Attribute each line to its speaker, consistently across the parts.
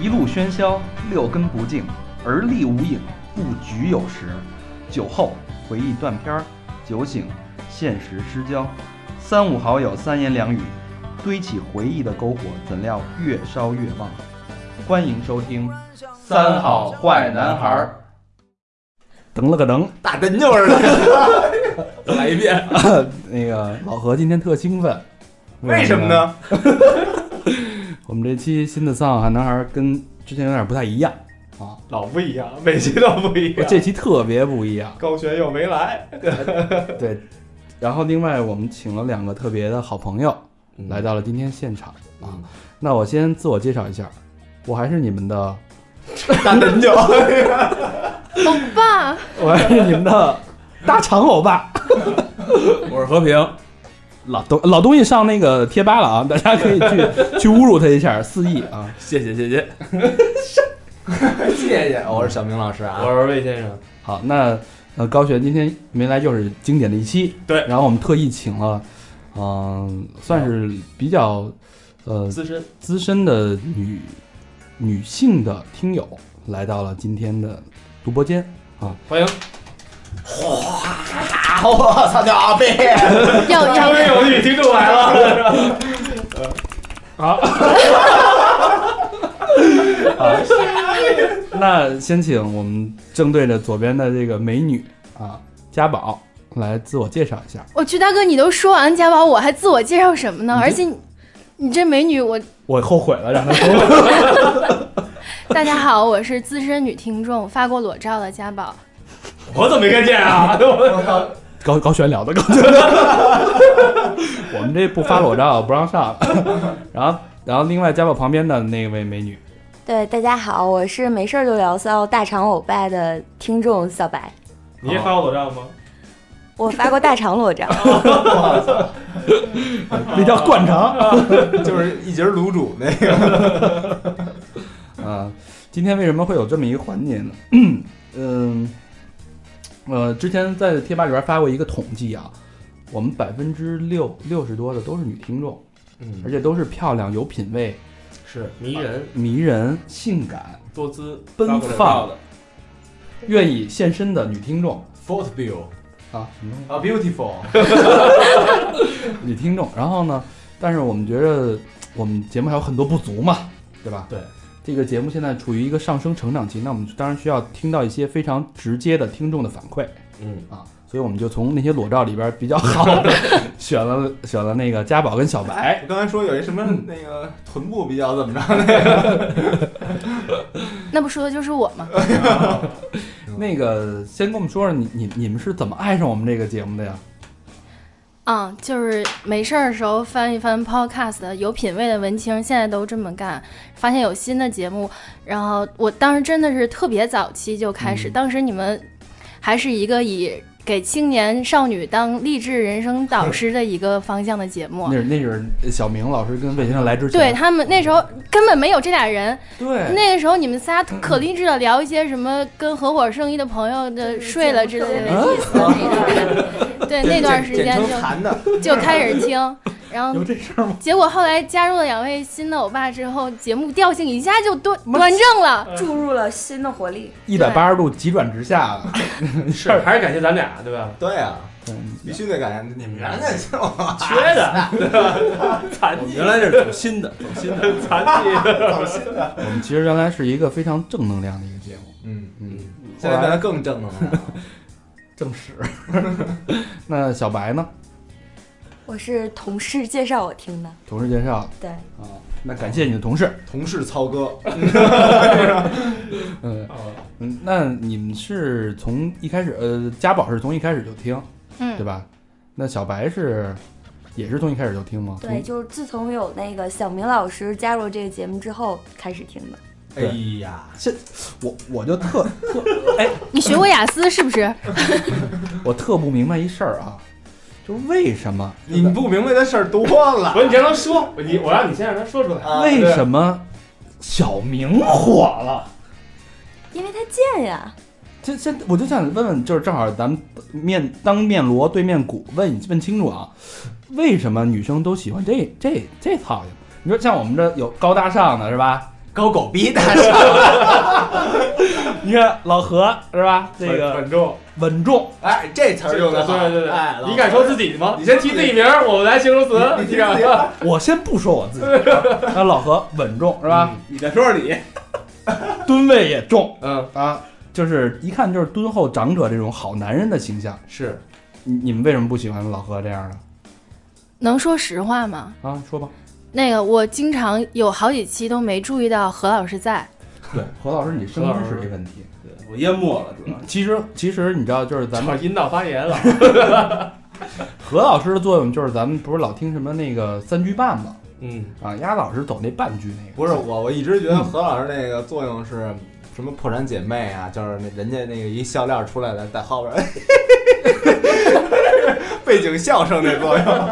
Speaker 1: 一路喧嚣，六根不净，而立无影，不局有时。酒后回忆断片儿，酒醒现实失焦。三五好友三言两语，堆起回忆的篝火，怎料越烧越旺。欢迎收听《三好坏男孩》。噔了个噔，
Speaker 2: 大真就是的，再来一遍。
Speaker 1: 那个老何今天特兴奋，
Speaker 2: 为什么？呢？
Speaker 1: 我们这期新的《三好坏男孩》跟之前有点不太一样啊，
Speaker 2: 老不一样，每期都不一样。
Speaker 1: 这期特别不一样。
Speaker 2: 高璇又没来，
Speaker 1: 对，然后另外我们请了两个特别的好朋友
Speaker 2: 嗯
Speaker 1: 来到了今天现场啊
Speaker 2: 嗯。
Speaker 1: 那我先自我介绍一下，我还是你们的，
Speaker 2: 大真就
Speaker 3: 欧巴，
Speaker 1: 我还是你们的大长欧巴，
Speaker 4: 我是和平，
Speaker 1: 老东老东西上那个贴吧了啊，大家可以去去侮辱他一下，肆意啊。
Speaker 4: 谢谢谢谢。
Speaker 2: 谢谢。我是小明老师啊，我是魏先生。
Speaker 1: 好，那呃高璇今天没来就是经典的一期，
Speaker 2: 对
Speaker 1: 然后我们特意请了，嗯、算是比较呃
Speaker 2: 资深
Speaker 1: 资深的女女性的听友来到了今天的直播间啊，
Speaker 2: 欢迎。哇，我操牛逼！
Speaker 3: 要要
Speaker 2: 终于有女听众来了。
Speaker 1: 那先请我们正对着左边的这个美女啊家宝来自我介绍一下。
Speaker 3: 我去，大哥，你都说完家宝，我还自我介绍什么呢？
Speaker 1: 你这
Speaker 3: 而且你你这美女，我
Speaker 1: 我后悔了，让她说。
Speaker 3: 大家好，我是资深女听众，发过裸照的家宝。
Speaker 2: 我怎么没看见 啊？
Speaker 1: 高高璇聊的高璇， 我们这不发裸照不让上。然后然后另外家宝旁边的那位美 女，
Speaker 5: 对，大家好，我是没事儿就聊骚大长欧巴的听众小白，
Speaker 6: 你也发过裸照吗？
Speaker 5: 我发过大长裸照，
Speaker 1: 那叫灌肠。
Speaker 2: 就是一节卤煮那个。
Speaker 1: 啊，今天为什么会有这么一个环节呢？ 嗯，呃，之前在贴吧里边发过一个统计啊，我们百分之六六十多的都是女听众，而
Speaker 2: 嗯，
Speaker 1: 且都是漂亮、有品位、
Speaker 2: 是
Speaker 6: 迷人、
Speaker 1: 迷人、性感、
Speaker 6: 多姿、
Speaker 1: 奔
Speaker 6: 发过
Speaker 1: 放
Speaker 6: 裸照的，
Speaker 1: 愿意献身的女听众
Speaker 2: Fort Bill
Speaker 1: 啊，什么东西
Speaker 2: 啊，Beautiful。
Speaker 1: 女听众。然后呢，但是我们觉得我们节目还有很多不足嘛，对吧？
Speaker 2: 对。
Speaker 1: 这个节目现在处于一个上升成长期，那我们当然需要听到一些非常直接的听众的反馈。
Speaker 2: 嗯，
Speaker 1: 啊，所以我们就从那些裸照里边比较好的选了选了那个家宝跟小白。
Speaker 2: 我刚才说有一什么那个臀部比较怎么 着？
Speaker 3: 那不说的就是我
Speaker 1: 嗯
Speaker 3: 吗？
Speaker 4: 嗯
Speaker 1: 那个先跟我们说说你你你们是怎么爱上我们这个节目的呀？
Speaker 3: 啊、就是没事儿的时候翻一翻 podcast，有品位的文青现在都这么干。发现有新的节目，然后我当时真的是特别早期就开始，
Speaker 1: 嗯
Speaker 3: 当时你们还是一个以给青年少女当励志人生导师的一个方向的节目啊
Speaker 1: 那。是那是小明老师跟魏先生来之
Speaker 3: 对
Speaker 1: 前，
Speaker 3: 他们那时候根本没有这俩人，
Speaker 1: 对
Speaker 3: 那个时候你们仨可励志的聊一些什么跟合伙生意的朋友的睡了之类的，
Speaker 5: 意思的那哦个。
Speaker 3: 对那段时间
Speaker 2: 简
Speaker 3: 就
Speaker 2: 称韩的，
Speaker 3: 就开始听，然后
Speaker 1: 有这事儿吗？
Speaker 3: 结果后来加入了两位新的欧巴之后，节目调性一下就端端正了。
Speaker 5: 注入了新的活力。
Speaker 1: 一百八十度急转直下的，
Speaker 6: 是还是感谢咱俩对吧？
Speaker 2: 对啊，
Speaker 1: 嗯
Speaker 2: 必须得感谢你们原来就
Speaker 6: 缺的， 残疾，
Speaker 4: 原来这是走心的，走心的。
Speaker 6: 残疾，
Speaker 2: 走心了。
Speaker 1: 我们其实原来是一个非常正能量的一个节目，
Speaker 2: 嗯，
Speaker 1: 嗯，
Speaker 2: 现在变得更正能量了。
Speaker 1: 正史。那小白呢？
Speaker 5: 我是同事介绍我听的，
Speaker 1: 同事介绍
Speaker 5: 对，
Speaker 1: 啊，那感谢你的同事，
Speaker 2: 同事操哥，
Speaker 1: 嗯
Speaker 2: 啊
Speaker 1: 嗯，那你们是从一开始，呃，家宝是从一开始就听，对
Speaker 3: 嗯，
Speaker 1: 吧？那小白是也是从一开始就听吗？
Speaker 5: 对，
Speaker 1: 从，
Speaker 5: 就是自从有那个小明老师加入这个节目之后开始听的。
Speaker 2: 哎
Speaker 1: 对
Speaker 2: 呀，
Speaker 1: 我我就特
Speaker 3: 你学过雅思是不是？
Speaker 1: 我特不明白一事儿啊，就是为什么
Speaker 2: 你不明白的事儿多了
Speaker 6: 不是你让他说，你我让你先让他说出来。
Speaker 2: 啊！
Speaker 1: 为
Speaker 2: 对
Speaker 1: 什么小明火了？
Speaker 5: 因为他贱呀，
Speaker 1: 这这，我就想问问，就是正好咱们面当面锣对面鼓，问问清楚啊，为什么女生都喜欢这这这操性？你说像我们这有高大上的是吧？
Speaker 7: 高狗逼大赏，
Speaker 1: 你看老何是吧？这
Speaker 6: 稳
Speaker 1: 个
Speaker 6: 稳重，
Speaker 1: 稳重，
Speaker 8: 哎，这词儿用的好，
Speaker 6: 对对对
Speaker 8: 哎，
Speaker 6: 你敢说自己吗？你先提自己名儿，我们来形容词。
Speaker 8: 你啊
Speaker 6: 你
Speaker 8: 提
Speaker 6: 敢
Speaker 8: 自己
Speaker 6: 说？
Speaker 1: 我先不说我自己，那老何稳重是吧？
Speaker 6: 你再说说你。
Speaker 1: 吨位也重
Speaker 6: 嗯，
Speaker 1: 啊，就是一看就是敦厚长者这种好男人的形象。
Speaker 6: 是
Speaker 1: 你你们为什么不喜欢老何这样的
Speaker 3: 能说实话吗？
Speaker 1: 啊？说吧。
Speaker 3: 那个我经常有好几期都没注意到何老师在，
Speaker 1: 对，何老师，你声音是一问题。
Speaker 7: 对我淹没了主要。
Speaker 1: 其实其实你知道，就是咱
Speaker 6: 咱
Speaker 1: 们
Speaker 6: 们引导发 言了。
Speaker 1: 何老师的作用，就是咱们不是老听什么那个三句半吗？
Speaker 6: 嗯，
Speaker 1: 啊，丫老师走那半句那个。
Speaker 8: 不是我，我一直觉得何老师那个作用是什么破产姐妹啊，就是那人家那个一笑料出来的，在后边儿背景笑声那作用，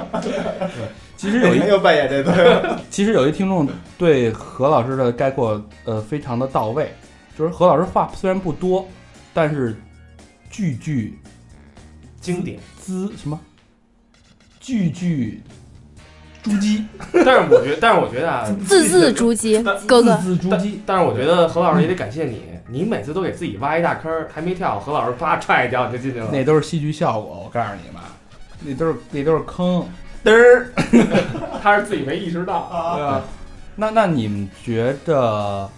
Speaker 1: 其实
Speaker 7: 哎
Speaker 1: 有一
Speaker 8: 又扮演这作用，
Speaker 1: 其实有一听众对何老师的概括，呃，非常的到位，就是何老师话虽然不多，但是句句
Speaker 6: 经 典。
Speaker 1: 滋什么，句句珠玑，
Speaker 6: 但是我觉得，但是我觉得啊，
Speaker 3: 字字珠玑，哥哥，
Speaker 1: 字字珠
Speaker 6: 但
Speaker 1: 玑。
Speaker 6: 但是我觉得何老师也得感谢你，你每次都给自己挖一大坑儿，还没跳，何老师啪踹一脚你就进去了。
Speaker 1: 那都是戏剧效果，我告诉你们，那都是那都是坑。
Speaker 8: 嘚儿，
Speaker 6: 他是自己没意识到，
Speaker 8: 啊
Speaker 6: 对吧？
Speaker 1: 那那你们觉得，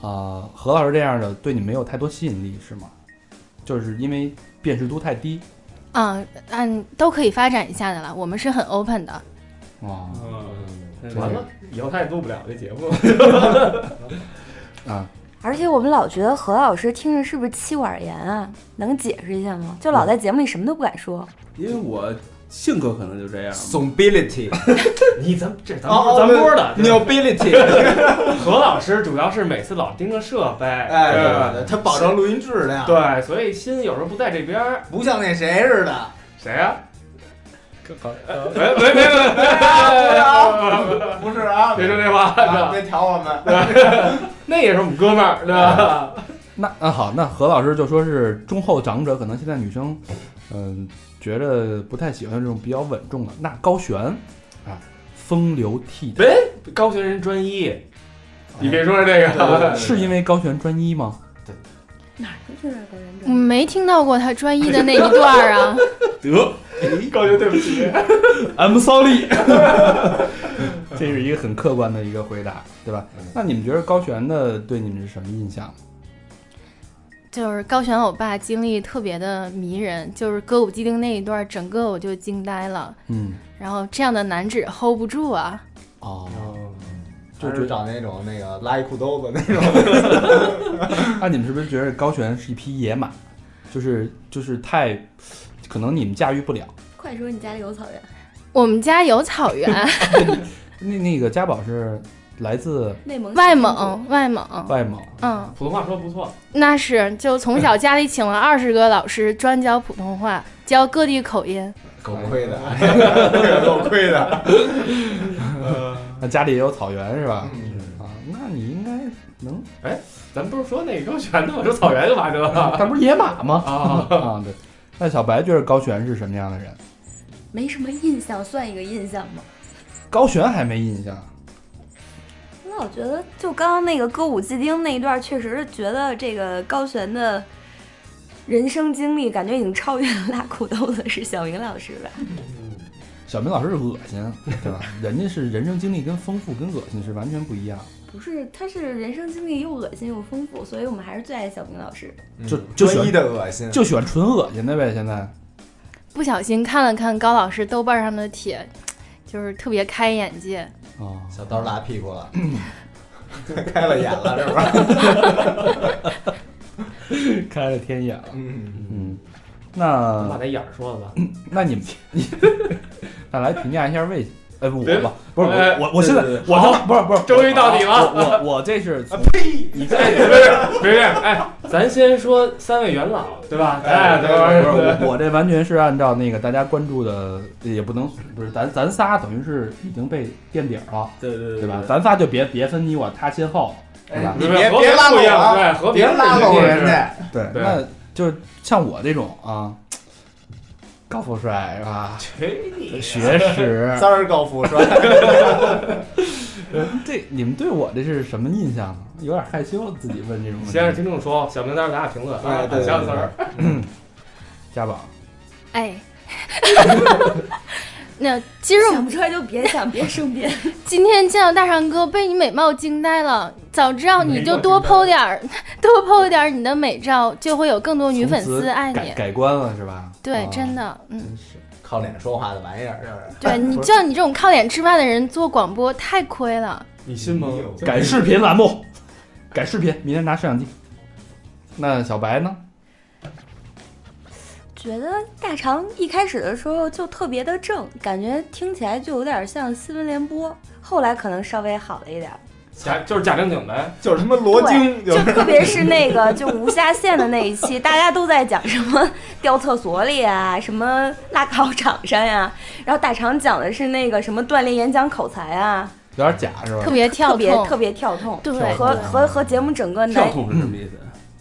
Speaker 1: 呃，何老师这样的对你没有太多吸引力是吗？就是因为辨识度太低
Speaker 3: 嗯，按都可以发展一下的了，我们是很 open 的。
Speaker 6: 哦
Speaker 1: 啊
Speaker 6: 嗯，完了，以后他也录不了这节 目。
Speaker 1: 啊！
Speaker 5: 而且我们老觉得何老师听着是不是妻管严啊？能解释一下吗？就老在节目里什么都不敢说。
Speaker 7: 因为我性格可能就这样。
Speaker 8: 怂ability，
Speaker 6: 你咱们这咱
Speaker 8: 哦
Speaker 6: 们
Speaker 8: 哦
Speaker 6: 咱们波的，对吧
Speaker 8: nobility，
Speaker 6: 何老师主要是每次老盯着设备，
Speaker 8: 哎，对
Speaker 6: 对
Speaker 8: 对
Speaker 6: 吧
Speaker 8: 对，他保证录音质量，，
Speaker 6: 对，所以心有时候不在这边儿。
Speaker 8: 不像那谁似的，
Speaker 6: 谁呀？没没没没没没没，
Speaker 8: 不是啊，
Speaker 6: 别说这话，是
Speaker 8: 啊
Speaker 6: 吧
Speaker 8: 别挑我们，
Speaker 6: 那也是我们哥们儿，对吧？
Speaker 1: 那那好，那何老师就说是忠厚长者，可能现在女生，嗯、觉得不太喜欢这种比较稳重的。那高璇啊，风流倜傥，
Speaker 6: 高学人专一，你别说这个，
Speaker 1: 是因为高璇专一吗？
Speaker 5: 嗯
Speaker 3: 我没听到过他专一的那一段儿 啊，
Speaker 7: 得，
Speaker 6: 高学对不起，
Speaker 1: I'm sorry，这是一个很客观的一个回答，对吧？那你们觉得高璇的对你们是什么印象？
Speaker 3: 就是高璇欧巴经历特别的迷人，就是歌舞伎町那一段儿，整个我就惊呆了。
Speaker 1: 嗯，
Speaker 3: 然后这样的男子 hold 不住啊，
Speaker 1: 哦，
Speaker 8: 就
Speaker 1: 就
Speaker 8: 就
Speaker 1: 就
Speaker 8: 找那种那个拉一裤兜子那种，
Speaker 1: 那你们是不是觉得高璇是一匹野马？就是就是太，可能你们驾驭不了。
Speaker 5: 快说你家里有草原，
Speaker 3: 我们家有草 原，
Speaker 1: 那那个家宝是来自
Speaker 5: 内蒙
Speaker 3: 外蒙，外蒙，
Speaker 1: 外蒙，
Speaker 3: 嗯，
Speaker 6: 普通话说得不错，
Speaker 3: 那是就从小家里请了二十个老师专教普通话，教各地口音。
Speaker 8: 够亏的，够亏的，
Speaker 1: 那家里也有草原是吧？
Speaker 8: 嗯
Speaker 1: 啊，那你应该能，
Speaker 6: 咱不是说那个高璇的吗？说草原干嘛去了？
Speaker 1: 但不是野马吗？
Speaker 6: 啊，
Speaker 1: 啊，对。那小白觉得高璇是什么样的人？
Speaker 5: 没什么印象，算一个印象吗？
Speaker 1: 高璇还没印象。
Speaker 5: 那我觉得就刚刚那个歌舞伎町那一段，确实觉得这个高璇的人生经历，感觉已经超越了拉裤兜子，是小明老师吧？
Speaker 1: 小明老师是恶心，对吧？人家是人生经历跟丰富跟恶心是完全不一样。
Speaker 5: 不是，他是人生经历又恶心又丰富，所以我们还是最爱小明老师。
Speaker 8: 嗯
Speaker 1: 就就喜
Speaker 8: 专
Speaker 1: 欢
Speaker 8: 一的恶心，
Speaker 1: 就喜欢纯恶心的呗。现在
Speaker 3: 不小心看了看高老师豆瓣上的帖，就是特别开眼界。
Speaker 1: 哦，
Speaker 8: 小刀拉屁股了，开了眼了是吧？
Speaker 1: 开了天眼了。
Speaker 8: 嗯，
Speaker 1: 嗯，
Speaker 6: 把
Speaker 1: 那
Speaker 6: 那眼儿说了吧。
Speaker 1: 那你们，那来评价一下魏，呃，我
Speaker 6: 别
Speaker 1: 吧，不是我
Speaker 6: 哎
Speaker 1: 我我现在
Speaker 8: 对对
Speaker 1: 我他妈不是不是，
Speaker 6: 终于到你了
Speaker 1: 我我我这是从
Speaker 8: 呸！
Speaker 6: 你 这别别别别，哎，咱先说三位元老，对吧？哎，对
Speaker 1: 不是
Speaker 6: 吧？
Speaker 1: 我我这完全是按照那个大家关注的，也不能不是咱咱仨等于是已经被垫底儿了，
Speaker 7: 对对对
Speaker 1: 对哎吧？？咱仨就别别分你我他先后，对吧？
Speaker 8: 你别别拉
Speaker 6: 不
Speaker 8: 拢
Speaker 6: 一样，
Speaker 8: 啊，
Speaker 6: 对，和
Speaker 8: 别
Speaker 6: 平
Speaker 8: 拉拢人，家，
Speaker 1: 对，
Speaker 6: 对
Speaker 1: 那就是像我这种啊，高富
Speaker 6: 哎
Speaker 1: 帅是吧？
Speaker 6: 锤你！
Speaker 1: 学识
Speaker 8: 三儿高富帅，
Speaker 1: 这你们对我这是什么印象？啊有点害羞，自己问这种问题。
Speaker 6: 先让听众说，小明在这儿咱俩评论啊，
Speaker 8: 哎对对对
Speaker 6: 小词儿，
Speaker 1: 家宝，
Speaker 3: 哎， 那其实我
Speaker 5: 想不出来就别想，别 生别。
Speaker 3: 今天见到大长哥，被你美貌惊呆了。早知道你就多 PO 点儿， 多 PO 点儿你的美照，就会有更多女粉
Speaker 1: 从
Speaker 3: 丝
Speaker 1: 此
Speaker 3: 爱
Speaker 1: 改
Speaker 3: 你。
Speaker 1: 改观了是吧？
Speaker 3: 对，
Speaker 1: 啊
Speaker 3: 真的，嗯，
Speaker 8: 靠脸说话的玩意儿，是
Speaker 3: 对你像你这种靠脸吃饭的人做广播太亏了。
Speaker 6: 你信吗？
Speaker 1: 改视频栏目，改视频，明天拿摄像机。那小白呢？
Speaker 5: 觉得大肠一开始的时候就特别的正，感觉听起来就有点像新闻联播，后来可能稍微好了一点儿。
Speaker 6: 假就是假正经呗，
Speaker 8: 就是他妈罗京，就
Speaker 5: 就是特别是那个就无下限的那一期，大家都在讲什么 掉厕所里啊，什么拉考场上呀、然后大肠讲的是那个什么锻炼演讲口才啊，
Speaker 1: 有点假是吧
Speaker 3: 特？别跳
Speaker 5: 特别
Speaker 3: 痛，
Speaker 5: 特别跳痛，
Speaker 3: 对
Speaker 1: 跳
Speaker 5: 和
Speaker 1: 痛
Speaker 5: 和和节目整个
Speaker 8: 哎
Speaker 7: 跳
Speaker 5: 男
Speaker 7: 痛是什么意思？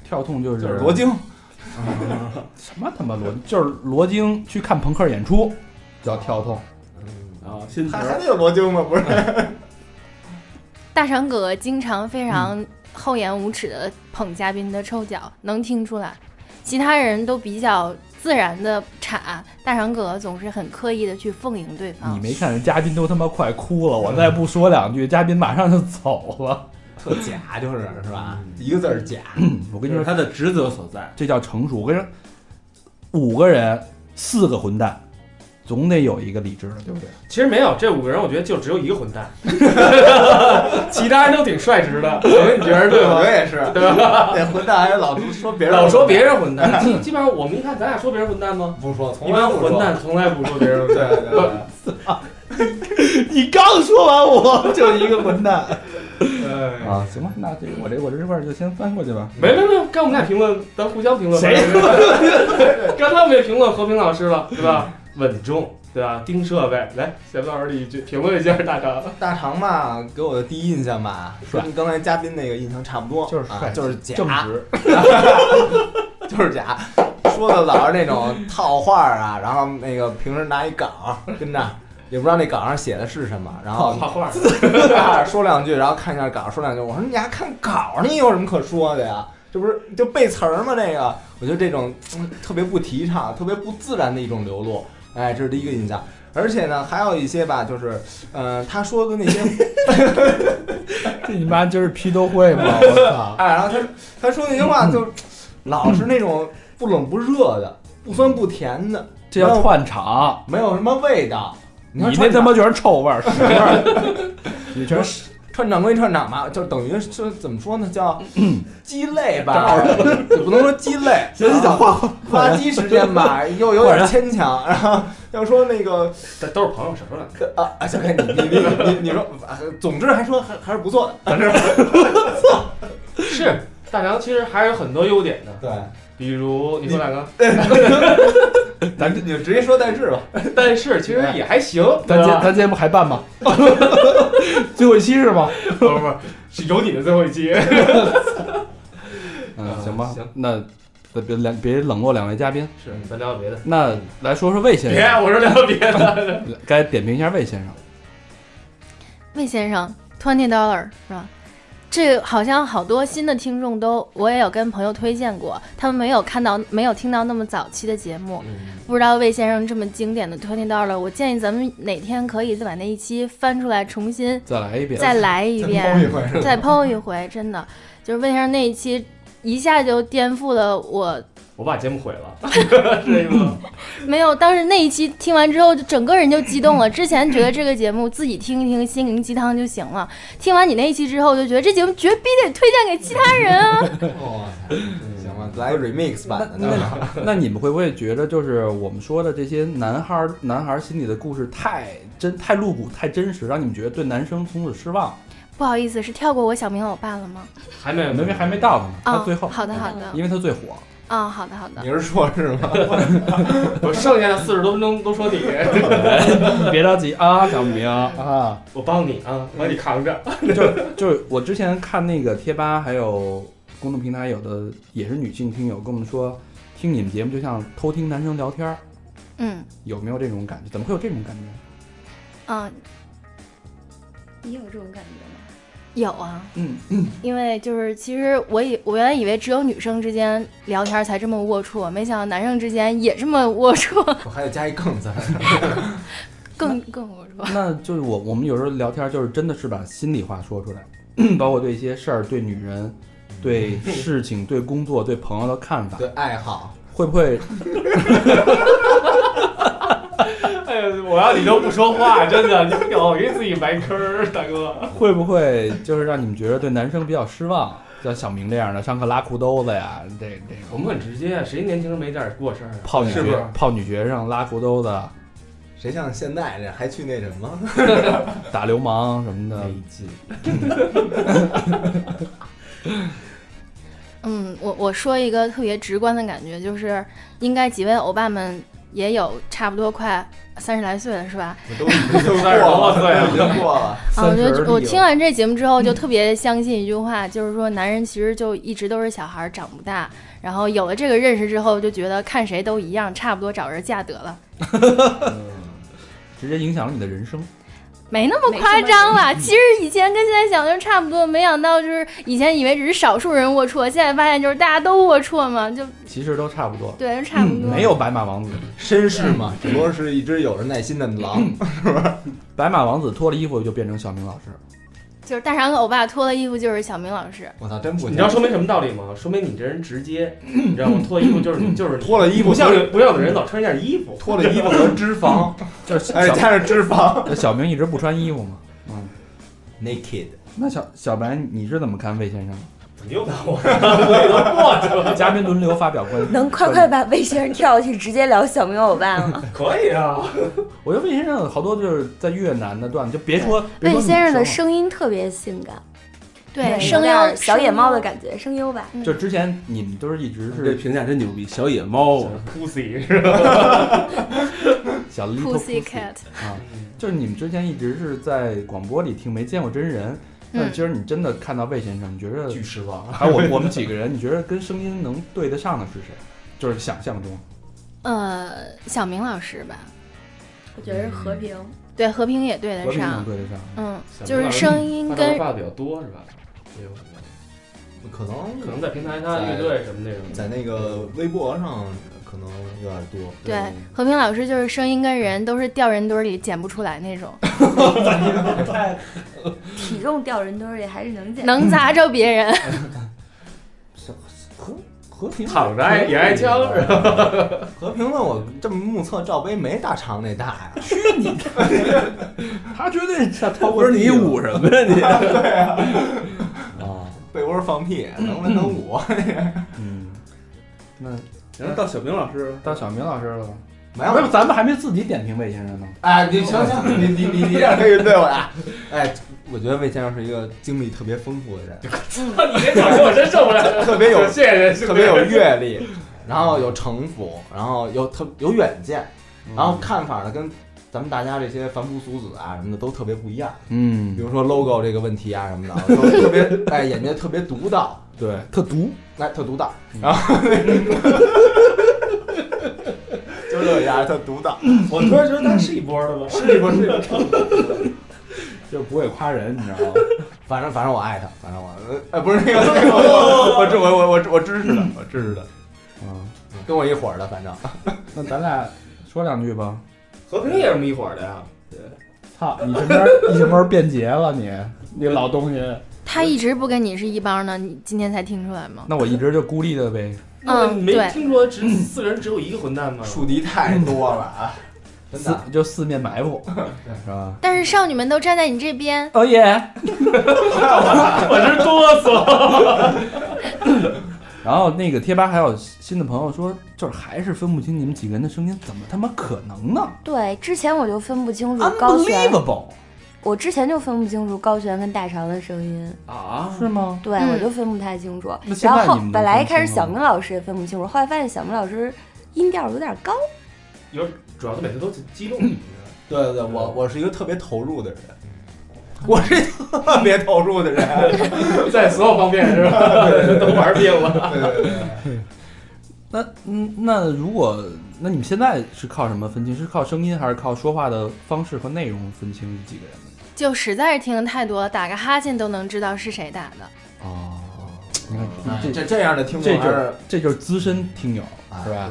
Speaker 1: 跳痛就是
Speaker 8: 就是罗京，
Speaker 1: 什么他妈罗，就是罗京去看朋克演出叫跳痛。
Speaker 7: 啊，新词
Speaker 8: 嗯还
Speaker 7: 儿
Speaker 8: 还得有罗京吗？不是，
Speaker 3: 大长哥经常非常厚颜无耻的捧嘉宾的臭脚，能听出来。其他人都比较自然的插，大长哥总是很刻意的去奉迎对
Speaker 1: 你
Speaker 3: 方。
Speaker 1: 没看人嘉宾都他妈快哭了，我再不说两句，嘉宾马上就走了。
Speaker 8: 特假，就是是吧？
Speaker 6: 嗯
Speaker 8: 一个字儿假，
Speaker 1: 嗯我跟
Speaker 7: 这
Speaker 1: 你
Speaker 7: 是
Speaker 1: 说，
Speaker 7: 他的职责所在。
Speaker 1: 这叫成熟。我跟你说，五个人四个混蛋，总得有一个理智的，对不对？
Speaker 6: 其实没有这五个人，我觉得就只有一个混 蛋，其他人都挺率直的。小明，你觉得对
Speaker 8: 我
Speaker 6: 吗？
Speaker 8: 也是，
Speaker 6: 对
Speaker 8: 那混蛋还是老说别人，
Speaker 6: 老说别人混蛋，基基本上我们一看，咱俩说别人混蛋吗？
Speaker 8: 不说，
Speaker 6: 一
Speaker 8: 从来
Speaker 6: 般
Speaker 8: 不说
Speaker 6: 混，蛋从来不说别人混
Speaker 8: 对
Speaker 6: 蛋。
Speaker 8: 对对。
Speaker 2: 你刚说完我就一个混蛋，
Speaker 6: 哎，
Speaker 1: 啊，行吧，那这我这我这块就先翻过去吧。
Speaker 6: 没没没，刚我们俩评论，咱互相评论。谁？ 刚才我们也评论和平老师了，对吧？稳重，对吧？盯设备，来，小明老师你去评论一下大肠。
Speaker 8: 大肠嘛，给我的第一印象吧，
Speaker 1: 帅
Speaker 8: 跟刚才嘉宾那个印象差不多，
Speaker 1: 哎就是帅
Speaker 8: 啊、就是假，
Speaker 1: 正直，
Speaker 8: 就是假。说的老是那种套话啊，然后那个平时拿一稿跟那儿，也不知道那稿上写的是什么，然后
Speaker 6: 画画，
Speaker 8: 说两句，然后看一下稿，说两句。我说你还看稿，你有什么可说的呀？这不是就背词儿吗？这个，我觉得这种、嗯、特别不提倡、特别不自然的一种流露。哎，这是第一个印象。而且呢，还有一些吧，就是，嗯、他说的 那些
Speaker 1: 这你妈今儿批斗会吗？我操！
Speaker 8: 哎，然后他他说那些话就是老是那种不冷不热的，不酸不甜的，
Speaker 1: 这叫串场，
Speaker 8: 没有什么味道。
Speaker 1: 你
Speaker 8: 看
Speaker 1: 那
Speaker 8: 串
Speaker 1: 他
Speaker 8: 场
Speaker 1: 妈全是臭味儿，屎味儿， 你全是
Speaker 8: 串场归串场吧，就等于是怎么说呢， 叫鸡肋吧，也不能说鸡 肋，
Speaker 7: 行行
Speaker 8: 啊
Speaker 7: 行，换换
Speaker 8: 垃圾时间吧， 又有点牵强。然后要说那个
Speaker 6: 这都是朋友，少说两句。
Speaker 8: 啊，啊小凯，你你你你你说，啊总之还说还还是不错的，反正
Speaker 6: 是，大肠其实还是有很多优点的，
Speaker 8: 对。
Speaker 6: 比如你说两个，
Speaker 8: 咱就你就直接说但是吧，
Speaker 6: 但是其实也还行，
Speaker 1: 咱
Speaker 6: 对
Speaker 1: 今
Speaker 6: 吧
Speaker 1: 咱今天不还办吗？ 最后一期是吗？
Speaker 6: 不不不，是有你的最后一期。
Speaker 1: 嗯，
Speaker 6: 啊
Speaker 1: 行吧，
Speaker 6: 行，
Speaker 1: 那咱别两别冷落两位嘉宾，
Speaker 6: 是，咱聊聊别的。
Speaker 1: 那来说说魏先
Speaker 6: 别，
Speaker 1: 生，
Speaker 6: 我说聊聊别的。
Speaker 1: 该点评一下魏先生。
Speaker 3: 魏先生，twenty dollar 是吧？这个好像好多新的听众都，我也有跟朋友推荐过，他们没有看到，没有听到那么早期的节目，
Speaker 8: 嗯
Speaker 6: 嗯
Speaker 3: 不知道魏先生这么经典的 twenty dollar，我建议咱们哪天可以再把那一期翻出来，重新
Speaker 1: 再来一遍，
Speaker 3: 再来一
Speaker 8: 再
Speaker 3: 遍，
Speaker 8: 一回是吧
Speaker 3: 再剖一回，真的就是魏先生那一期一下就颠覆了我，
Speaker 6: 我把节目毁 了，这个
Speaker 3: 没有，当时那一期听完之后，就整个人就激动了。之前觉得这个节目自己听一听心灵鸡汤就行了，听完你那一期之后，就觉得这节目绝逼得推荐给其他人啊！
Speaker 8: 哇塞行吧，来个 remix 版的
Speaker 1: 那
Speaker 8: 呢。
Speaker 1: 那你们会不会觉得，就是我们说的这些男孩儿男孩儿心里的故事太真、太露骨、太真实，让你们觉得对男生从此失望？
Speaker 3: 不好意思，是跳过我小明欧巴了吗？
Speaker 6: 还没有
Speaker 1: 因为还没到呢，
Speaker 3: 啊、
Speaker 1: 他最后，
Speaker 3: 好的好的
Speaker 1: 因为他最火。
Speaker 3: 啊、好的好的
Speaker 8: 你。是说是吗？
Speaker 6: 我剩下的四十多分钟都说你，
Speaker 1: 别着急啊，小明啊，
Speaker 6: 我帮你啊，
Speaker 8: 嗯
Speaker 6: 我帮你扛着。
Speaker 1: 就就是我之前看那个贴吧，还有公众平台，有的也是女性听友跟我们说，听你们节目就像偷听男生聊天儿，
Speaker 3: 嗯啊
Speaker 1: 有没有这种感觉？怎么会有这种感觉？
Speaker 3: 嗯，
Speaker 5: 你有这种感觉吗？
Speaker 3: 有啊，
Speaker 1: 嗯
Speaker 3: 因为就是其实我以我原来以为只有女生之间聊天才这么龌龊，没想到男生之间也这么龌龊，
Speaker 8: 我还得加一更字。
Speaker 3: 更更龌龊。
Speaker 1: 那就是我我们有时候聊天，就是真的是把心里话说出 来，包括对一些事儿、对女人、对事情、对工作、对朋友的看法，
Speaker 8: 对爱好，
Speaker 1: 会不会
Speaker 6: 哎呀，我要你都不说话，真的， 你老给自己埋坑儿，大哥。
Speaker 1: 会不会就是让你们觉得对男生比较失望？像小明这样的，上课拉裤兜子呀，这这个
Speaker 6: 我们很直接啊，谁年轻人没点过事儿啊？
Speaker 1: 泡女
Speaker 6: 是不是
Speaker 1: 学？泡女学生拉裤兜子、
Speaker 8: 谁像现在这还去那什么？
Speaker 1: 打流氓什么
Speaker 6: 哎
Speaker 1: 的，
Speaker 7: 劲，
Speaker 3: 嗯，我我说一个特别直观的感觉，就是应该几位欧巴们也有差不多快三十来岁了，是吧？
Speaker 8: 我都已经过了，已经过了。
Speaker 3: 啊，我
Speaker 1: 三
Speaker 3: 觉
Speaker 1: 十而立嗯
Speaker 3: 得我听
Speaker 1: 了
Speaker 3: 完这节目之后，就特别相信一句话，就是说男人其实就一直都是小孩儿，长不大。然后有了这个认识之后，就觉得看谁都一样，差不多找人嫁得了，
Speaker 8: 嗯
Speaker 1: 直接影响了你的人生。
Speaker 3: 没那么
Speaker 5: 没
Speaker 3: 夸
Speaker 5: 什么
Speaker 3: 张了。其实以前跟现在想就差不多，没想到就是以前以为只是少数人龌龊，现在发现就是大家都龌龊嘛，就
Speaker 1: 其实都差不多，
Speaker 3: 对，就差不多。
Speaker 1: 嗯没有白马王子。
Speaker 8: 绅士嘛，只不过是一只有着耐心的 狼。
Speaker 1: 白马王子脱了衣服就变成小明老师，
Speaker 3: 就是大傻子欧巴脱了衣服就是小明老师，
Speaker 8: 我操，真不
Speaker 6: 你
Speaker 8: 行！
Speaker 6: 知道说明什么道理吗？说明你这人直 接，你知道吗？脱衣服 就是你，就是你
Speaker 8: 脱了衣服
Speaker 6: 不像不像有的人老穿一件衣服。
Speaker 8: 脱了衣服和脂 肪，
Speaker 1: 就是小、
Speaker 8: 哎，加上脂肪
Speaker 1: 小明一直不穿衣服嘛。
Speaker 8: ，naked。
Speaker 1: 那小小白，你是怎么看魏先生？
Speaker 6: 你又打我，我已经过去了。
Speaker 1: 嘉宾轮流发表观点。
Speaker 5: 能快快把魏先生跳下去，直接聊小明欧巴吗？
Speaker 6: 可以啊，
Speaker 1: 我觉得魏先生好多就是在越南的段子，就别说别
Speaker 5: 魏
Speaker 1: 说
Speaker 5: 先生的
Speaker 1: 女
Speaker 5: 声音特别性感，
Speaker 3: 对，
Speaker 5: 声
Speaker 3: 声优
Speaker 5: 小野猫的感觉，声优吧。
Speaker 3: 觉
Speaker 1: 就之前你们都是一直
Speaker 7: 这
Speaker 1: 是
Speaker 7: 评价真牛逼，小野猫啊，
Speaker 6: pussy
Speaker 1: 小 little
Speaker 3: ，Pussy
Speaker 1: pussy
Speaker 3: Cat，
Speaker 1: 啊，
Speaker 6: 嗯
Speaker 1: 就是你们之前一直是在广播里听，没见过真人。但
Speaker 3: 嗯
Speaker 1: 其，实你真的看到魏先生，你觉得
Speaker 6: 巨失望。
Speaker 1: 还有我我们几个人，你觉得跟声音能对得上的是谁？就是想象中，
Speaker 3: 呃，小明老师吧，
Speaker 5: 我觉得是和平，
Speaker 3: 对，和平也对得
Speaker 1: 我也能
Speaker 3: 上，
Speaker 1: 对得上。
Speaker 3: 嗯，
Speaker 6: 小明
Speaker 3: 就是
Speaker 6: 老师
Speaker 3: 声音
Speaker 6: 他可能
Speaker 3: 跟
Speaker 6: 话比较多是吧？也有可能，
Speaker 8: 可能
Speaker 6: 可能在平台他乐队什么那种。
Speaker 8: 在那个微博上可能有点多。
Speaker 3: 对和平老师就是声音跟人都是掉人堆里捡不出来那种，
Speaker 5: 体重掉人堆里还是能减。
Speaker 3: 能砸着别人。
Speaker 1: 和和平
Speaker 6: 躺着挨也挨枪是吧？
Speaker 8: 和平的我这么目测，罩杯没大肠那大呀。
Speaker 1: 他绝对他超
Speaker 7: 不是你捂什么呀你？
Speaker 1: 啊，
Speaker 8: 被窝放屁，能文能武。
Speaker 1: 嗯。那
Speaker 7: 然后到小明老师了，
Speaker 1: 到小明老师了吧？
Speaker 8: 没
Speaker 1: 不
Speaker 8: 有
Speaker 1: 是，，咱们还没自己点评魏先生呢。
Speaker 8: 哎，你行行，你你你你点可以对我呀。哎，我觉得魏先生是一个经历特别丰富的人，
Speaker 6: 你这表情我真受不了。
Speaker 8: 特别有
Speaker 6: 谢谢，兄弟
Speaker 8: 特别 有阅历，然后有城府，然后有特有远见，嗯然后看法呢跟咱们大家这些凡夫俗子啊什么的都特别不一样。比
Speaker 1: 嗯，
Speaker 8: 如说 logo 这个问题啊什么的，都特别哎眼界特别独到，
Speaker 1: 对，特毒。
Speaker 8: 哎特独到
Speaker 1: 嗯，
Speaker 8: 然后 就这家特独到，
Speaker 6: 我突然觉得他是一波的吗？
Speaker 8: 是不是？
Speaker 1: 就不会夸人，你知道吗？
Speaker 8: 反正反正我爱他，反正我呃哎不是那个，那个我我我支我我我我支持的，我支持的，
Speaker 1: 啊，
Speaker 8: 跟我一伙儿的，反正
Speaker 1: 那咱俩说两句 吧。
Speaker 6: 和平也是一伙的呀。
Speaker 1: 操，你什么时候 你什么时候变节了你？你老东西。
Speaker 3: 他一直不跟你是一帮的，你今天才听出来吗？
Speaker 1: 那我一直就孤立的呗。
Speaker 6: 那
Speaker 5: 嗯
Speaker 6: 你没
Speaker 3: 对
Speaker 6: 听说只四个人只有一个混蛋吗？
Speaker 8: 树敌太多了啊，真的
Speaker 1: 四。就四面埋 伏，是吧？
Speaker 3: 但是少女们都站在你这边，
Speaker 1: 哦耶！
Speaker 6: 我真哆嗦。
Speaker 1: 然后那个贴吧还有新的朋友说，就是还是分不清你们几个人的声音，怎么他妈可能呢
Speaker 5: 对，之前我就分不清楚高璇，
Speaker 1: ？Unbelievable，
Speaker 5: 我之前就分不清楚高璇跟大肠的声音，
Speaker 7: 啊，
Speaker 1: 是吗？
Speaker 5: 对、
Speaker 3: 嗯
Speaker 5: 我就分不太清楚
Speaker 1: 那。现
Speaker 5: 然
Speaker 1: 在
Speaker 5: 后
Speaker 1: 你们能
Speaker 5: 本来一开
Speaker 1: 分
Speaker 5: 始
Speaker 1: 清
Speaker 5: 小
Speaker 1: 吗
Speaker 5: 明老师也分不清楚，后来发现小明老师音调有点高，
Speaker 6: 有， 主要他每次都激动。
Speaker 8: 对对对，我我是一个特别投入的人， 我是一个特别投入的人。
Speaker 6: 在所有方面是 吧？都玩遍了。
Speaker 8: 对对对，
Speaker 1: 那嗯，那如果那你们现在是靠什么分清？是靠声音还是靠说话的方式和内容分清几个人？
Speaker 3: 就实在是听的太多了，打个哈欠都能知道是谁打的。
Speaker 1: 哦，你
Speaker 8: 嗯
Speaker 1: 看这
Speaker 8: 啊这这样的听众
Speaker 1: 嗯这
Speaker 8: 还是
Speaker 1: 就这就是资深听友是吧？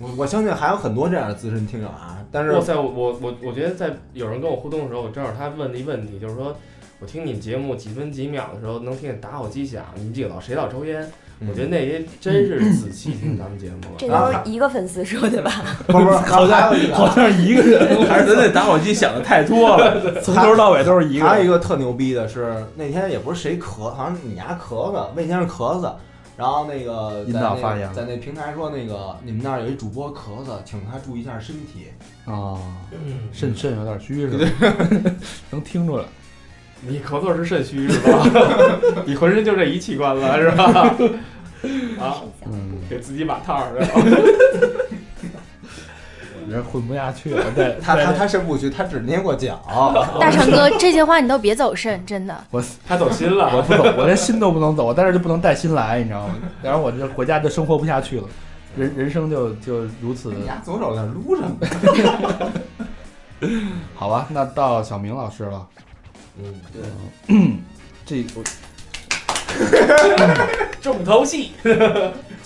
Speaker 8: 我我相信还有很多这样的资深听友啊，但是
Speaker 6: 哇塞，我我我我觉得在有人跟我互动的时候，我正好他问的一问题，就是说我听你们节目几分几秒的时候，能听见打火机响，你们几个老谁老抽烟？我觉得那也真是仔细听咱们节目了。
Speaker 5: 这都是一个粉丝说的吧？
Speaker 8: 得不是不是，好像还有一个 啊
Speaker 1: 好像是一个人，
Speaker 7: 还是咱那打火机想的太多了，
Speaker 1: 从头到尾都是一个
Speaker 8: 还有一
Speaker 1: 人。
Speaker 8: 个特牛逼的是，那天也不是谁咳，好像是你丫咳嗽，魏先生咳嗽，然后那个
Speaker 2: 引
Speaker 8: 在
Speaker 2: 导
Speaker 8: 那
Speaker 2: 发
Speaker 8: 个
Speaker 2: 言
Speaker 8: 在那平台说那个你们那儿有一主播咳嗽，请他注意一下身体。
Speaker 1: 啊，
Speaker 6: 嗯
Speaker 1: 肾肾有点虚是吧？ 能听出来。
Speaker 6: 你咳嗽是肾虚是吧？ 你浑身就这一器官了是 吧？啊，
Speaker 1: 嗯，
Speaker 6: 给自己把套儿是吧？
Speaker 1: 我这混不下去了，在
Speaker 8: 他他
Speaker 1: 在
Speaker 8: 他肾不虚，他只捏过脚。
Speaker 3: 大成哥，这些话你都别走肾，真的。
Speaker 1: 我
Speaker 6: 他走心了，
Speaker 1: 我不走，我这心都不能走，我在这就不能带心来，你知道吗？然后我这回家就生活不下去了，人人生就就如此。
Speaker 8: 你丫左手在那撸什么？
Speaker 1: 好吧，那到小明老师了。
Speaker 8: 嗯，
Speaker 1: 这我
Speaker 6: 重头戏。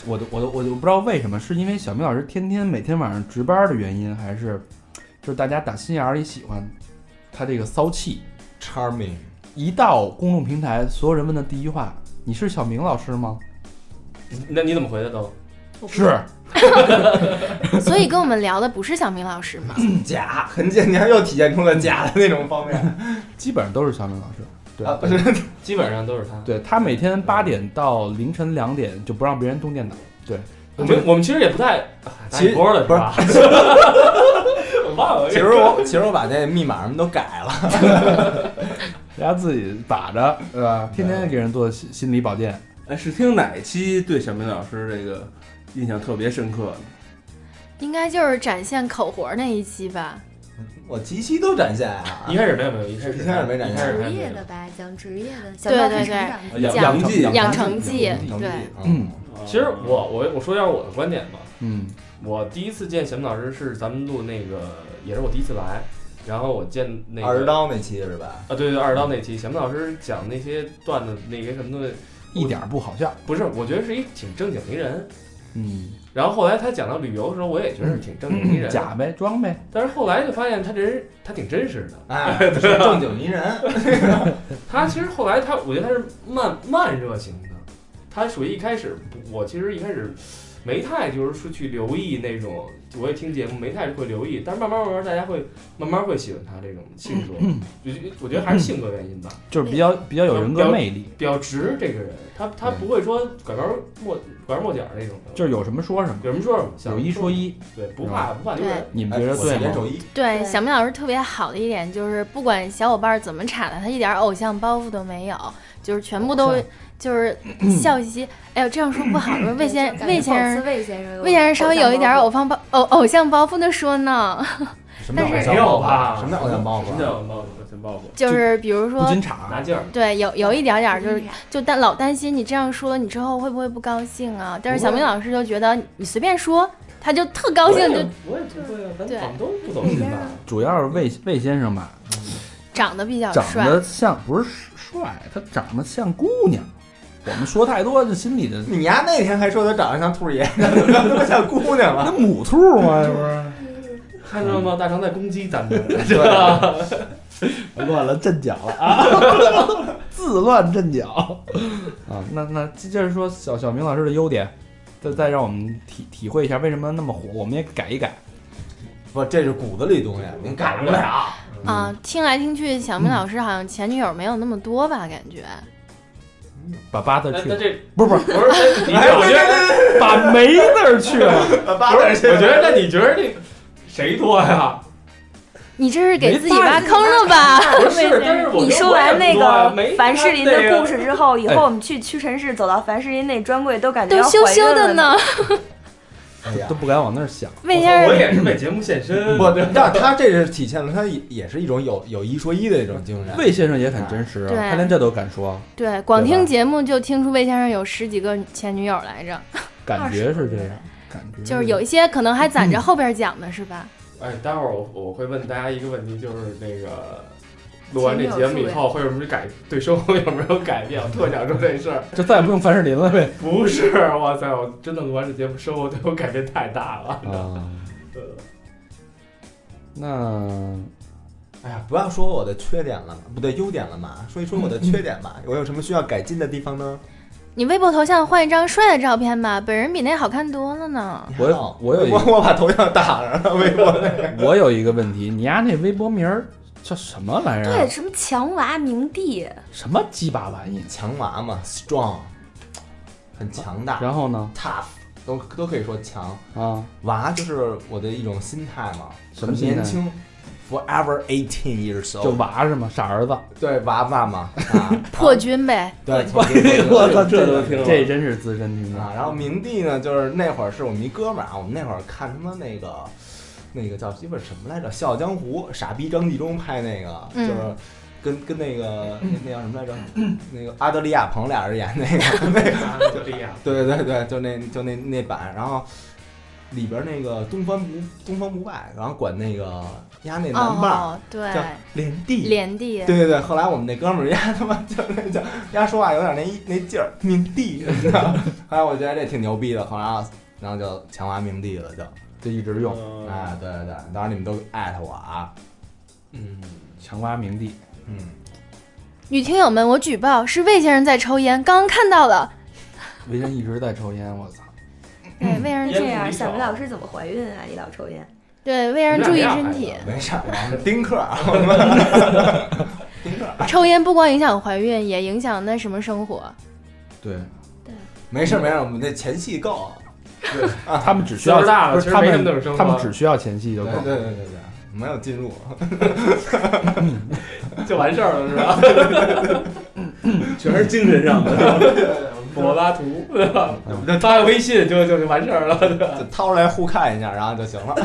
Speaker 1: 我都我都我就不知道为什么，是因为小明老师天天每天晚上值班的原因，还是就是大家打心眼儿里喜欢他这个骚气？
Speaker 8: charming，
Speaker 1: 一到公众平台，所有人问的第一话：“你是小明老师吗
Speaker 6: 那你怎么回的都？？”
Speaker 1: 是，
Speaker 3: 所以跟我们聊的不是小明老师嘛？
Speaker 8: 假，很简单，你看又体现出了假的那种方面。
Speaker 1: 基本上都是小明老师。对
Speaker 8: 啊，不是，
Speaker 6: 基本上都是他。
Speaker 1: 对他每天八点到凌晨两点就不让别人动电脑。
Speaker 6: 我们我们其实也不太啊
Speaker 8: 其实
Speaker 6: 打一波了，是
Speaker 8: 不是
Speaker 6: 吧？ 我忘了。
Speaker 8: 其实我其实我把这密码什么都改了。
Speaker 1: 人家自己把着，对吧？天天给人做心心理保健。
Speaker 7: 哎，是听哪一期对小明老师这个印象特别深刻？
Speaker 3: 应该就是展现口活那一期吧？
Speaker 8: 我七期都展现啊
Speaker 6: 一。开始没有没有，一开始
Speaker 8: 一开始没展
Speaker 6: 一
Speaker 8: 现
Speaker 6: 开始
Speaker 9: 职
Speaker 6: 还没有
Speaker 9: 业的吧，讲职业的，
Speaker 3: 对
Speaker 9: 小
Speaker 3: 对
Speaker 9: 成
Speaker 3: 对
Speaker 9: 长
Speaker 1: 哎
Speaker 7: 养
Speaker 3: 养
Speaker 7: 记
Speaker 1: 养
Speaker 3: 养成记，对，
Speaker 8: 嗯，
Speaker 6: 其实我我我说点我的观点吧。
Speaker 1: 嗯
Speaker 6: 我第一次见小明老师是咱们录那个，也是我第一次来，然后我见那个
Speaker 8: 二十刀那期是 吧？
Speaker 6: 啊，对对，二十刀那期，小明老师讲那些段子，那个什么东西，
Speaker 1: 一点儿不好笑。
Speaker 6: 不是，我觉得是一挺正经的一人。
Speaker 1: 嗯，
Speaker 6: 然后后来他讲到旅游的时候，我也觉得是挺正经的一嗯人，啊
Speaker 1: 假呗，装呗。
Speaker 6: 但是后来就发现他这人他挺真实的，
Speaker 8: 哎，是正经迷人，
Speaker 6: 他其实后来他，我觉得他是慢慢热型的，他属于一开始不我其实一开始没太就是说去留意那种，我也听节目没太会留意，但是慢慢慢慢大家会慢慢会喜欢他这种性格，
Speaker 1: 嗯
Speaker 6: 我觉得我觉得还是性格原因吧，
Speaker 1: 就是比较比较有人格魅力，
Speaker 6: 比较直这个人，他他不会说拐弯抹拐弯抹角那种的，
Speaker 1: 就是有什么说什么，
Speaker 6: 有什么说什么，想
Speaker 1: 有一说哎一。
Speaker 6: 对，不怕不怕丢人，
Speaker 1: 你们觉得对
Speaker 8: 人哎手
Speaker 1: 吗？
Speaker 8: 一，
Speaker 3: 对，
Speaker 5: 对
Speaker 3: 小明老师特别好的一点就是，不管小伙伴怎么插他，他一点偶像包袱都没有，就是全部都
Speaker 1: 偶像
Speaker 3: 就是笑嘻嘻。哎呦，这样说不好，说魏 先
Speaker 9: 感觉
Speaker 3: 魏先
Speaker 9: 讽刺
Speaker 3: 生，
Speaker 9: 魏先生，
Speaker 3: 魏先生稍微有一点偶像包偶偶像包袱的说呢，
Speaker 8: 什么
Speaker 3: 但
Speaker 8: 叫偶
Speaker 3: 是
Speaker 8: 像
Speaker 6: 没
Speaker 8: 包
Speaker 6: 有
Speaker 8: 袱
Speaker 6: 吧
Speaker 8: 什么叫偶像包
Speaker 7: 什么
Speaker 8: 袱啊？
Speaker 7: 叫报复？先报复？
Speaker 3: 就是比如
Speaker 1: 不
Speaker 3: 说
Speaker 1: 禁
Speaker 6: 拿
Speaker 1: 场，
Speaker 6: 劲儿。
Speaker 3: 对，有有一点点儿就是
Speaker 9: 嗯
Speaker 3: 就担老担心你这样说，你之后会不会不高兴啊？但是小明老师就觉得你随便说，他就特高兴，就
Speaker 6: 我也不会啊，咱
Speaker 3: 对
Speaker 6: 们都不走心吧？
Speaker 1: 主要是魏魏先生吧，
Speaker 3: 长得比较
Speaker 1: 长
Speaker 3: 帅。
Speaker 1: 得像不是帅，他长得像姑娘。我们说太多，这心里 的
Speaker 8: 你丫那天还说他长得像兔爷， 不像姑娘
Speaker 1: 那
Speaker 8: 了。
Speaker 1: 母兔嘛，这不是？
Speaker 6: 看到吗？大长在攻击咱们，对吧？
Speaker 1: 乱了阵脚了啊！ 自乱阵脚啊！那那接着说小小明老师的优点，再再让我们体体会一下为什么那么火，我们也改一改。
Speaker 8: 不，这是骨子里东西，您改不了。
Speaker 3: 啊，听来听去，小明老师好像前女友没有那么多吧？感觉
Speaker 1: 把八字
Speaker 6: 那
Speaker 1: 去
Speaker 6: 那
Speaker 1: 了，
Speaker 6: 这
Speaker 1: 不是不是，
Speaker 6: 不是你，我觉得
Speaker 1: 把梅字儿去了，
Speaker 8: 八
Speaker 6: 不是，我觉得那你觉得这谁多呀？
Speaker 3: 你这是给
Speaker 1: 没
Speaker 3: 自己
Speaker 1: 办
Speaker 3: 挖坑了吧？
Speaker 6: 不是，但是我
Speaker 5: 你说完那个凡士林的故
Speaker 6: 事，
Speaker 5: 事之后，以
Speaker 1: 哎
Speaker 5: 后我们去屈臣氏走到凡士林那专柜，都感觉
Speaker 3: 都
Speaker 5: 要
Speaker 3: 羞
Speaker 5: 怀
Speaker 3: 羞
Speaker 5: 孕
Speaker 3: 的
Speaker 5: 了
Speaker 3: 呢。
Speaker 8: 哎呀
Speaker 1: 都，不敢往那儿想。
Speaker 3: 魏先
Speaker 6: 我
Speaker 3: 生，
Speaker 6: 也是被节目现身，
Speaker 8: 不，但他这是体现了他也也是一种有有一说一的这种精神。
Speaker 1: 魏先生也很真实啊，
Speaker 3: 对
Speaker 1: 他连这都敢说，
Speaker 3: 对，光
Speaker 1: 对
Speaker 3: 听
Speaker 1: 吧
Speaker 3: 节目就听出魏先生有十几个前女友来着，
Speaker 1: 感觉是这样，感觉
Speaker 3: 就是有一些可能还攒着后边讲呢，是吧？
Speaker 6: 哎，待会儿我我会问大家一个问题，就是那个录完这节目以后会有什么改对生活有没有改变？我特想说这事儿。
Speaker 1: 就再也不用凡士林了呗。
Speaker 6: 不是， 哇塞，我真的录完这节目，生活对我改变太大了。
Speaker 1: 啊，
Speaker 6: 呃
Speaker 1: 那
Speaker 8: 哎呀，不要说我的缺点了，不对，优点了嘛，说一说我的缺点
Speaker 1: 嗯
Speaker 8: 吧，我有什么需要改进的地方呢？
Speaker 3: 你微博头像换一张帅的照片吧，本人比那好看多了呢。
Speaker 1: 我
Speaker 8: 你还好
Speaker 1: 我有一个
Speaker 8: 我我把头像打上了，微博那个。
Speaker 1: 我有一个问题，你丫那微博名儿叫什么玩意儿
Speaker 5: 对，
Speaker 1: 啊？
Speaker 5: 什么强娃明帝，
Speaker 1: 什么鸡巴玩意？
Speaker 8: 强娃嘛，strong，很强大
Speaker 1: 然后呢？
Speaker 8: ，tough，都都可以说强。
Speaker 1: 啊，
Speaker 8: 娃就是我的一种心态嘛，
Speaker 1: 什么
Speaker 8: 很
Speaker 1: 心态
Speaker 8: 年轻，forever eighteen years
Speaker 1: 就
Speaker 8: old，
Speaker 1: 娃是吗？傻儿 子。
Speaker 8: 对娃娃嘛，啊，
Speaker 3: 破军呗，
Speaker 8: 对，
Speaker 1: 我操，
Speaker 7: 这都听了
Speaker 1: 这真是资深听众
Speaker 8: 啊，然后明帝呢，就是那会儿是我们一哥们儿啊，我们那会儿看他妈那个那个叫鸡巴什么来着，《笑傲江湖》，傻逼张纪中拍那个，
Speaker 3: 嗯
Speaker 8: 就是。跟跟那个那那叫什么来着？那个阿德利亚彭俩人演那 个那个，
Speaker 6: 阿德利亚，
Speaker 8: 对对对，就那就那那版，然后里边那个东方不东方不败，然后管那个压那男伴儿、
Speaker 3: 哦，对，
Speaker 8: 叫连帝，
Speaker 3: 连帝，
Speaker 8: 对对对，后来我们那哥们儿丫他妈就那叫丫说话有点那一那劲儿，明帝，你知道吗后来我觉得这挺牛逼的，后来啊然后就强挖明帝了，就
Speaker 1: 就一直用
Speaker 7: 嗯
Speaker 8: 哎，对对对，当然你们都艾特我啊，
Speaker 6: 嗯，
Speaker 1: 强挖名帝。
Speaker 8: 嗯，
Speaker 3: 女听友们，我举报是魏先生在抽烟，刚刚看到了。
Speaker 1: 为人一直在抽烟，我操！
Speaker 5: 哎，
Speaker 8: 嗯
Speaker 5: 为什么这
Speaker 6: 烟
Speaker 5: 样？
Speaker 6: 不离
Speaker 5: 小
Speaker 6: 手
Speaker 5: 明老师怎么怀孕啊？一老抽烟，
Speaker 3: 对，魏先生注意身
Speaker 6: 你
Speaker 3: 体，
Speaker 8: 没事儿，我们丁克啊， 丁克，
Speaker 3: 抽烟不光影响怀孕，也影响那什么生
Speaker 1: 嗯
Speaker 3: 活。嗯
Speaker 8: 对
Speaker 5: 对，
Speaker 8: 没事儿没事儿，我们这前戏够，
Speaker 1: 他们只需
Speaker 6: 岁
Speaker 1: 要
Speaker 6: 数大
Speaker 1: 不
Speaker 6: 了，其
Speaker 1: 是
Speaker 6: 实
Speaker 1: 他
Speaker 6: 没什么
Speaker 1: 们
Speaker 6: 等生活。
Speaker 1: 他们只需要前戏就
Speaker 8: 对
Speaker 1: 够
Speaker 8: 对
Speaker 1: 了。
Speaker 8: 对对对，没有进入，
Speaker 6: 就完事儿了，是吧？
Speaker 7: 全是精神上的。
Speaker 6: 柏拉图，对吧？
Speaker 1: 嗯
Speaker 6: 发个微信就就就完事儿 了，对吧？
Speaker 8: 就掏出来互看一下，然后就行了。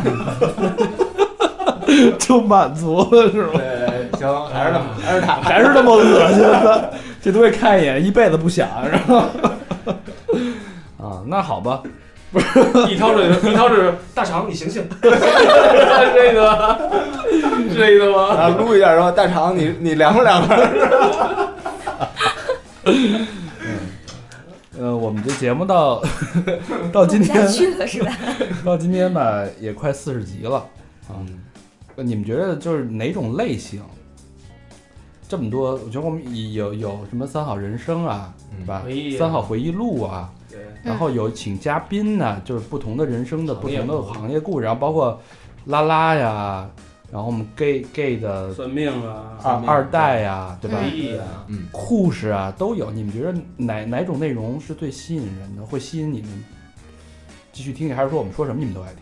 Speaker 1: 就满足了是吗？
Speaker 8: 对，行，还是那么嗯还是他。
Speaker 1: 还是那么恶心 的，这东西看一眼一辈子不想，然后 啊，那好吧，
Speaker 6: 一掏水，一掏水，大肠，你醒 醒，是这个吗？是这个吗？
Speaker 8: 然后撸一下说：“大肠，你你凉不凉快？
Speaker 1: 呃，我们这节目到 到今
Speaker 5: 不 下
Speaker 1: 天
Speaker 5: 去了是吧？
Speaker 1: 到今天吧，也快四十集了啊。你们觉得就是哪种类型？这么多，我觉得我们以有有什么三好人生啊，是吧
Speaker 6: 回忆？啊
Speaker 1: 三好回忆录啊，
Speaker 6: 对，
Speaker 1: 然
Speaker 3: 嗯
Speaker 1: 后有请嘉宾呐、就是不同的人生的不
Speaker 6: 行业
Speaker 1: 同的
Speaker 6: 故事
Speaker 1: 行业故事，然后包括拉拉呀，然后我们 gay gay 的
Speaker 7: 算命啊，
Speaker 1: 二
Speaker 8: 命
Speaker 1: 二代呀，对吧？
Speaker 3: 嗯
Speaker 6: 回忆啊，
Speaker 1: 故事啊都有，你们觉得哪哪种内容是最吸引人的，会吸引你们继续听，还是说我们说什么你们都爱听？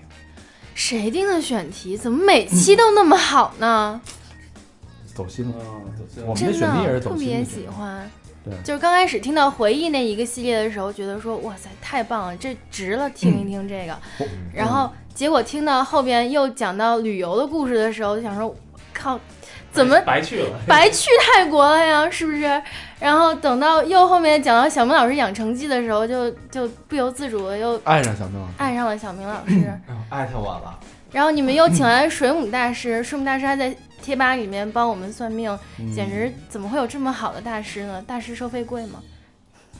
Speaker 3: 谁定的选题？怎么每期都那么好呢？
Speaker 1: 走心
Speaker 6: 呃
Speaker 1: 了，
Speaker 6: 嗯
Speaker 1: 我
Speaker 7: 我
Speaker 1: 嗯们这
Speaker 3: 真
Speaker 1: 选题也是
Speaker 3: 的
Speaker 1: 走
Speaker 3: 特
Speaker 1: 心的
Speaker 3: 别
Speaker 1: 选
Speaker 3: 喜
Speaker 1: 题
Speaker 3: 欢
Speaker 1: 对。
Speaker 3: 就是刚开始听到回忆那一个系列的时候，觉得说哇塞太棒了，这值了听一听这个。
Speaker 1: 我
Speaker 3: 然后结果听到后边又讲到旅游的故事的时候，就想说
Speaker 1: 哎
Speaker 3: 靠，怎么
Speaker 6: 白去了？
Speaker 3: 白去泰国了呀，是不是？然后等到又后面讲到小明老师养成记的时候，就就不由自主的又
Speaker 1: 爱上小明了。
Speaker 3: 爱上了小明老师。
Speaker 8: 哎呦艾特我了，
Speaker 3: 然后你们又请来水母大师， 水母大师还在贴吧里面帮我们算命，
Speaker 1: 嗯
Speaker 3: 简直怎么会有这么好的大师呢？大师收费贵吗？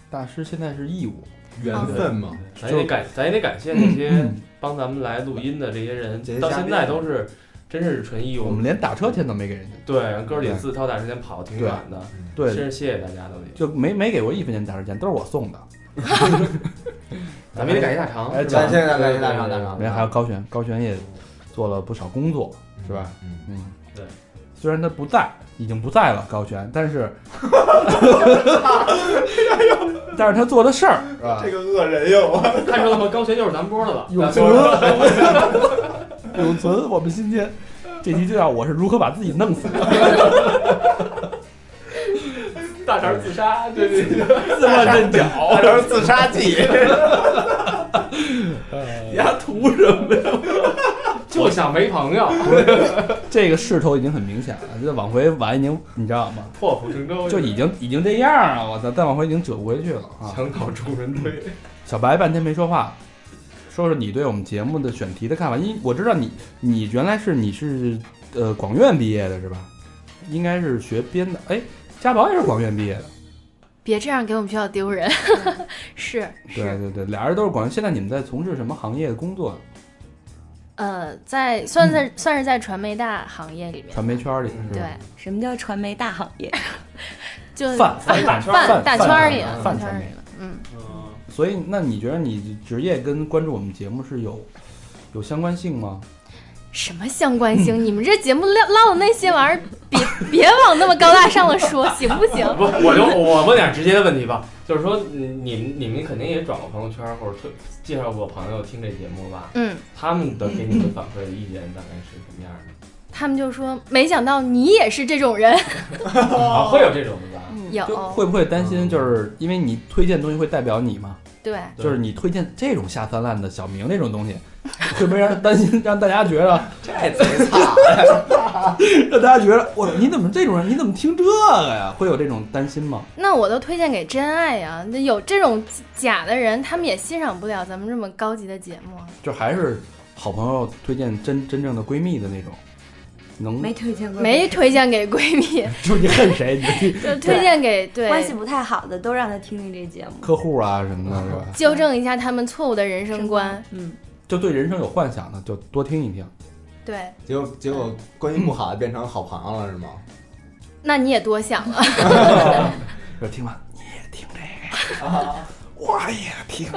Speaker 1: 大师现在是义务，
Speaker 3: 哦
Speaker 8: 缘分嘛。
Speaker 6: 咱也得感，咱也得感谢那
Speaker 1: 嗯
Speaker 6: 些帮咱们来录音的这些人
Speaker 8: 这些，
Speaker 6: 到
Speaker 8: 嘉宾
Speaker 6: 现在都是真是纯义
Speaker 1: 我
Speaker 6: 务
Speaker 1: 们。连打车钱都没给人家，
Speaker 6: 对，哥儿几次掏大时间跑挺远的，真
Speaker 1: 对，
Speaker 6: 是谢谢大家都得，
Speaker 1: 就没没给过一分钱打车钱，都是我送的。
Speaker 6: 咱们也得感谢大肠，
Speaker 1: 哎
Speaker 6: 是吧
Speaker 8: 感谢大家，大肠，大肠，
Speaker 1: 人家还有高璇，高璇也做了不少工作，是吧？
Speaker 8: 嗯，
Speaker 1: 嗯，
Speaker 6: 对。
Speaker 1: 虽然他不在，已经不在了，高璇，但是，但是他做的事儿是吧？
Speaker 8: 个恶人哟，
Speaker 6: 看出来吗？高璇就是咱们波的了，
Speaker 1: 永
Speaker 6: 咱
Speaker 1: 存
Speaker 6: 波的，
Speaker 1: 永存我们今天这集就叫我是如何把自己弄死的，
Speaker 6: 大肠自杀， 对对对，
Speaker 1: 自乱阵脚。
Speaker 8: 大肠自杀记，
Speaker 7: 丫图什么呀？
Speaker 6: 就想没朋友，
Speaker 1: 这个势头已经很明显了，这往回玩已经你知道吗？
Speaker 6: 破釜沉舟，
Speaker 1: 就已经已经这样了，我操！再往回已经折不回去了啊！
Speaker 6: 墙倒众人推，
Speaker 1: 小白半天没说话，说说你对我们节目的选题的看法，因为我知道你你原来是你是呃广院毕业的是吧？应该是学编的。哎，家宝也是广院毕业的，
Speaker 3: 别这样给我们学校丢人。 是
Speaker 1: 对
Speaker 3: 是，
Speaker 1: 对对，俩人都是广院。现在你们在从事什么行业的工作？
Speaker 3: 呃，在算是、算是在传媒大行业里面，
Speaker 1: 传媒圈儿里
Speaker 8: 嗯
Speaker 1: 是吧？
Speaker 3: 对，
Speaker 5: 什么叫传媒大行业？
Speaker 3: 就
Speaker 1: 泛泛
Speaker 6: 大
Speaker 1: 大
Speaker 6: 圈
Speaker 1: 儿
Speaker 3: 嗯饭大
Speaker 1: 泛
Speaker 3: 圈儿里
Speaker 1: 泛
Speaker 3: 了，
Speaker 1: 泛
Speaker 3: 圈
Speaker 1: 传
Speaker 3: 儿
Speaker 1: 媒
Speaker 3: 里了。嗯，
Speaker 6: 嗯，
Speaker 1: 所以，那你觉得你职业跟关注我们节目是有有相关性吗？
Speaker 3: 什么相关性？ 你们这节目唠唠的那些玩意儿，别 别往那么高大上了 说，行不行？
Speaker 6: 不，我就我问点直接的问题吧，就是说嗯你们你们肯定也转过朋友圈或者推介绍过朋友听这节目吧？
Speaker 3: 嗯，
Speaker 6: 他们的给你的反馈的意见大概是什么样的？
Speaker 3: 他们就说没想到你也是这种人，
Speaker 6: 啊，会有这种的吧？
Speaker 3: 有
Speaker 1: 就会不会担心，
Speaker 6: 嗯
Speaker 1: 就是因为你推荐东西会代表你吗？
Speaker 3: 对。
Speaker 6: 对
Speaker 1: 就是你推荐这种下三滥的小明这种东西， 会不会让人担心，让大家觉得，
Speaker 8: 这贼惨，
Speaker 1: 让大家觉得，我你怎么这种人，你怎么听这个呀？会有这种担心吗？
Speaker 3: 那我都推荐给真爱呀、那有这种假的人，他们也欣赏不了咱们这么高级的节目啊。
Speaker 1: 就还是好朋友推荐真真正的闺蜜的那种，能
Speaker 5: 没推荐过，
Speaker 3: 没推荐给闺蜜，
Speaker 1: 就你恨谁，你就
Speaker 3: 就推荐给对
Speaker 5: 关系不太好的都让他听听这节目。
Speaker 1: 客户啊什么的， 是吧？
Speaker 3: 纠正一下他们错误的人生观。，
Speaker 5: 嗯，
Speaker 1: 就对人生有幻想的，就多听一听。
Speaker 3: 对，
Speaker 8: 结果结果关系不好的变成好朋友了是吗？
Speaker 3: 那你也多想了。
Speaker 1: 说听完你也听这个，
Speaker 8: 啊，
Speaker 1: 我也听，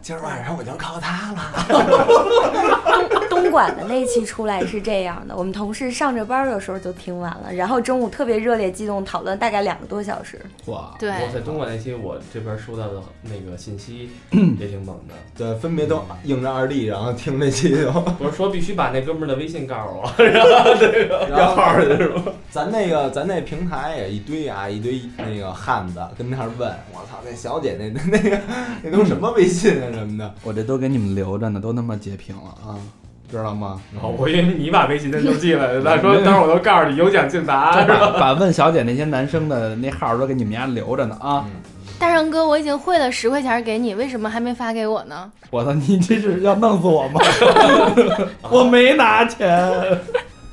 Speaker 8: 今儿晚上我就靠他了。
Speaker 5: 东莞的那期出来是这样的，我们同事上着班的时候就听完了，然后中午特别热烈激动讨论，大概两个多小时。
Speaker 1: 哇，
Speaker 3: 对，
Speaker 6: 我在东莞那期，我这边收到的那个信 息也挺猛的，
Speaker 8: 对，分别都应着二弟，然后听这期就，
Speaker 6: 不是说必须把那哥们儿的微信告诉我，然后这个 要号儿去是吧？
Speaker 8: 咱那个咱那平台也一堆啊，一堆那个汉子跟那儿问，我操，那小姐那那那个那都什么微信啊什么的
Speaker 1: 我这都给你们留着呢，都他妈截屏 了，
Speaker 8: 啊，知道吗？
Speaker 6: 哦，我以为你把微信单都记 了，他说待会儿我都告诉你有奖竞答。
Speaker 1: 把把问小姐那些男生的那号都给你们家留着呢啊！
Speaker 3: 大上哥，我已经汇了十块钱给你，为什么还没发给我呢？
Speaker 1: 我操，你这是要弄死我 吗？我没拿钱，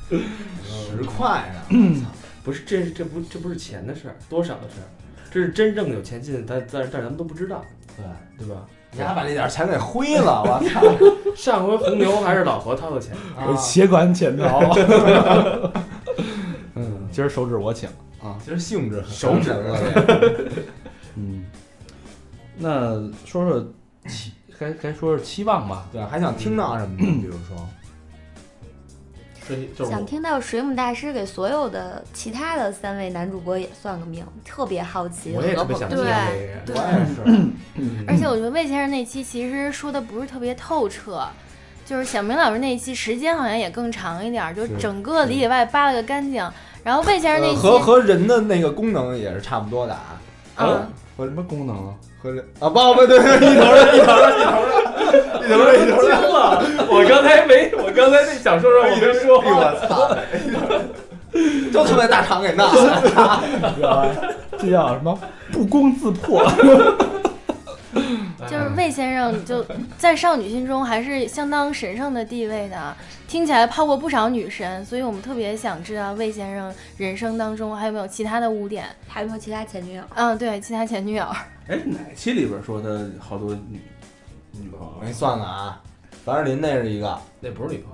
Speaker 8: 十块啊，我操
Speaker 6: 不是，这是这不这不是钱的事儿，多少的事儿，这是真正有钱进的，但但是但是咱们都不知道，
Speaker 8: 对，
Speaker 6: 对吧？
Speaker 8: 你还把那点钱给挥了，我操！
Speaker 6: 上回红牛还是老何掏的钱，
Speaker 1: 我
Speaker 8: 啊
Speaker 1: 携款潜逃。嗯，今儿手指我请。
Speaker 8: 今儿兴致很
Speaker 6: 手指
Speaker 8: 了，
Speaker 1: 嗯，那说说期，该该说说期望吧。
Speaker 8: 对，还想听到什么呢？比如说，
Speaker 6: 所以就是
Speaker 5: 想
Speaker 6: 我
Speaker 5: 听到水母大师给所有的其他的三位男主播也算个命，特别好奇
Speaker 6: 我也
Speaker 5: 何
Speaker 6: 特别
Speaker 5: 鹏
Speaker 6: 想
Speaker 3: 对
Speaker 6: 听这个。
Speaker 8: 我也是，
Speaker 3: 而且我觉得魏先生那期其实说的不是特别透彻，就是小明老师那一期时间好像也更长一点儿，就是整个里里外扒了个干净。然后魏先生那
Speaker 8: 呃
Speaker 3: 期，
Speaker 8: 和和人的那个功能也是差不多的啊，
Speaker 3: 嗯，
Speaker 1: 我什么功能啊？
Speaker 8: 和人啊，不不对对，一头儿一头儿一头儿一头儿一头儿，
Speaker 6: 了，我刚才没，我刚才那想说说我没说
Speaker 8: 哎呦
Speaker 6: 话。
Speaker 8: 我操，就他妈大肠给闹了，
Speaker 1: 知道吧？这叫什么？不攻自 破。
Speaker 3: 就是
Speaker 6: 哎
Speaker 3: 魏先生就在少女心中还是相当神圣的地位的，听起来泡过不少女神，所以我们特别想知道魏先生人生当中还有没有其他的污点？
Speaker 5: 还有没有其他前女友？
Speaker 3: 嗯，对，其他前女友。
Speaker 7: 哎，哪期里边说他好多女女朋友
Speaker 8: 我给？算了啊，樊志林那是一个，
Speaker 6: 那不是女朋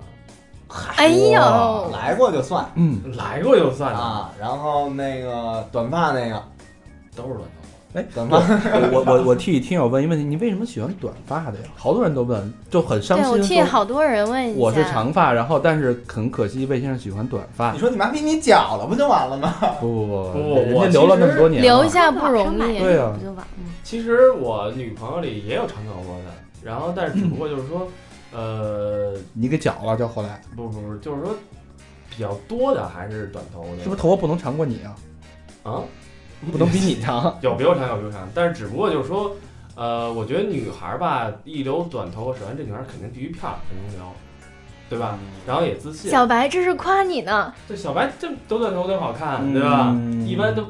Speaker 3: 哎呦，
Speaker 8: 来过就算
Speaker 1: 嗯，
Speaker 6: 友，来过就算了，
Speaker 8: 啊，然后那个短发那个
Speaker 6: 都是乱套。
Speaker 8: 短发，
Speaker 1: 我我我替听友问一问题，你为什么喜欢短发的呀？好多人都问，就很伤
Speaker 3: 对我
Speaker 1: 心。
Speaker 3: 替
Speaker 1: 说
Speaker 3: 好多人问一下，
Speaker 1: 我是长发，然后但是很可惜，魏先生喜欢短发
Speaker 8: 你。说你妈逼你绞了不就完了吗？
Speaker 1: 不不不
Speaker 6: 不
Speaker 1: 人
Speaker 6: 我
Speaker 1: 家
Speaker 6: 其
Speaker 1: 留了
Speaker 6: 实
Speaker 1: 那么多年了，
Speaker 3: 留下不容易。
Speaker 1: 对啊
Speaker 5: 不就完了吗？
Speaker 6: 其实我女朋友里也有长头发的，然后但是只不过就是说，呃，
Speaker 1: 你给绞了，就后来
Speaker 6: 不不不，就是说比较多的还是短头的，
Speaker 1: 是不是头发不能长过你啊？
Speaker 6: 啊？
Speaker 1: 不能比你长。
Speaker 6: 有比我长，有比我长，但是只不过就是说，呃，我觉得女孩儿吧，一留短头发，首先这女孩儿肯定必须漂亮，很能聊，对吧？
Speaker 1: 嗯
Speaker 6: 然后也自信。
Speaker 3: 小白这是夸你呢，
Speaker 6: 这小白这都短头发都好看， 对吧？
Speaker 1: 嗯
Speaker 6: 一般都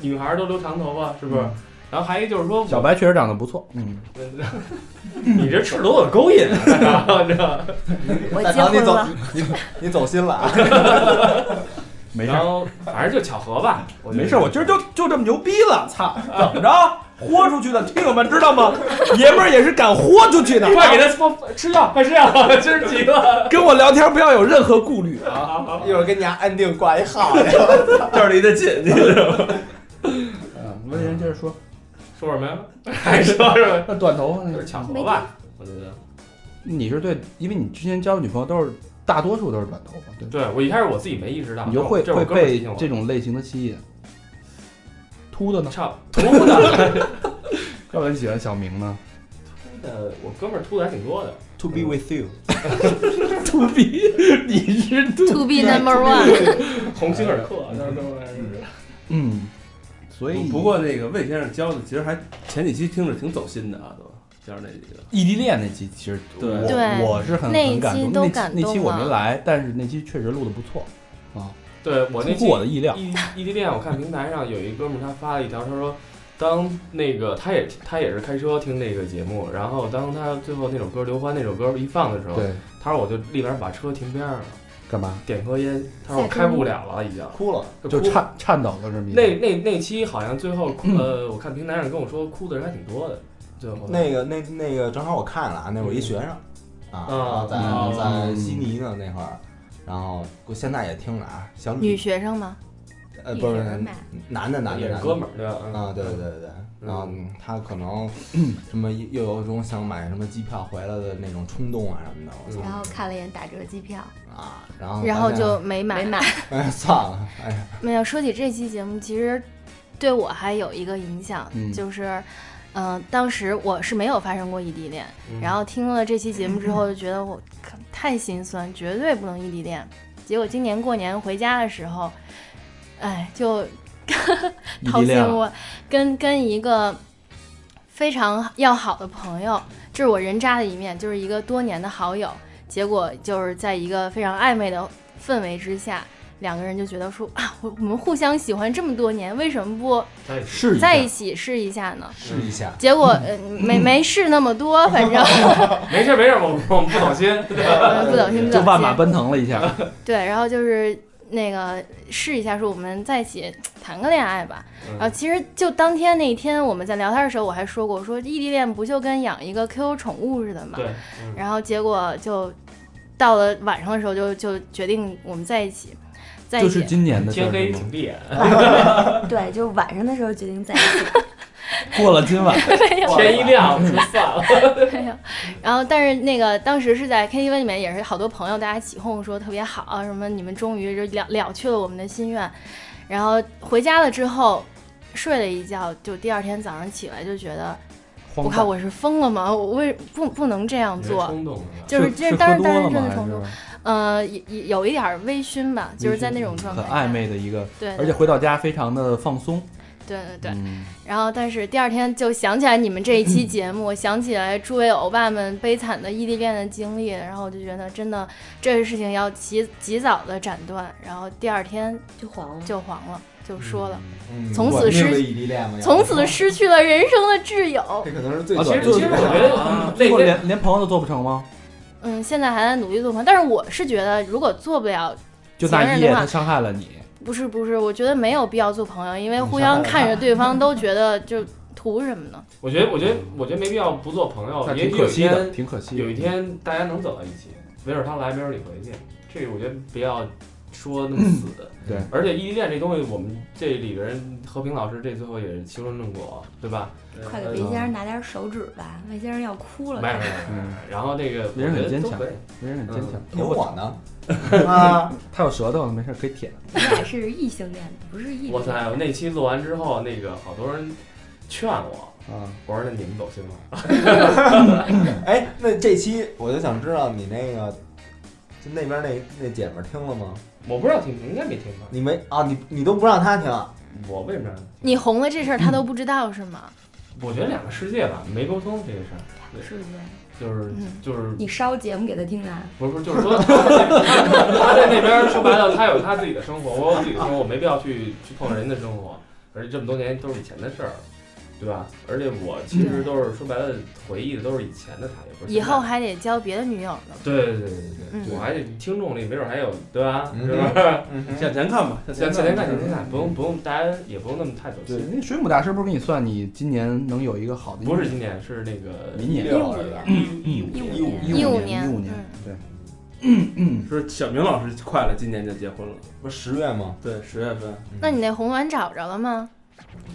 Speaker 6: 女孩儿都留长头发，是不是？然后还一就是说，
Speaker 1: 小白确实长得不错，嗯，
Speaker 6: 你这赤裸裸勾引啊，然后这
Speaker 5: 我
Speaker 8: 大
Speaker 5: 结
Speaker 8: 肠你
Speaker 5: 婚
Speaker 8: 走
Speaker 5: 了，
Speaker 8: 你你走心了啊，
Speaker 2: 没事
Speaker 6: 然
Speaker 2: 儿，
Speaker 6: 后反正就巧合 吧，我觉得
Speaker 1: 没事，我今儿就就这么牛逼了，操，怎么着？豁出去的，听友们知道吗？爷们儿也是敢豁出去 的，
Speaker 6: 快给他放吃药，快吃药，今儿急了。
Speaker 1: 跟我聊天不要有任何顾虑啊！
Speaker 6: 好好
Speaker 8: 一会儿给你家安定挂一号去。
Speaker 7: 这儿离 得近，你知道吗？
Speaker 1: 嗯，文人接着说，
Speaker 6: 说什么呀？ 还说什么？
Speaker 1: 那短头发那
Speaker 6: 就是
Speaker 1: 个，
Speaker 6: 巧合吧，我觉得。
Speaker 1: 你是对，因为你之前交的女朋友都是大多数都是短头发，对吧，
Speaker 6: 对我一开始我自己没意识到，
Speaker 1: 你就会
Speaker 6: 啊这是我
Speaker 1: 会
Speaker 6: 哥们儿提
Speaker 1: 被
Speaker 6: 醒我
Speaker 1: 这种类型的吸引。秃的呢？
Speaker 6: 差秃的，
Speaker 1: 要不然你喜欢小明呢
Speaker 6: 秃的，呃我哥们儿秃的还挺多的。
Speaker 8: To be with you，
Speaker 1: 秃逼，你是秃。
Speaker 3: To be number one，
Speaker 6: 鸿星尔克，哎那都是
Speaker 1: 嗯，所以
Speaker 7: 不过那个魏先生教的，其实还前几期听着挺走心的啊，都教那几个。
Speaker 1: 异地恋那期其实
Speaker 7: 对
Speaker 1: 我
Speaker 3: 对
Speaker 1: 我是很
Speaker 3: 那一
Speaker 1: 很感
Speaker 3: 期
Speaker 1: 动，
Speaker 3: 都
Speaker 1: 那期
Speaker 3: 感
Speaker 1: 那期
Speaker 3: 动
Speaker 1: 我
Speaker 3: 了
Speaker 1: 没来，但是那期确实录的不错，
Speaker 6: 对我那
Speaker 1: 出
Speaker 6: 期
Speaker 1: 乎我的意料。
Speaker 6: 异异地恋，我看平台上有一哥们儿他发了一条，他说当那个他也他也是开车听那个节目，然后当他最后那首歌刘欢那首歌一放的时候，
Speaker 1: 对，
Speaker 6: 他说我就立马把车停边上了，
Speaker 1: 干嘛？
Speaker 6: 点颗烟，他说我开不了了已经，
Speaker 8: 哭了。
Speaker 1: 就
Speaker 6: 哭。
Speaker 1: 颤颤抖了这么一
Speaker 6: 那
Speaker 1: 个
Speaker 6: 那那期好像最后哭
Speaker 1: 嗯
Speaker 6: 呃，我看平台上跟我说哭的人还挺多的，最后
Speaker 8: 那个那那个正好我看了啊，那我一学生啊，然后在
Speaker 6: 嗯
Speaker 8: 在悉尼呢那会儿，然后我现在也听着啊，小
Speaker 3: 女学生吗？
Speaker 8: 呃不
Speaker 5: 女
Speaker 8: 是
Speaker 5: 生吧
Speaker 8: 男的男的
Speaker 6: 也
Speaker 8: 男
Speaker 6: 是
Speaker 8: 的
Speaker 6: 哥们儿对吧？嗯
Speaker 8: 啊，对对对对对，然后嗯他可能什么又有一种想买什么机票回来的那种冲动啊什么的，我操
Speaker 5: 然后看了一眼打折机票，
Speaker 8: 啊，然
Speaker 1: 嗯
Speaker 8: 后
Speaker 3: 嗯然后
Speaker 8: 发现
Speaker 3: 就没买
Speaker 5: 没买。
Speaker 8: 哎算了，哎呀，
Speaker 3: 没有说起这期节目，其实对我还有一个影响，
Speaker 1: 嗯
Speaker 3: 就是，嗯、当时我是没有发生过异地恋，
Speaker 6: 嗯
Speaker 3: 然后听了这期节目之后，就觉得我可太心酸，绝对不能异地恋。结果今年过年回家的时候，哎，就
Speaker 1: 异
Speaker 3: 掏
Speaker 1: 地
Speaker 3: 心
Speaker 1: 恋啊了，
Speaker 3: 窝，跟跟一个非常要好的朋友，这是我人渣的一面，就是一个多年的好友，结果就是在一个非常暧昧的氛围之下，两个人就觉得说啊，我我们互相喜欢这么多年，为什么不
Speaker 6: 在一起
Speaker 1: 试一下
Speaker 3: 在一起试一下呢？
Speaker 8: 试
Speaker 6: 嗯
Speaker 8: 一下，
Speaker 3: 结果呃没没试那么多，反正
Speaker 6: 没事没事，我我们不 走心。嗯
Speaker 3: 呃不小心 不
Speaker 1: 就
Speaker 3: 小
Speaker 1: 万马
Speaker 3: 心，
Speaker 1: 奔腾了一下。
Speaker 3: 对，然后就是那个试一下，说我们在一起谈个恋爱吧。
Speaker 6: 嗯
Speaker 3: 然后啊其实就当天那一天我们在聊天的时候，我还说过，我说异地恋不就跟养一个 QQ 宠物似的嘛。
Speaker 6: 对，
Speaker 1: 嗯
Speaker 6: 嗯
Speaker 3: 然后结果就到了晚上的时候就，就决定我们在一起，在一
Speaker 1: 就是
Speaker 3: 起。
Speaker 1: 今年的事
Speaker 6: 天
Speaker 1: 儿
Speaker 6: 黑
Speaker 1: 是吗
Speaker 6: 请闭眼，
Speaker 5: 对，就晚上的时候决定在一起。
Speaker 1: 过了今晚，
Speaker 6: 天一亮就散 了。
Speaker 3: 没有，然后但是那个当时是在 KTV 里面，也是好多朋友大家起哄说特别好，啊什么你们终于就了了却了我们的心愿。然后回家了之后，睡了一觉，就第二天早上起来就觉得，
Speaker 1: 荒
Speaker 3: 我
Speaker 1: 诞
Speaker 3: 靠，我是疯了吗？我为不不能这 样做，
Speaker 6: 冲动了吧，
Speaker 3: 就是
Speaker 1: 是
Speaker 3: 这当时
Speaker 1: 喝多
Speaker 3: 当时
Speaker 1: 了
Speaker 3: 真
Speaker 1: 吗
Speaker 3: 的
Speaker 1: 还
Speaker 3: 冲
Speaker 1: 是
Speaker 3: 动，呃，也也有一点儿微醺吧，就是在那种状态
Speaker 1: 很
Speaker 3: 下，
Speaker 1: 暧昧的一个，
Speaker 3: 对，
Speaker 1: 而且回到家非常的放松。
Speaker 3: 对对对。
Speaker 1: 嗯
Speaker 3: 然后，但是第二天就想起来你们这一 期节目，想起来诸位欧巴们悲惨的异地恋的经历，然后我就觉得真的这个事情要及及早的斩断，然后第二天
Speaker 5: 就黄了，
Speaker 3: 就黄了，就说了，
Speaker 8: 嗯
Speaker 3: 从此
Speaker 8: 我那
Speaker 3: 失
Speaker 8: 个异地恋
Speaker 1: 嗯
Speaker 8: 嘛，要
Speaker 3: 从
Speaker 8: 不
Speaker 3: 此
Speaker 8: 然
Speaker 3: 失去了人生的挚友。
Speaker 8: 这可能是最
Speaker 1: 啊
Speaker 6: 其
Speaker 8: 短
Speaker 6: 实
Speaker 8: 的
Speaker 6: 其实我觉得嗯
Speaker 1: 最后
Speaker 6: 那
Speaker 1: 连连朋友都做不成吗？
Speaker 3: 嗯，现在还在努力做朋友，但是我是觉得如果做不了，
Speaker 1: 就那一
Speaker 3: 前任
Speaker 1: 夜
Speaker 3: 的话
Speaker 1: 他伤害了你，
Speaker 3: 不是不是，我觉得没有必要做朋友，因为互相看着对方都觉得就图什么呢？
Speaker 6: 我觉得我觉得我觉得没必要不做朋友
Speaker 1: 那，
Speaker 6: 也
Speaker 1: 哦
Speaker 6: 许有
Speaker 1: 挺可
Speaker 6: 一
Speaker 1: 惜的，
Speaker 6: 天
Speaker 1: 挺可惜的。
Speaker 6: 有一天大家能走到一起，没准他来，没准你回去，这个我觉得不要说那么死。
Speaker 1: 对，
Speaker 6: 而且异地恋这东西，我们这里个人和平老师这最后也形成正果，对吧？
Speaker 5: 快给魏
Speaker 1: 嗯
Speaker 5: 先生拿点手纸吧，魏先生要哭了。
Speaker 6: 嗯没有没
Speaker 5: 快
Speaker 6: 有
Speaker 5: 点，
Speaker 6: 没有没有，然后那个
Speaker 1: 别嗯人很
Speaker 6: 我觉得
Speaker 1: 坚
Speaker 6: 都
Speaker 1: 强
Speaker 6: 可以
Speaker 1: 没人很坚强，
Speaker 8: 有
Speaker 1: 头发
Speaker 8: 我呢 啊，
Speaker 1: 他有舌头，没事可以舔。
Speaker 5: 你俩是异性恋，不是异地
Speaker 6: 哇
Speaker 5: 恋。
Speaker 6: 塞！我那期录完之后，那个好多人劝我，
Speaker 1: 啊，
Speaker 6: 我说那你们走心吗？
Speaker 8: 哎，那这期我就想知道你那个，就那边那那姐们儿听了吗？
Speaker 6: 我不知道听，应该没听吧？
Speaker 8: 你没啊？你你都不让她听？啊
Speaker 6: 我为什么要？
Speaker 3: 你红了这事儿他都不知道是吗？
Speaker 6: 我觉得两个世界吧，没沟通这个事儿，
Speaker 5: 是不是？
Speaker 6: 就是
Speaker 3: 嗯
Speaker 6: 就是
Speaker 5: 你烧节目给他听啊？
Speaker 6: 不是不是，就是说 他他在那边说白了，他有他自己的生活，我有自己的生活，我没必要去去碰人的生活，而且这么多年都是以前的事儿了。对吧？而且我其实都是说白了，回忆的都是以前的他，也不是
Speaker 3: 以后
Speaker 6: 现在的。
Speaker 3: 还得交别的女友呢。
Speaker 6: 对对对对嗯对，
Speaker 3: 嗯
Speaker 6: 我还得听众里没准还有，对吧？
Speaker 8: 嗯
Speaker 6: 是吧？
Speaker 8: 嗯哼
Speaker 7: 向前看吧，向
Speaker 6: 向
Speaker 7: 前
Speaker 6: 向前看，
Speaker 7: 吧
Speaker 6: 向前看，不用不用，大家也不用那么太走
Speaker 1: 对，
Speaker 6: 心。
Speaker 1: 那水母大师不是给你算你今年能有一个好的？
Speaker 6: 不是今年，是那个
Speaker 1: 明年
Speaker 5: 一五年，啊
Speaker 1: 一五
Speaker 5: 一五
Speaker 1: 一
Speaker 5: 年，啊
Speaker 3: 一五
Speaker 1: 年
Speaker 3: 年嗯
Speaker 1: 一五年，对，
Speaker 7: 是小明老师快了，今年就结婚了。
Speaker 8: 不是十月吗？
Speaker 7: 对，十月份
Speaker 3: 那你那红鸾找着了吗？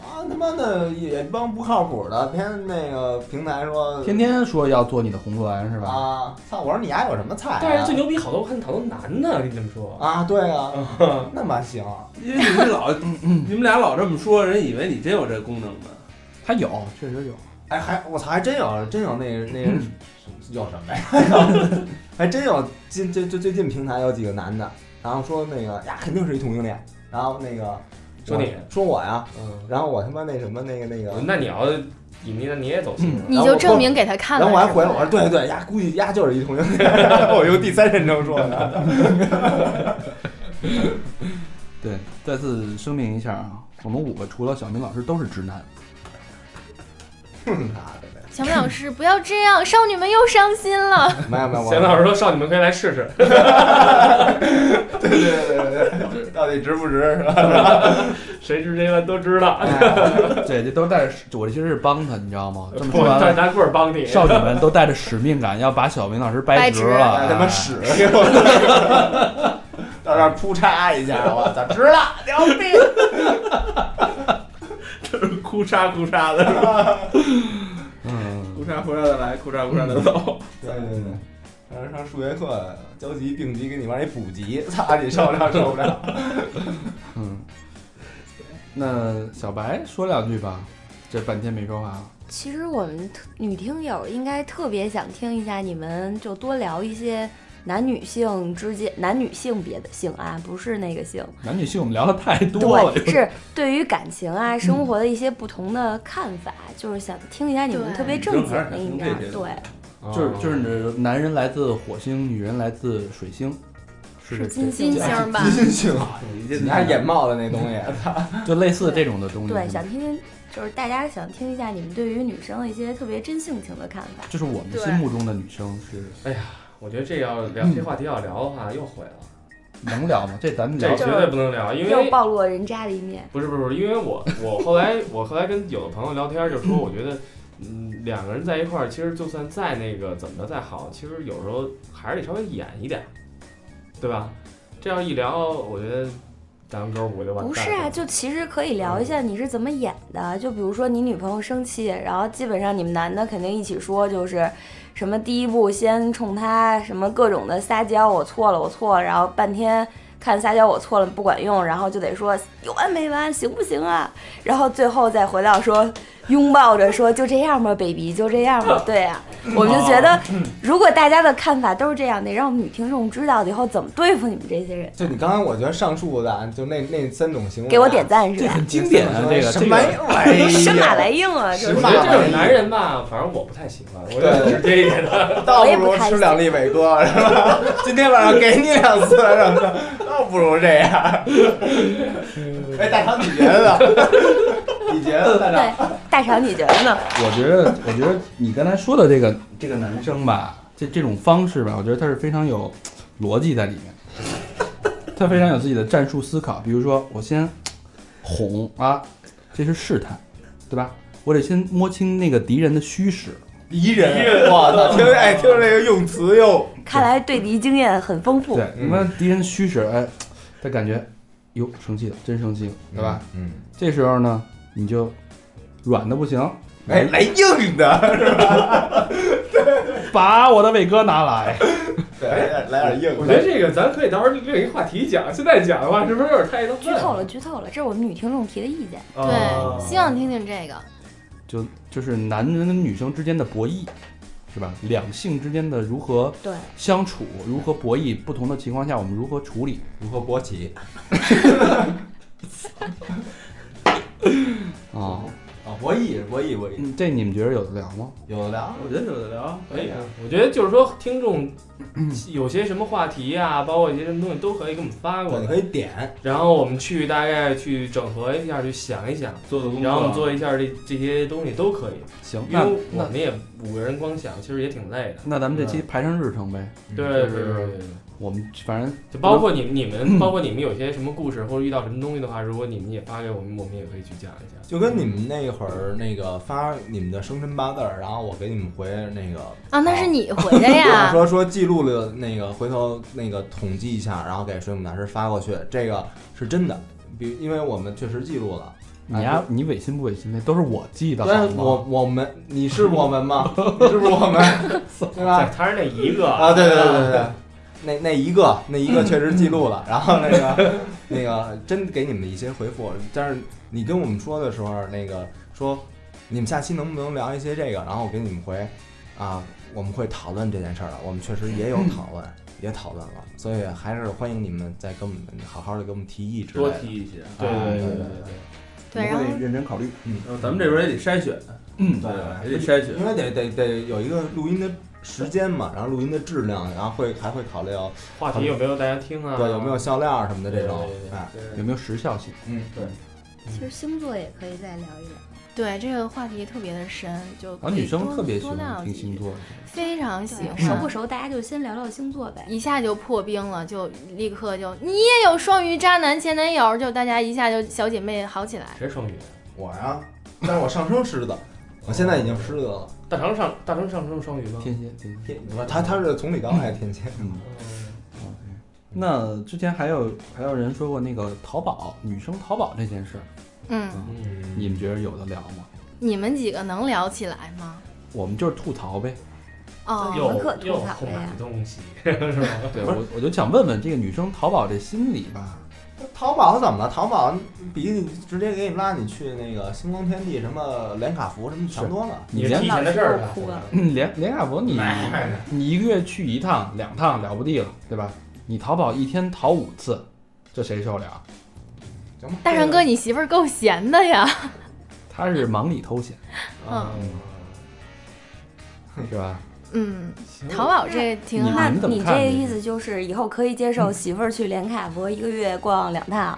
Speaker 8: 啊他妈的也一帮不靠谱的，天天那个平台说
Speaker 1: 天天说要做你的红鸾是吧？
Speaker 8: 啊，操！我说你丫有什么菜啊？
Speaker 1: 哎
Speaker 6: 但是最牛逼好多，我看好多男的，跟你这么说，
Speaker 8: 啊，对啊，那蛮行。
Speaker 7: 因为你们老，
Speaker 1: 啊
Speaker 7: 你们俩老这么说，人以为你真有这功能呢。
Speaker 1: 他有，确实有。
Speaker 8: 哎，还我操，还真有，真有那那人有什么呀？ 还真有，近就就最近平台有几个男的，然后说那个呀，肯定是一同性恋，然后那个
Speaker 6: 说你
Speaker 8: 我说我呀，
Speaker 6: 嗯，
Speaker 8: 然后我他妈那什么那个那个，
Speaker 6: 那你要你那那你也走心了。
Speaker 1: 嗯
Speaker 3: 你
Speaker 8: 然后
Speaker 3: 就
Speaker 8: 我
Speaker 3: 证明给他看了。
Speaker 8: 然后我还回
Speaker 3: 是
Speaker 8: 了，
Speaker 3: 吧
Speaker 8: 我说对对，呀，估计呀就是一同性恋， 然后我用第三人称说的，
Speaker 1: 对，再次声明一下啊，我们五个除了小明老师都是直男。
Speaker 8: 哼他的呗
Speaker 3: 小明老师，不要这样，少女们又伤心 了。
Speaker 8: 没有没有，我
Speaker 6: 贤嗯老师说：“少女们可以来试试。
Speaker 8: 对对对对对，到底值不值是吧？”
Speaker 6: 谁知谁们都知道。
Speaker 1: 对，这都带着，我这其实是帮他，你知道吗？这么说
Speaker 6: 我
Speaker 1: 完
Speaker 6: 拿
Speaker 1: 了，
Speaker 6: 拿棍儿帮你。
Speaker 1: 少女们都带着使命感，要把小明老师掰
Speaker 3: 掰
Speaker 1: 直
Speaker 3: 直
Speaker 1: 了。
Speaker 8: 哎他妈
Speaker 1: 哎
Speaker 8: 屎给我到这儿扑嚓一下，我操，值了，牛逼！
Speaker 7: 哭嚓哭嚓的，
Speaker 1: 嗯，
Speaker 7: 哭嚓哭嚓的来，哭嚓哭嚓的走。
Speaker 8: 对对对，当时上数学课，交集并集给你往里补集，操你受不了受不 了。
Speaker 1: 嗯，那小白说两句吧，这半天没说话了。
Speaker 5: 其实我们特女听友应该特别想听一下，你们就多聊一些男女性之间、男女性别的性啊，不是那个性，
Speaker 1: 男女性我们聊的太多了，
Speaker 5: 对，是对于感情啊、生活的一些不同的看法，就是想听一下你们
Speaker 3: 对
Speaker 5: 特别正经的一
Speaker 7: 女
Speaker 5: 面
Speaker 7: 生还是想听这。些
Speaker 5: 对，
Speaker 1: 就是
Speaker 6: 哦
Speaker 1: 就是你男人来自火星，女人来自水星，是这
Speaker 5: 金
Speaker 3: 金
Speaker 5: 星
Speaker 3: 星 儿吧，
Speaker 8: 真行，
Speaker 7: 你这
Speaker 8: 啊你还眼冒的那东西，啊
Speaker 1: 就类似这种的东西。
Speaker 5: 对，想听听，就是大家想听一下你们对于女生的一些特别真性情的看法。
Speaker 1: 就是我们
Speaker 3: 对
Speaker 1: 心目中的女生是
Speaker 6: 我觉得这要聊这话题要聊的话又毁了，
Speaker 1: 能聊吗？这咱们
Speaker 6: 这
Speaker 1: 聊
Speaker 6: 绝对不能聊，因
Speaker 5: 又
Speaker 6: 为
Speaker 5: 暴露了人渣的一面，
Speaker 6: 不是不是不是，因为我 我后来我后来跟有的朋友聊天就说，我觉得嗯两个人在一块儿，其实就算再那个怎么着再好，其实有时候还是得稍微演一点儿，对吧？这样一聊，我觉得咱们哥五个就完蛋了。嗯
Speaker 5: 不是啊，就其实可以聊一下你是怎么演的。就比如说你女朋友生气，然后基本上你们男的肯定一起说，就是什么第一步先冲她，什么各种的撒娇，我错了，我错了，然后半天看撒娇我错了不管用，然后就得说有完没完，行不行啊？ 然后最后再回到说拥抱着说就这样吧，baby，就这样吧。对啊，我们就觉得
Speaker 6: 嗯
Speaker 5: 如果大家的看法都是这样，得让我们女听众知道以后怎么对付你们这些人。
Speaker 8: 就你刚才我觉得上述的啊就那那三种行为，啊
Speaker 5: 给我点赞是
Speaker 1: 这
Speaker 5: 吧？
Speaker 1: 很经典啊，这个
Speaker 8: 什
Speaker 1: 这
Speaker 8: 么
Speaker 1: 个
Speaker 8: 玩意
Speaker 5: 都
Speaker 8: 儿？啊
Speaker 5: 生马来硬了，就
Speaker 8: 实
Speaker 5: 是
Speaker 6: 我
Speaker 8: 话
Speaker 6: 觉得这种男人吧，反正我不太喜欢，我就直接一点的。
Speaker 8: 倒不如吃两粒伟哥，是吧？今天晚上给你两次什么的，倒不如这 样。哎，大长，你觉得？ 你觉得大长？
Speaker 5: 对。大肠，你觉得呢？
Speaker 1: 我觉得，我觉得你刚才说的这个这个男生吧，这这种方式吧，我觉得他是非常有逻辑在里面，他非常有自己的战术思考。比如说，我先哄啊，这是试探，对吧？我得先摸清那个敌人的虚实，
Speaker 8: 敌人，我操！听哎，听着这个用词又
Speaker 5: 看来对敌经验很丰
Speaker 8: 哦
Speaker 5: 富。
Speaker 1: 对，
Speaker 8: 嗯
Speaker 1: 你们敌人虚实，哎，他感觉哟生气了，真生气了，对吧？？
Speaker 8: 嗯，
Speaker 1: 这时候呢，你就软的不行，
Speaker 8: 哎，来硬的，
Speaker 1: 把我的伟哥拿来，
Speaker 8: 对，来哎来点
Speaker 6: 我
Speaker 8: 硬
Speaker 6: 觉得
Speaker 8: 的。
Speaker 6: 这个咱可以到时候另一话题讲，现在讲的话是不是有点太过
Speaker 5: 剧透了，剧透了，这是我们女听众提的意见。
Speaker 6: 啊
Speaker 3: 对，希望听听这个。
Speaker 1: 就就是男人跟女生之间的博弈，是吧？两性之间的如何
Speaker 5: 对，
Speaker 1: 相处，如何博弈，不同的情况下我们如何处理
Speaker 8: 如何勃起？
Speaker 1: 啊？
Speaker 8: 啊，博弈，我以我以
Speaker 1: 嗯这你们觉得有的聊吗？
Speaker 8: 有的啊
Speaker 7: 我觉得有的聊，
Speaker 6: 可以啊，我觉得就是说，听众有些什么话题啊，包括一些什么东西，都可以给我们发过
Speaker 8: 对，
Speaker 6: 来，
Speaker 8: 你可以点，
Speaker 6: 然后我们去大概去整合一下，去想一想，
Speaker 7: 做的工作，
Speaker 6: 然后我们做一下这这些东西都可以，
Speaker 1: 行，
Speaker 6: 因
Speaker 1: 那
Speaker 6: 为我
Speaker 1: 那嗯
Speaker 6: 们也五个人光想，其实也挺累的。
Speaker 1: 那咱们这期排上日程呗。
Speaker 6: 对
Speaker 1: 就
Speaker 6: 对
Speaker 1: 是
Speaker 6: 对对对，
Speaker 1: 我们反正
Speaker 6: 就包括你们你们，包括你们有些什么故事或者遇到什么东西的话，如果你们也发给我们，我们也可以去讲一下。
Speaker 8: 就跟你们那会儿那个发你们的生辰八字儿，然后我给你们回那个
Speaker 3: 啊，那是你回的
Speaker 8: 我
Speaker 3: 呀。
Speaker 8: 说说记录了那个，回头那个统计一下，然后给水母大师发过去，这个是真的，比因为我们确实记录了。
Speaker 1: 你呀、你违哎心不违心？那都是我记的，好
Speaker 8: 对，
Speaker 1: 吗
Speaker 8: 我我们你是我们 吗？你是不是我 们？对吧？
Speaker 6: 他是那一个
Speaker 8: 啊，对对对对对，那那一个那一个确实记录 了，然后那个那个真给你们一些回复，但是你跟我们说的时候，那个说你们下期能不能聊一些这个，然后我给你们回啊，我们会讨论这件事儿的，我们确实也有
Speaker 6: 嗯
Speaker 8: 讨论，也讨论了，所以还是欢迎你们再跟我们好好的给我们提议之类
Speaker 7: 多
Speaker 8: 的。
Speaker 7: 提一些。啊
Speaker 6: 对对对对
Speaker 2: 我
Speaker 3: 对，然
Speaker 2: 会
Speaker 3: 后
Speaker 2: 认真考虑。
Speaker 7: 然后咱们这边也得筛选，
Speaker 1: 嗯
Speaker 7: 对吧，也
Speaker 8: 对
Speaker 7: 得筛选
Speaker 8: 因。为得得得有一个录音的时间嘛，然后录音的质量，然后会还会考虑到
Speaker 6: 话题有没有大家听啊？
Speaker 8: 对有没有笑料什么的这种
Speaker 6: 对对，对
Speaker 8: 哎，
Speaker 1: 有没有时效性？
Speaker 8: 嗯，对。
Speaker 5: 其实星座也可以再聊一聊。
Speaker 3: 对这个话题特别的深，就
Speaker 1: 啊，
Speaker 3: 可以
Speaker 1: 女生
Speaker 3: 多
Speaker 1: 特别喜
Speaker 3: 多聊
Speaker 1: 欢听
Speaker 3: 几
Speaker 1: 星
Speaker 3: 句，
Speaker 1: 座，
Speaker 3: 非常喜
Speaker 5: 对，
Speaker 3: 欢。
Speaker 5: 熟不熟，大家就先聊聊星座呗。
Speaker 3: 一下就破冰了，就立刻就你也有双鱼渣男前男友，就大家一下就小姐妹好起来。
Speaker 6: 谁啊双鱼？
Speaker 7: 啊
Speaker 8: 我呀，但是我上升狮子，我现在已经狮子了。
Speaker 6: 大成上大成上升双鱼吗？
Speaker 1: 天蝎，天蝎。
Speaker 8: 天，不是他他是从里到外天蝎。
Speaker 1: 嗯，
Speaker 6: 嗯
Speaker 1: 那之前还有还有人说过那个淘宝女生淘宝这件事儿，
Speaker 3: 嗯，
Speaker 6: 嗯，
Speaker 1: 你们觉得有的聊吗？
Speaker 3: 你们几个能聊起来吗？
Speaker 1: 我们就是吐槽呗。
Speaker 3: 哦，
Speaker 5: 有
Speaker 6: 又
Speaker 5: 可吐
Speaker 6: 又
Speaker 5: 槽了呀
Speaker 6: 买东西 是吧？
Speaker 1: 对我我就想问问这个女生淘宝这心理 吧。
Speaker 8: 淘宝怎么了？淘宝比你直接给你拉你去那个星光天地什么连卡福什么强多了。
Speaker 1: 你
Speaker 6: 也是
Speaker 1: 连
Speaker 6: 提前的事儿
Speaker 5: 那时候哭了
Speaker 1: 嗯连连亚博你
Speaker 6: 哎
Speaker 1: 你一个月去一趟两趟了不地了，对吧？你淘宝一天淘五次，这谁受得了？
Speaker 8: 行吧
Speaker 3: 大成哥，，你媳妇儿够闲的呀。
Speaker 1: 他是忙里偷闲，
Speaker 3: 嗯
Speaker 1: 是吧？
Speaker 3: 嗯，
Speaker 6: 行
Speaker 3: 淘宝这挺
Speaker 1: 嗯你嗯
Speaker 3: 好。
Speaker 5: 那
Speaker 1: 们怎么
Speaker 5: 你这
Speaker 1: 看
Speaker 5: 个
Speaker 1: 这个
Speaker 5: 意思就是以后可以接受媳妇儿去连卡佛一个月逛两趟，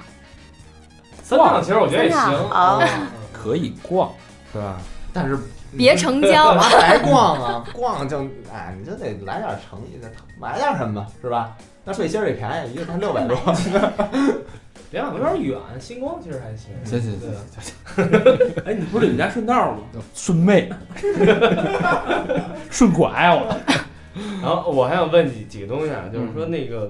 Speaker 6: 三趟其实我觉得也行
Speaker 5: 三趟哦好
Speaker 6: 嗯
Speaker 1: 可以逛，是吧？但是
Speaker 3: 别成交
Speaker 8: 干嘛白逛啊？逛就哎，你就得来点诚意，再买点什么是吧？那背心儿也便宜，一个才六百多。
Speaker 6: 连两个有点远，星光其实还行。
Speaker 1: 行行
Speaker 6: 对
Speaker 1: 行
Speaker 6: 啊，
Speaker 7: 哎，你不是你们家顺道吗？
Speaker 1: 顺妹，顺拐啊我。
Speaker 6: 然后我还想问几几个东西啊，就是
Speaker 1: 嗯
Speaker 6: 说那个，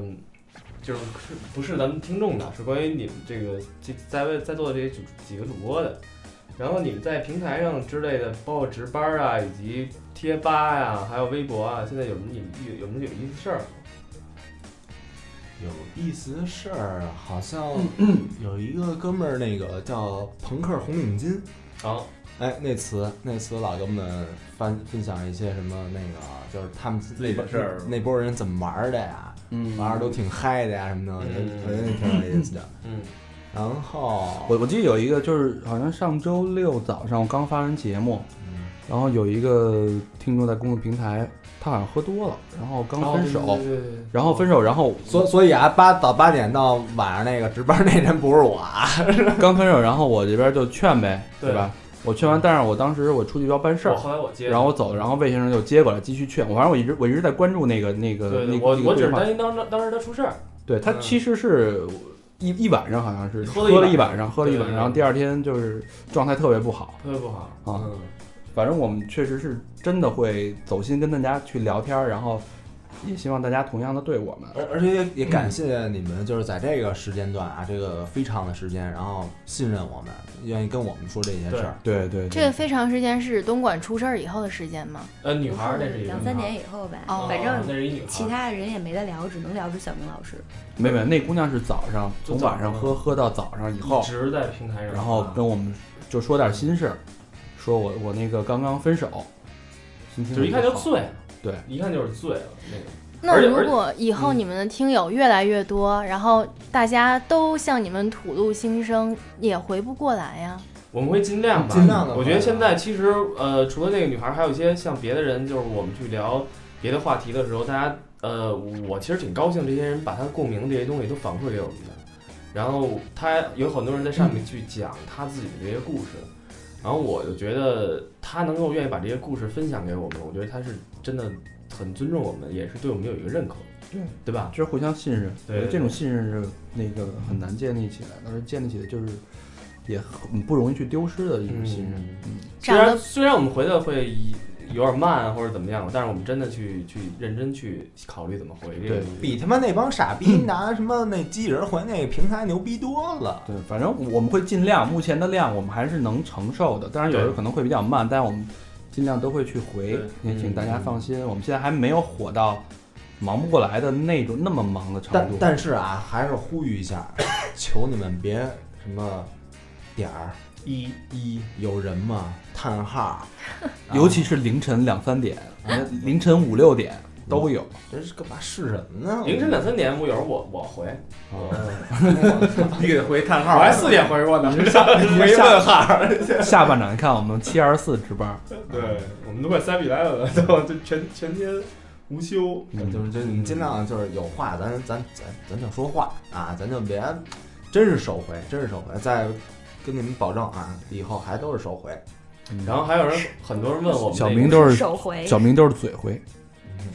Speaker 6: 就是是不是咱们听众的，是关于你们这个这在位在座的这几几个主播的。然后你们在平台上之类的，包括值班啊，以及贴吧呀、还有微博啊，现在有什么你们遇有什么有意思的事儿吗？
Speaker 8: 有意思的事儿，好像有一个哥们儿，那个叫朋克红领巾，
Speaker 6: 好，
Speaker 1: 嗯
Speaker 8: 哎，那次那次老给我们分分享一些什么那个，就是他们自
Speaker 7: 自己的事儿
Speaker 8: 那波人怎么玩儿的呀，
Speaker 1: 嗯
Speaker 8: 玩儿都挺嗨的呀什么的，我觉得
Speaker 6: 嗯
Speaker 8: 我觉得挺有意思的。
Speaker 6: 嗯，
Speaker 8: 然后，
Speaker 1: 我我记得有一个，就是好像上周六早上我刚发完节目，
Speaker 8: 嗯
Speaker 1: 然后有一个听众在公众平台，他好像喝多了，然后刚分手，
Speaker 6: 哦对对对对
Speaker 1: 然后分手，然后
Speaker 8: 所所以啊，八早八点到晚上那个值班那人不是我啊，
Speaker 1: 刚分手，然后我这边就劝呗，
Speaker 6: 对
Speaker 1: 对吧？我劝完，但是我当时我出去要办事
Speaker 6: 我
Speaker 1: 儿，
Speaker 6: 后来我接，
Speaker 1: 然后我走了，然后魏先生就接过来继续劝我。反正我一直我一直在关注那个那个
Speaker 6: 对
Speaker 1: 那
Speaker 6: 对，
Speaker 1: 个
Speaker 6: 我
Speaker 1: 那个
Speaker 6: 我只
Speaker 1: 对
Speaker 6: 是
Speaker 1: 话
Speaker 6: 担，心当当当时他出事儿，
Speaker 1: 对他
Speaker 6: 嗯
Speaker 1: 其实是一一晚上好像是
Speaker 6: 喝了一
Speaker 1: 喝了
Speaker 6: 晚
Speaker 1: 一晚上，喝了一
Speaker 6: 对
Speaker 1: 晚上，
Speaker 6: 对
Speaker 1: 然后第二天就是状态特别不好。
Speaker 6: 特别不好
Speaker 1: 啊
Speaker 6: 嗯
Speaker 1: 反正我们确实是真的会走心跟大家去聊天儿，然后也希望大家同样的对我们。
Speaker 8: 而而且也也感谢你们，就是在这个时间段啊，这个非常的时间，然后信任我们，愿意跟我们说这些事儿。
Speaker 1: 对对
Speaker 3: 这
Speaker 1: 对
Speaker 3: 个，非常时间是东莞出事儿以后的时间吗？
Speaker 6: 呃，女孩儿那是一个
Speaker 5: 两
Speaker 6: 女
Speaker 5: 三
Speaker 1: 嗯
Speaker 6: 孩儿
Speaker 5: 年以后吧，
Speaker 3: 哦
Speaker 5: 反
Speaker 6: 那
Speaker 5: 正
Speaker 6: 是一女孩儿，
Speaker 5: 其他人也没得聊，只能聊出小明老师。
Speaker 1: 没没，那姑娘是早上
Speaker 6: 就
Speaker 1: 从
Speaker 6: 早
Speaker 1: 晚上
Speaker 6: 上
Speaker 1: 喝喝到早上以后
Speaker 6: 一，直在平台上，啊
Speaker 1: 然后跟我们就说点心事儿，说我我那个刚刚分手，心情
Speaker 6: 就是一看
Speaker 1: 很
Speaker 6: 就
Speaker 1: 不好
Speaker 6: 醉了，
Speaker 1: 嗯对，
Speaker 6: 一看就是醉了那个。
Speaker 3: 那
Speaker 6: 而且而嗯
Speaker 3: 如果以后你们的听友越来越多，然后大家都向你们吐露心声，也回不过来呀。
Speaker 6: 我们会尽量吧。
Speaker 8: 尽量的。
Speaker 6: 我觉得现在其实呃，除了那个女孩，还有一些像别的人，就是我们去聊别的话题的时候，大家呃，我其实挺高兴，这些人把他共鸣的这些东西都反馈给我们的。然后他有很多人在上面去讲他自己的这些故事，然后我就觉得他能够愿意把这些故事分享给我们，我觉得他是真的很尊重我们，也是对我们有一个认可，
Speaker 8: 对
Speaker 6: 对吧？
Speaker 1: 就是互相信任，
Speaker 6: 对
Speaker 1: 我觉得
Speaker 6: 对
Speaker 1: 这种信任是那个很难建立起来的，而建立起来就是也很不容易去丢失的一种信任。
Speaker 6: 嗯
Speaker 1: 嗯，
Speaker 6: 虽
Speaker 3: 长
Speaker 6: 然
Speaker 3: 得
Speaker 6: 虽然我们回的会有点慢或者怎么样，但是我们真的去去认真去考虑怎么回这个
Speaker 1: 对
Speaker 6: 东西。
Speaker 8: 比他妈那帮傻逼拿什么那机器人回那平台牛逼多了。
Speaker 1: 对，反正我们会尽量，目前的量我们还是能承受的，当然有时候
Speaker 6: 对
Speaker 1: 可能会比较慢，但我们尽量都会去回
Speaker 6: 对，
Speaker 1: 也请
Speaker 6: 嗯
Speaker 1: 大家放心，我们现在还没有火到忙不过来的那种那么忙的程
Speaker 8: 但
Speaker 1: 度。
Speaker 8: 但是啊，还是呼吁一下， 求你们别什么点儿
Speaker 6: 一
Speaker 8: 一有人吗？叹号，
Speaker 1: 尤其是凌晨两三点、呃凌晨五六点都有。
Speaker 8: 这是干嘛是什么呢？
Speaker 6: 凌晨两三点，我有时候我我回，嗯
Speaker 7: 你给他回叹号，
Speaker 6: 我还四点回过呢。
Speaker 8: 没问号，
Speaker 1: 下半场一看，我们七二十四值班，
Speaker 6: 对，我们都快三比来了，都就全全天无休。
Speaker 8: 就是就是你们尽量就是有话咱咱咱咱就说话啊，咱就别，真是首回，真是首回，再跟你们保证啊，以后还都是首回。
Speaker 6: 然后还有人，很多人问我们那个
Speaker 1: 小明都是
Speaker 5: 手回
Speaker 1: 小明都是嘴回，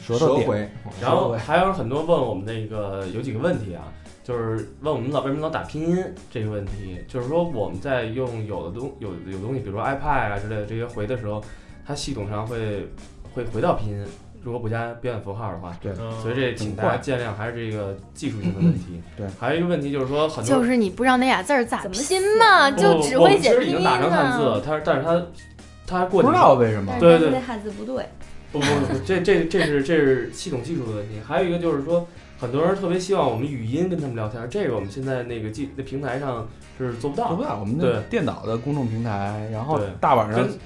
Speaker 1: 舌头点。
Speaker 8: 回，
Speaker 6: 然后还有很多问我们那个有几个问题啊，就是问我们老为什么老打拼音这个问题，就是说我们在用有的东有有东西，比如说 iPad 啊之类的这些回的时候，它系统上会会回到拼音，如果不加标点符号的话，所以这请大家见谅，还是这个技术性的问题。
Speaker 1: 嗯对
Speaker 6: 还有一个问题就是说很多
Speaker 3: 就是你不知道那俩字儿咋
Speaker 5: 怎么
Speaker 3: 拼嘛，
Speaker 6: 不
Speaker 3: 就只
Speaker 6: 我
Speaker 3: 会
Speaker 6: 们其
Speaker 3: 写
Speaker 6: 实已
Speaker 3: 拼啊
Speaker 6: 经打成
Speaker 3: 音
Speaker 6: 汉字
Speaker 3: 呢。
Speaker 6: 了，它但是它它过
Speaker 1: 不
Speaker 6: 几天
Speaker 1: 知道为什么
Speaker 5: 但，
Speaker 6: 对
Speaker 5: 是
Speaker 6: 对
Speaker 5: 那汉字不对，
Speaker 6: 不不不，这这这是这是系统技术的问题，还有一个就是说，很多人特别希望我们语音跟他们聊天，这个我们现在那个技那平台上是做不
Speaker 1: 做
Speaker 6: 到
Speaker 1: 不
Speaker 6: 的。
Speaker 1: 到。我们
Speaker 6: 对
Speaker 1: 的电脑的公众平台，然后
Speaker 6: 对
Speaker 1: 大晚上
Speaker 6: 跟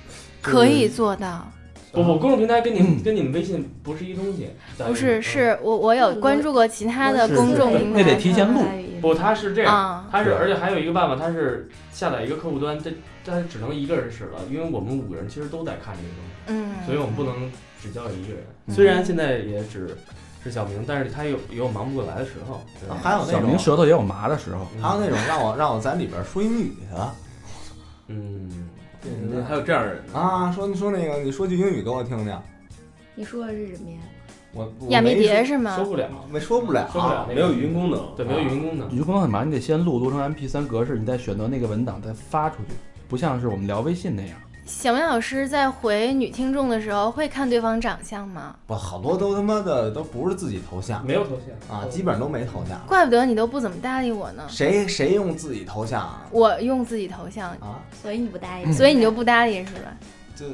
Speaker 3: 可以做到，
Speaker 6: 不
Speaker 8: 嗯
Speaker 6: 不，公众平台跟你们、跟你们微信不是一东西。
Speaker 3: 不是，是我我有
Speaker 5: 嗯
Speaker 3: 关注过其他的
Speaker 1: 是
Speaker 3: 公众
Speaker 1: 是
Speaker 3: 平
Speaker 1: 那得
Speaker 3: 台
Speaker 1: 提前录
Speaker 6: 不，它是这样，
Speaker 3: 啊，
Speaker 6: 它是
Speaker 1: 对
Speaker 6: 而且还有一个办法，它是下载一个客户端，这它只能一个人使了，因为我们五个人其实都在看这个东西，
Speaker 3: 嗯，
Speaker 6: 所以我们不能只教一个人。
Speaker 1: 嗯
Speaker 6: 虽然现在也只是小明，但是他有也有忙不过来的时候。对吧
Speaker 8: 还有那
Speaker 1: 小明
Speaker 8: 种
Speaker 1: 舌头也有麻的时候。
Speaker 8: 啊还有那种让我让我在里边说英语的。
Speaker 6: 嗯，
Speaker 7: 还有这样人呢，
Speaker 8: 啊，说说那个，你说句英语给我听听。
Speaker 5: 你说的是什么呀？
Speaker 8: 我我
Speaker 3: 亚
Speaker 8: 没
Speaker 3: 迷
Speaker 8: 说
Speaker 3: 蝶是吗
Speaker 6: 说？不了。
Speaker 8: 没说不了，
Speaker 6: 说不了那个
Speaker 7: 啊没有语音功能，啊
Speaker 6: 对，没有语音功能。
Speaker 1: 你就功能很麻，你得先录录成 MP 3格式，你再选择那个文档再发出去，不像是我们聊微信那样。
Speaker 3: 小明老师在回女听众的时候会看对方长相吗？
Speaker 8: 我好多都他妈的都不是自己头像
Speaker 6: 没有头像
Speaker 8: 啊，基本上都没头像。
Speaker 3: 怪不得你都不怎么搭理我呢。
Speaker 8: 谁谁用自己头像啊？
Speaker 3: 我用自己头像，
Speaker 8: 啊，
Speaker 5: 所以你不
Speaker 1: 嗯
Speaker 5: 答应，
Speaker 3: 所以你就不搭理是吧？
Speaker 8: 就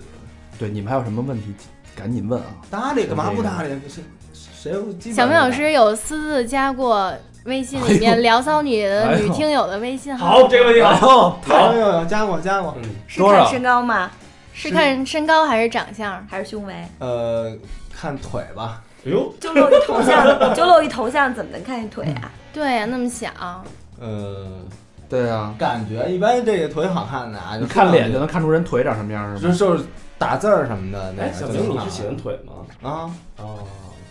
Speaker 1: 对，你们还有什么问题赶紧问啊！
Speaker 8: 搭理干嘛不搭理？谁谁谁基本
Speaker 3: 小明老师有私自加过微信里
Speaker 1: 哎
Speaker 3: 面
Speaker 1: 呦
Speaker 3: 聊骚女
Speaker 1: 哎
Speaker 3: 的
Speaker 1: 呦
Speaker 3: 女听友的微信号，
Speaker 6: 好，这个问题好。
Speaker 7: 啊
Speaker 8: 有有有有哎加过加过，
Speaker 6: 嗯，
Speaker 5: 是
Speaker 1: 多少
Speaker 5: 看身高吗？
Speaker 3: 是看身高还是长相？
Speaker 5: 还是胸围？
Speaker 8: 呃，看腿吧，
Speaker 6: 哎呦，
Speaker 5: 就露一头 像，就露一头像，怎么能看见腿啊？
Speaker 3: 对呀、那么小，
Speaker 8: 呃，
Speaker 1: 对啊，
Speaker 8: 感觉一般，这个腿好看的啊，
Speaker 1: 你
Speaker 8: 就
Speaker 1: 看脸就能看出人腿长什么样是
Speaker 8: 就
Speaker 1: 吗？
Speaker 8: 就是打字儿什么的那
Speaker 6: 哎，
Speaker 8: 个
Speaker 6: 小
Speaker 8: 就
Speaker 6: 明，
Speaker 8: 能
Speaker 6: 你
Speaker 8: 看
Speaker 6: 是喜欢腿吗？
Speaker 8: 啊？
Speaker 6: 哦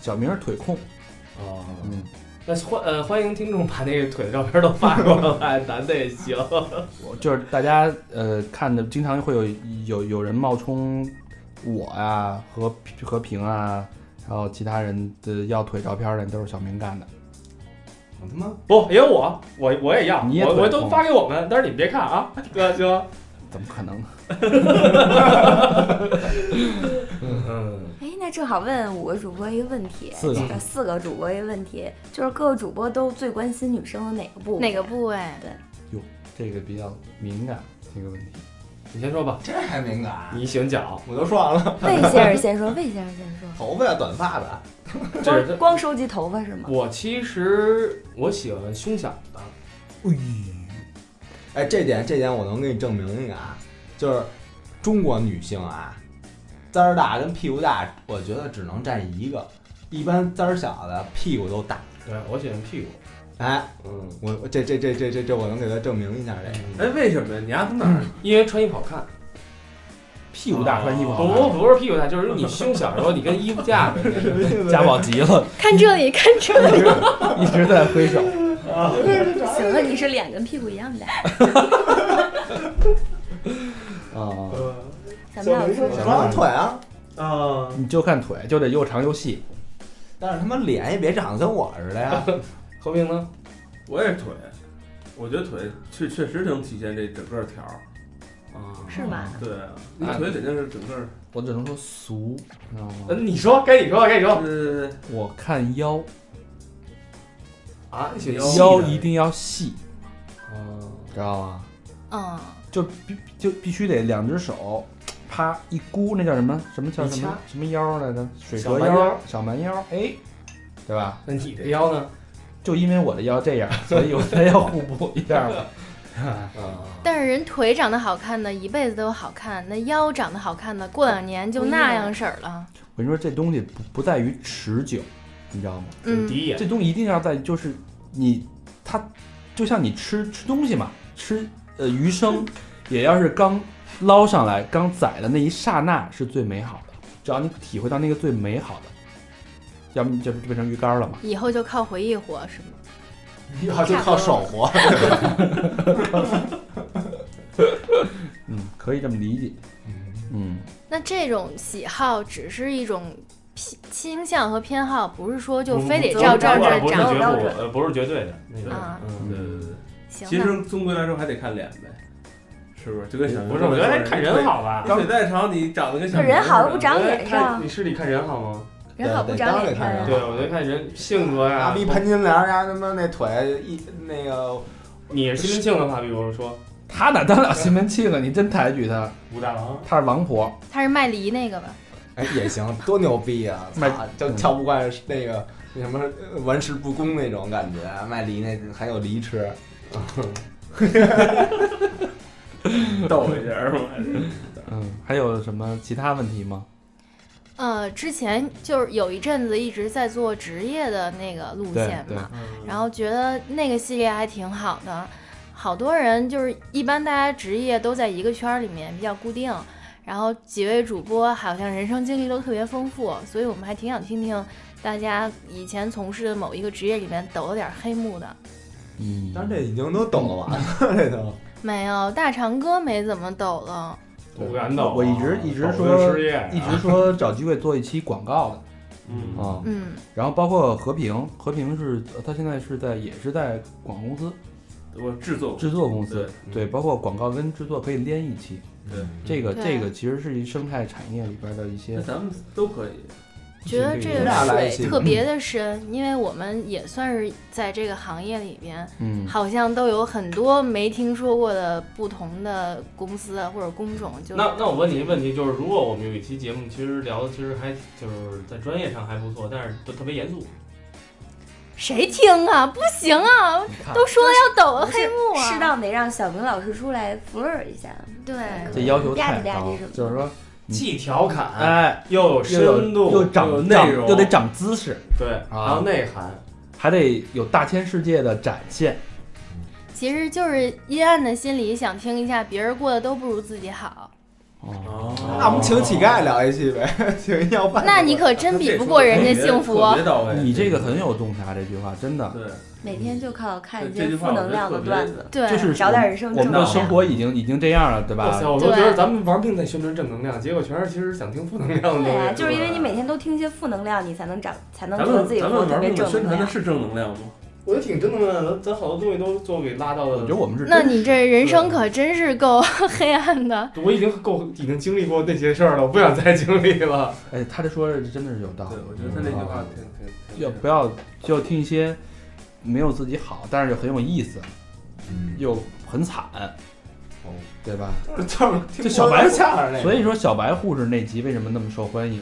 Speaker 1: 小明是腿控，
Speaker 6: 哦，
Speaker 1: 嗯，
Speaker 6: 那欢呃欢迎听众把那个腿的照片都发过来， 男的也行。
Speaker 1: 我就是大家呃看的，经常会有有有人冒充我呀、和和平啊，还有其他人的要腿照片的，都是小明干的。
Speaker 8: 我他妈
Speaker 6: 不，也有我，我我也要，
Speaker 1: 你也
Speaker 6: 我我
Speaker 1: 腿
Speaker 6: 都
Speaker 1: 痛
Speaker 6: 发给我们，但是你们别看啊， 对行吗？
Speaker 1: 怎么可能呢？
Speaker 6: 嗯，
Speaker 5: 哎，那正好问五个主播一个问题，
Speaker 1: 四个
Speaker 5: 呃四个主播一个问题，就是各个主播都最关心女生的哪个部位？
Speaker 3: 哪个部位？
Speaker 1: 这个比较敏感这个问题。
Speaker 6: 你先 说吧，
Speaker 8: 这还敏感？
Speaker 6: 你喜欢脚，
Speaker 8: 我都说完了，
Speaker 5: 魏先生先说，魏先生先说。
Speaker 8: 头发呀，短发的，
Speaker 6: 这是
Speaker 5: 光光收集头发是吗？
Speaker 6: 我其实我喜欢胸小的，
Speaker 8: 哎，这点这点我能给你证明一个啊，就是中国女性啊，滋儿大跟屁股大，我觉得只能占一个，一般滋儿小的屁股都大。
Speaker 6: 对我喜欢屁股，
Speaker 8: 哎，
Speaker 6: 嗯，
Speaker 8: 我我这这这这这这我能给他证明一下这个。
Speaker 7: 哎，为什么呀？你丫从哪儿？
Speaker 6: 因为穿衣服好看，
Speaker 1: 屁
Speaker 6: 哦
Speaker 1: 股大穿衣服好
Speaker 6: 不
Speaker 1: 看，
Speaker 6: 不不是屁股大，就是你胸小，然后你跟衣服架着，
Speaker 1: 家暴极了，
Speaker 5: 看这里，看这里。
Speaker 1: 一直在挥手。
Speaker 5: 行了，你是脸跟屁股一样的。
Speaker 1: 啊，
Speaker 5: 咱们俩说
Speaker 8: 小明腿啊，
Speaker 7: 嗯
Speaker 9: 啊，
Speaker 1: 你就看腿，就得又长又细。
Speaker 8: 但是他妈脸也别长得跟我似的呀。
Speaker 6: 何冰呢？
Speaker 7: 我也是腿，我觉得腿确确实能体现这整个条儿。
Speaker 6: 啊，
Speaker 5: 是吗？
Speaker 7: 对啊，你腿肯定是整个儿。
Speaker 1: 我只能说俗，你知道吗？
Speaker 6: 嗯，你说，该你说，该你说
Speaker 7: 对对对对，
Speaker 1: 我看腰，
Speaker 6: 啊，选
Speaker 7: 细
Speaker 1: 腰
Speaker 6: 的
Speaker 1: 一定要细，
Speaker 7: 啊
Speaker 6: 哦
Speaker 1: 知道吗？
Speaker 3: 嗯，
Speaker 1: 就必就必须得两只手，啪一箍，那叫什么什么叫什
Speaker 6: 一掐
Speaker 1: 么什么腰来着？水
Speaker 6: 小
Speaker 1: 蛇
Speaker 6: 蛮腰
Speaker 1: 腰、小蛮腰，哎，对吧？
Speaker 6: 啊那你的腰呢？
Speaker 1: 就因为我的腰这样，所以我才要互补一 下嘛。
Speaker 6: 啊，
Speaker 3: 但是人腿长得好看的，一辈子都好看；那腰长得好看的，过两年就那样式儿了。
Speaker 1: 我跟你说，这东西不不在于持久，你知道吗？
Speaker 3: 嗯，
Speaker 6: 第一眼
Speaker 1: 这东西一定要在就是你，它就像你吃吃东西嘛，吃呃鱼 生，也要是刚捞上来刚宰的那一刹那是最美好的，只要你体会到那个最美好的，要么你就就变成鱼干了嘛。
Speaker 3: 以后就靠回忆活是吗？
Speaker 8: 要就靠手活。
Speaker 1: 嗯，可以这么理解。嗯，
Speaker 3: 那这种喜好只是一种偏倾向和偏好，不是说就非得照这儿这
Speaker 6: 嗯
Speaker 3: 儿
Speaker 6: 不是
Speaker 3: 长
Speaker 6: 绝
Speaker 5: 标
Speaker 6: 不
Speaker 5: 准
Speaker 6: 呃不是绝对的那个，
Speaker 3: 啊。
Speaker 7: 对
Speaker 6: 嗯，
Speaker 7: 对对对。
Speaker 3: 行，
Speaker 7: 其
Speaker 3: 那
Speaker 7: 实终归来说还得看脸呗，是不是？就跟小
Speaker 6: 不是，我觉得还看人
Speaker 7: 好。
Speaker 6: 好吧
Speaker 7: 你。腿再长，你长得跟小
Speaker 5: 可人好又不
Speaker 7: 长。
Speaker 5: 长
Speaker 6: 我
Speaker 5: 脸
Speaker 6: 觉得看
Speaker 5: 上，
Speaker 6: 你是得看人好吗？
Speaker 5: 人好不长脸啊上
Speaker 6: 对，我觉得看人性格呀
Speaker 8: 大。逼潘金莲呀，他妈那腿一那个
Speaker 6: 你是心灵性的话，比如说
Speaker 1: 他哪当了西门庆啊？你真抬举他，
Speaker 6: 武大郎，
Speaker 1: 他是王婆。
Speaker 3: 他是卖梨那个吧？
Speaker 8: 哎也行，多牛逼啊！
Speaker 1: 卖
Speaker 8: 操，就撬不惯那个那什么呃玩世不恭那种感觉，卖梨那还有梨吃。
Speaker 7: 逗一下儿嘛。
Speaker 1: 嗯，还有什么其他问题吗？
Speaker 3: 呃，之前就是有一阵子一直在做职业的那个路
Speaker 1: 对
Speaker 3: 线
Speaker 1: 对
Speaker 8: 嗯
Speaker 3: 嘛，
Speaker 6: 嗯
Speaker 3: 然后觉得那个系列还挺好的。好多人就是一般大家职业都在一个圈儿里面比较固定，然后几位主播好像人生经历都特别丰富，所以我们还挺想听听大家以前从事的某一个职业里面抖了点黑幕的。
Speaker 1: 嗯，
Speaker 8: 但是这已经都懂了完了，这都。
Speaker 3: 没有，大长哥没怎么抖了。
Speaker 6: 不敢斗啊。
Speaker 1: 我一直一直
Speaker 6: 抖就
Speaker 1: 说
Speaker 6: 失业啊，
Speaker 1: 一直说找机会做一期广告的
Speaker 6: 嗯
Speaker 1: 啊、
Speaker 3: 嗯，
Speaker 1: 然后包括和平，和平是呃他现在是在也是在广告公司
Speaker 7: 我制作
Speaker 1: 制作公司，
Speaker 6: 对
Speaker 1: 对，包括广告跟制作可以连一期。
Speaker 7: 对，
Speaker 1: 这个
Speaker 3: 对
Speaker 1: 这个其实是一生态产业里边的一
Speaker 7: 那
Speaker 1: 些，
Speaker 7: 咱们都可以。
Speaker 3: 觉得这
Speaker 8: 那来
Speaker 3: 个
Speaker 8: 一期
Speaker 3: 水特别的深，因为我们也算是在这个行业里边，
Speaker 1: 嗯，
Speaker 3: 好像都有很多没听说过的不同的公司啊或者工种，就
Speaker 6: 那那我问你一个问题，就是如果我们有一期节目，其实聊的其实还就是在专业上还不错，但是都特别严肃。
Speaker 1: 嗯
Speaker 3: 谁听啊？不行啊，
Speaker 1: 你看
Speaker 3: 都说要抖了
Speaker 5: 不是
Speaker 3: 黑幕啊！
Speaker 5: 适当得让小明老师出来 flirt 一下。
Speaker 3: 对，
Speaker 1: 这要求
Speaker 5: 吧
Speaker 1: 太
Speaker 5: 唧吧唧
Speaker 1: 高了
Speaker 5: 什么，的
Speaker 1: 就是说，嗯
Speaker 6: 既调侃
Speaker 1: 哎，
Speaker 6: 又有
Speaker 1: 又有
Speaker 6: 啊深度，
Speaker 1: 又
Speaker 6: 又有
Speaker 1: 长
Speaker 6: 内
Speaker 1: 长
Speaker 6: 容，
Speaker 1: 又得长姿势，
Speaker 6: 对，
Speaker 1: 啊
Speaker 6: 还有内涵。
Speaker 1: 还得有大千世界的展现。
Speaker 3: 其实就是阴暗的心理，想听一下别人过得都不如自己好。
Speaker 1: 哦，
Speaker 7: 哦
Speaker 8: 那我们请乞丐聊一期呗，请要饭。
Speaker 3: 那你可真比不过人家幸福。哦
Speaker 7: 别到
Speaker 6: 哦
Speaker 7: 位。
Speaker 1: 你这个很有洞察，这句话真的
Speaker 7: 对，
Speaker 5: 每天就靠看一
Speaker 7: 这
Speaker 5: 些
Speaker 7: 句话
Speaker 5: 负能量的段子，
Speaker 3: 对，
Speaker 1: 就是
Speaker 5: 找点人生
Speaker 1: 我
Speaker 5: 正
Speaker 1: 们
Speaker 5: 能
Speaker 1: 的生
Speaker 5: 量。
Speaker 1: 活已经已经这样了，对
Speaker 6: 哇
Speaker 1: 吧
Speaker 6: 塞，？我都觉
Speaker 3: 对
Speaker 6: 得咱们玩命在宣传正能量，结果全是其实想听负能量的东
Speaker 5: 对
Speaker 6: 西。
Speaker 5: 啊，就是因为你每天都听一些负能量，你才能长，才能
Speaker 7: 咱
Speaker 5: 觉得
Speaker 7: 们
Speaker 5: 自己
Speaker 7: 咱
Speaker 5: 活
Speaker 7: 们
Speaker 5: 特
Speaker 7: 玩
Speaker 5: 别
Speaker 7: 命的
Speaker 5: 正
Speaker 7: 宣
Speaker 5: 能
Speaker 7: 传的
Speaker 5: 量。
Speaker 7: 是正能量吗？
Speaker 6: 我觉得挺正能量的，咱好多东西都做给拉到
Speaker 1: 我觉得
Speaker 6: 了。
Speaker 1: 我们是
Speaker 3: 那
Speaker 1: 真
Speaker 3: 你这人生可真是够 黑暗的。
Speaker 6: 我已经够，已经经历过那些事儿了，我不想再经历了。啊
Speaker 1: 哎，他这说的真的是有道理嗯
Speaker 7: 对，。我觉得他那句话挺挺
Speaker 1: 要
Speaker 7: 挺。
Speaker 1: 不要就听一些没有自己好，但是又很有意思，又很惨，
Speaker 8: 哦，
Speaker 1: 对吧？
Speaker 8: 就是就是听
Speaker 1: 这小白
Speaker 8: 掐着那个，
Speaker 1: 所以说小白护士那集为什么那么受欢迎？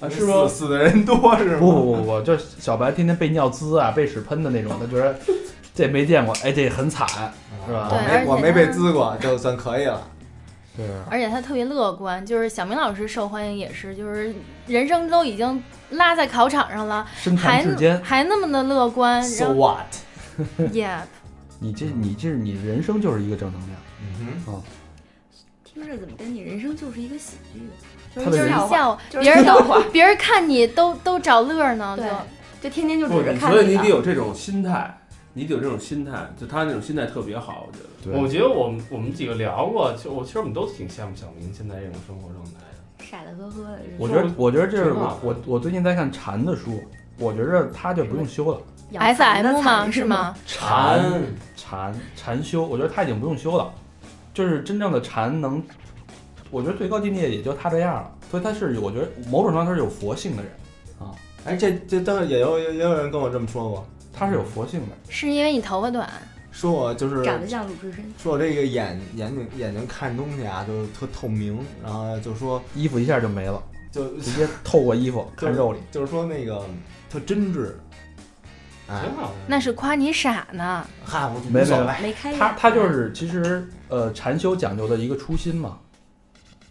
Speaker 8: 啊
Speaker 6: 是吗
Speaker 8: 死死的人多是吗？
Speaker 1: 不不不不，就是小白天天被尿滋啊，被屎喷的那种，他觉得这没见过，哎，这很惨，是吧
Speaker 8: 我
Speaker 3: 对而
Speaker 8: 没
Speaker 3: 且
Speaker 8: 我没被滋过，就算可以了。
Speaker 1: 是
Speaker 3: 而且他特别乐观，就是小明老师受欢迎也是，就是人生都已经拉在考场上了，
Speaker 1: 身残
Speaker 3: 还
Speaker 1: 志坚，
Speaker 3: 嗯还那么的乐观，然
Speaker 8: So
Speaker 3: 后
Speaker 8: what？
Speaker 3: ，Yep，
Speaker 1: 你这你这你人生就是一个正能量。
Speaker 8: 嗯
Speaker 5: 听着怎么跟你人生就是一个喜剧，就
Speaker 1: 他
Speaker 5: 是
Speaker 1: 的人
Speaker 5: 就是
Speaker 3: 别
Speaker 5: 笑
Speaker 3: 人
Speaker 5: 话，
Speaker 3: 笑，
Speaker 5: 就是
Speaker 3: 别人
Speaker 5: 笑话，
Speaker 3: 别人看你都都找乐儿呢，
Speaker 5: 对
Speaker 3: 就，
Speaker 5: 就天天就
Speaker 7: 不
Speaker 5: 指着，看
Speaker 7: 所以你得
Speaker 5: 了。
Speaker 7: 有这种心态，你得有这种心态，就他那种心态特别好，我觉得。
Speaker 6: 我觉得我们我们几个聊过，其实我其实我们都挺羡慕小明现在这种生活状态的。
Speaker 5: 傻的呵呵的，人
Speaker 1: 我
Speaker 5: 生
Speaker 1: 觉得我觉得这是
Speaker 6: 挺
Speaker 1: 我
Speaker 6: 好
Speaker 1: 我我最近在看禅的书，我觉着他就不用修了，
Speaker 5: 养蚕
Speaker 3: S
Speaker 5: 的
Speaker 3: M 嘛
Speaker 5: 蚕
Speaker 3: 是
Speaker 5: 是？
Speaker 3: 吗？
Speaker 1: 禅禅禅修，我觉得他已经不用修了，就是真正的禅能，我觉得最高境界也就他这样了，所以他是有我觉得某种程度上他是有佛性的人，
Speaker 8: 哼，哎，这这倒是也有也有人跟我这么说过，
Speaker 1: 他是有佛性的。
Speaker 3: 是因为你头发短，
Speaker 8: 说我就是
Speaker 5: 长得像鲁智深，
Speaker 8: 说我这个眼眼睛眼睛看东西啊，就是特透明，然后就说
Speaker 1: 衣服一下就没了，
Speaker 8: 就
Speaker 1: 直接透过衣服看肉里。
Speaker 8: 就是说那个特真挚，哎
Speaker 6: 挺，好的。
Speaker 3: 那是夸你傻呢。
Speaker 8: 嗨，我
Speaker 1: 没
Speaker 8: 无所谓，
Speaker 5: 没开眼。
Speaker 1: 他他就是其实呃禅修讲究的一个初心嘛，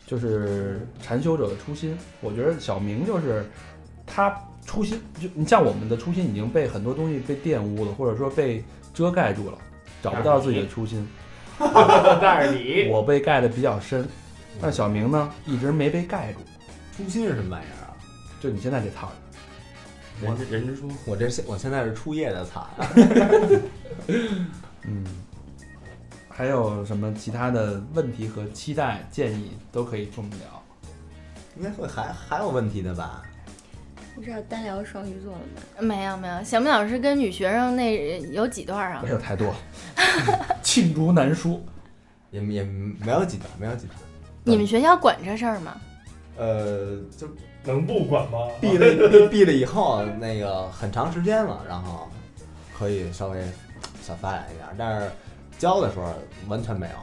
Speaker 1: 就是禅修者的初心。我觉得小明就是他初心，就你像我们的初心已经被很多东西被玷污了，或者说被遮盖住了，找不到自己的初心。
Speaker 6: 但是你
Speaker 1: 我被盖的比较深，但小明呢一直没被盖住。
Speaker 8: 初心是什么玩意儿啊？
Speaker 1: 就你现在这套，
Speaker 6: 人之人之初，
Speaker 8: 我这现我现在是初夜的惨，
Speaker 1: 嗯，还有什么其他的问题和期待建议都可以跟我们聊。
Speaker 8: 应该会还还有问题的吧？
Speaker 5: 不是要单聊双鱼座了吗？
Speaker 3: 没有没有，小明老师跟女学生那有几段啊
Speaker 1: 没？有太多， 罄竹难书。
Speaker 8: 也也没有几段，没有几段，
Speaker 3: 你们学校管这事儿吗？
Speaker 8: 呃，就
Speaker 6: 能不管吗？
Speaker 8: 闭了闭闭了以后，那个很长时间了，然后可以稍微想发展一下，但是教的时候完全没有。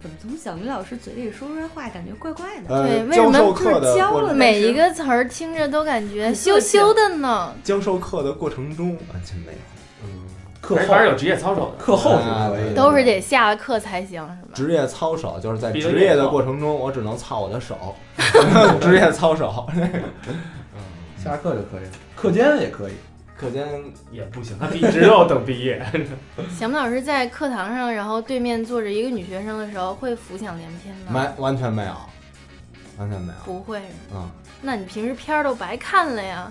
Speaker 5: 怎么从小明老师嘴里说出来话感觉怪怪的？
Speaker 8: 呃，
Speaker 3: 对为
Speaker 8: 教
Speaker 3: 什么
Speaker 8: 授
Speaker 5: 就是
Speaker 8: 课的
Speaker 5: 教
Speaker 8: 过
Speaker 5: 了
Speaker 3: 每一个词儿听着都感觉羞羞的呢。
Speaker 8: 教授课的过程中完全没有，
Speaker 1: 课
Speaker 6: 还是还是有职业操守的。
Speaker 1: 课后
Speaker 8: 啊
Speaker 1: 是可以的，
Speaker 3: 都是得下了课才行，是吧？
Speaker 8: 职业操守，就是在
Speaker 6: 闭着眼
Speaker 8: 职业的
Speaker 6: 操
Speaker 8: 过程中，我只能操我的 手，职业操守。
Speaker 1: 下课就可以了，课间也可以。
Speaker 8: 课间
Speaker 6: 也不行，他毕只有等毕业。
Speaker 3: 小明老师在课堂上，然后对面坐着一个女学生的时候，会浮想联翩吗？
Speaker 8: 完完全没有，完全没有。
Speaker 3: 不会，
Speaker 8: 嗯，
Speaker 3: 那你平时片儿都白看了呀？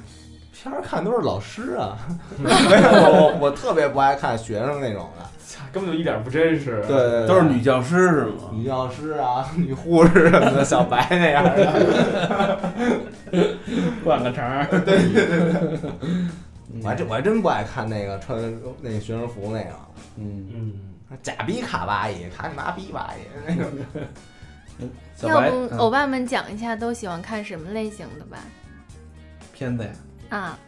Speaker 8: 片儿看都是老师啊， 没有我我特别不爱看学生那种的，
Speaker 6: 根本就一点不真实。
Speaker 8: 对，对对
Speaker 7: 都是女教师是吗？
Speaker 8: 女教师啊、 女护士 什么的，小白那样的。
Speaker 1: 灌个肠。
Speaker 8: 我还真我还真不爱看那个穿那个学生服那个，
Speaker 1: 嗯，
Speaker 6: 嗯，
Speaker 8: 假逼卡哇伊，卡你妈逼哇伊那个。
Speaker 1: 小
Speaker 3: 要
Speaker 1: 白
Speaker 3: 不
Speaker 1: 嗯
Speaker 3: 欧巴们讲一下都喜欢看什么类型的吧？
Speaker 1: 片子呀，
Speaker 3: 啊，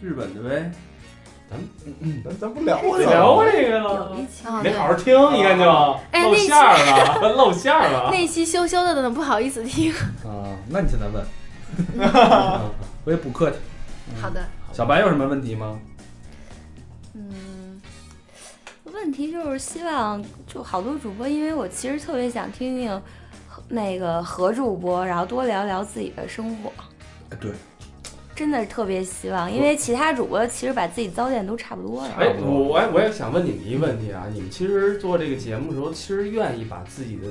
Speaker 7: 日本的呗，
Speaker 8: 咱咱不聊
Speaker 6: 得
Speaker 8: 了，
Speaker 6: 聊啊这个
Speaker 5: 有一
Speaker 6: 了，
Speaker 5: 期
Speaker 3: 哦
Speaker 6: 没
Speaker 3: 对
Speaker 6: 好好听，一看就
Speaker 3: 哎
Speaker 6: 露馅儿了， 露馅儿了。
Speaker 3: 那期羞羞的呢，不好意思 听。
Speaker 1: 啊，那你现在 问，我也不客气。
Speaker 5: 好的，
Speaker 1: 小白有什么问题吗？
Speaker 5: 嗯，问题就是希望就好多主播，因为我其实特别想听听和那个何主播，然后多聊聊自己的生活，
Speaker 1: 哎对，
Speaker 5: 真的特别希望，因为其他主播其实把自己糟践都差不多了。
Speaker 6: 哎，我我也我也想问你们一个问题啊，你们其实做这个节目的时候，其实愿意把自己的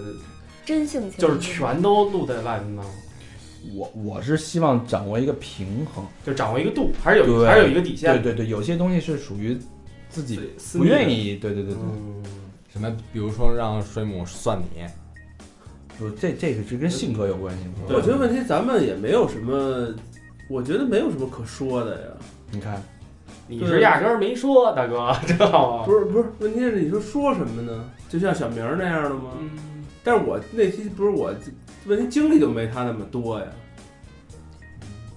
Speaker 5: 真性情
Speaker 6: 就是全都露在外面吗？
Speaker 1: 我我是希望掌握一个平衡。
Speaker 6: 就掌握一个度，还是有
Speaker 1: 对
Speaker 6: 还是有一个底
Speaker 1: 对
Speaker 6: 线。
Speaker 1: 对对，有些东西是属于自己
Speaker 6: 私
Speaker 1: 不
Speaker 6: 密的
Speaker 1: 愿。意。对对对对，
Speaker 6: 嗯，
Speaker 8: 什么？比如说让水母算你，
Speaker 1: 不，这这个是跟性格有关系。
Speaker 7: 我觉得问题咱们也没有什么，我觉得没有什么可说的呀。
Speaker 1: 你看，
Speaker 6: 你是压根儿没说，大哥，知道吗？
Speaker 7: 不是不是，问题是你说说什么呢？就像小明儿那样的吗？
Speaker 6: 嗯，
Speaker 7: 但是我那期不是我问题经历就没他那么多呀。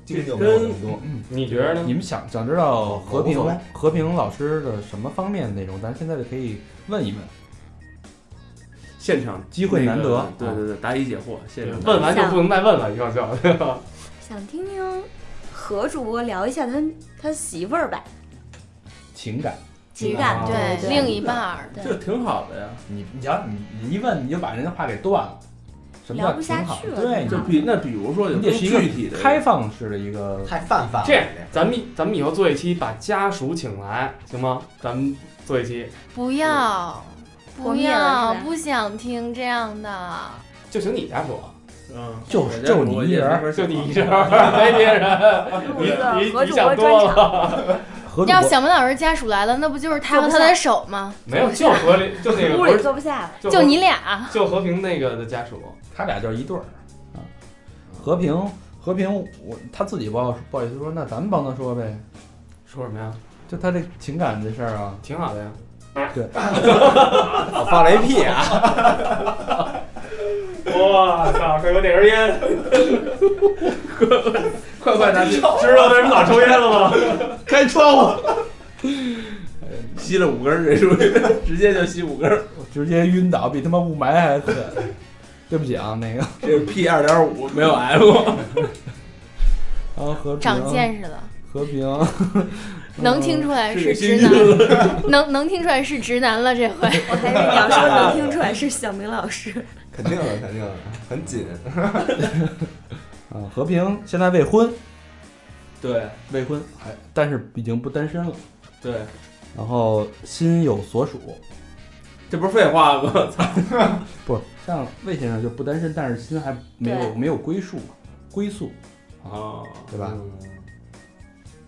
Speaker 8: 经历就没有那么多。
Speaker 6: 你觉得呢
Speaker 1: 你？们想想知道和平
Speaker 8: 我无所谓
Speaker 1: 和平老师的什么方面内容，咱现在就可以问一问。
Speaker 7: 现场
Speaker 1: 机会难得啊
Speaker 7: 那个对对对，答疑解惑，现场
Speaker 6: 问完就不能再问了，你告诉我。
Speaker 5: 想听听何主播聊一下他他媳妇儿吧，
Speaker 1: 情感，
Speaker 5: 情感
Speaker 6: 啊
Speaker 5: 对
Speaker 3: 哦对，另一半儿
Speaker 5: 对
Speaker 7: 这挺好的呀。
Speaker 1: 你你瞧，你你一问你就把人家话给断了，什么
Speaker 5: 聊
Speaker 1: 叫
Speaker 5: 不
Speaker 1: 挺
Speaker 5: 下
Speaker 1: 好
Speaker 5: 去了
Speaker 1: 对，
Speaker 5: 这
Speaker 7: 就
Speaker 1: 就
Speaker 5: 个
Speaker 7: 比那比如说有
Speaker 1: 你得是一个
Speaker 7: 具体的
Speaker 1: 开放式的一个
Speaker 8: 太泛泛了。
Speaker 6: 这样，咱们咱们以后做一期，把家属请来，行吗？咱们做一期
Speaker 3: 不要，
Speaker 5: 我
Speaker 3: 不
Speaker 5: 们也
Speaker 3: 要，
Speaker 5: 是
Speaker 3: 不想听这样的。
Speaker 6: 就请你家属，
Speaker 7: 嗯，
Speaker 1: 就是就你一人儿
Speaker 7: 儿
Speaker 6: 就你一人儿， 没别人。你你
Speaker 5: 何
Speaker 6: 你
Speaker 5: 主
Speaker 6: 想
Speaker 5: 播
Speaker 6: 多
Speaker 5: 专场，
Speaker 1: 合作
Speaker 3: 要小明老师家属来了，那不就是他和他的手吗？
Speaker 6: 没有，就和林，就那个
Speaker 5: 屋
Speaker 6: 不
Speaker 5: 里
Speaker 6: 是，
Speaker 5: 坐不下了。
Speaker 6: 就
Speaker 3: 就
Speaker 6: 和，
Speaker 3: 你俩，
Speaker 6: 就和平那个的家属。
Speaker 1: 他俩就是一对儿啊。
Speaker 3: 嗯
Speaker 1: 和平和平，我他自己不好不好意思说，那咱们帮他说呗，
Speaker 6: 说什么呀？
Speaker 1: 就他这情感这事儿啊，
Speaker 6: 挺好的呀。
Speaker 8: 我放了一屁 啊！
Speaker 6: 我操，快给我点 根烟！
Speaker 7: 快快拿去，
Speaker 6: 知道为什么老抽烟了吗？
Speaker 7: 开窗户。 吸了五根儿，这属于直接就吸五根儿，
Speaker 1: 我直接晕倒，比他妈雾霾还狠。 对不起啊，那个，
Speaker 7: 这是 P 二点五没有 F，
Speaker 1: 然后和平
Speaker 3: 长见识了，
Speaker 1: 和平，
Speaker 3: 能听出来
Speaker 7: 是
Speaker 3: 嗯是直
Speaker 7: 心
Speaker 3: 男，
Speaker 7: 虚。
Speaker 3: 能能听出来是直男了。这回
Speaker 5: 我还以为你要说能 听出来是小明老师，
Speaker 8: 肯定的，肯定的，很紧。
Speaker 1: 啊，和平现在未婚，
Speaker 7: 对
Speaker 1: 未婚，还但是已经不单身了，
Speaker 7: 对，
Speaker 1: 然后心有所属，
Speaker 7: 这不是废话 吗？
Speaker 1: 不像魏先生就不单身，但是心还没有
Speaker 5: 对
Speaker 1: 没有归宿，归宿，
Speaker 7: 啊，
Speaker 6: 嗯
Speaker 1: 对吧？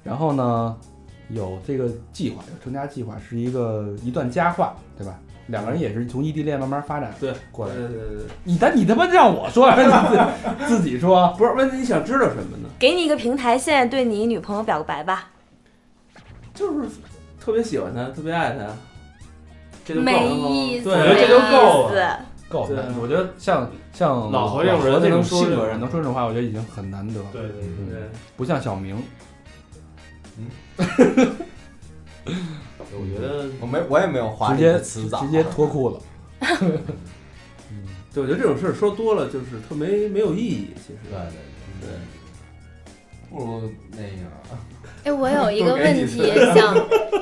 Speaker 1: 然后呢，有这个计划，有成家计划，是一个一段佳话，对吧？两个人也是从异地恋慢慢发展
Speaker 7: 对
Speaker 1: 过来的。
Speaker 7: 对呃对对，
Speaker 1: 你但你他妈让我说， 你自自己说，
Speaker 7: 不是问题，你想知道什么呢？
Speaker 5: 给你一个平台，现在对你女朋友表个白吧。
Speaker 7: 就是特别喜欢他，特别爱他，这就够
Speaker 3: 没
Speaker 7: 了。
Speaker 3: 意思
Speaker 7: 对我觉得
Speaker 3: 呀，
Speaker 7: 这就够
Speaker 5: 对，啊
Speaker 1: 够
Speaker 7: 对
Speaker 1: 了。我觉得像像
Speaker 6: 老何这种人
Speaker 1: 这
Speaker 6: 才
Speaker 1: 种
Speaker 6: 能说
Speaker 1: 性
Speaker 6: 这
Speaker 1: 格
Speaker 6: 种
Speaker 1: 人能说这种话，我觉得已经很难得了。
Speaker 6: 对对对对，
Speaker 1: 不像小明，
Speaker 6: 我
Speaker 7: 嗯
Speaker 6: 觉得
Speaker 8: 我没，我也没有华
Speaker 1: 直
Speaker 8: 丽的
Speaker 1: 接
Speaker 8: 辞藻，啊
Speaker 1: 直接脱裤子。
Speaker 7: 对，我觉得这种事儿说多了就是特没没有意义，其实
Speaker 8: 对。对
Speaker 7: 对，
Speaker 8: 对，不如那个
Speaker 3: 哎，我有一个问题想，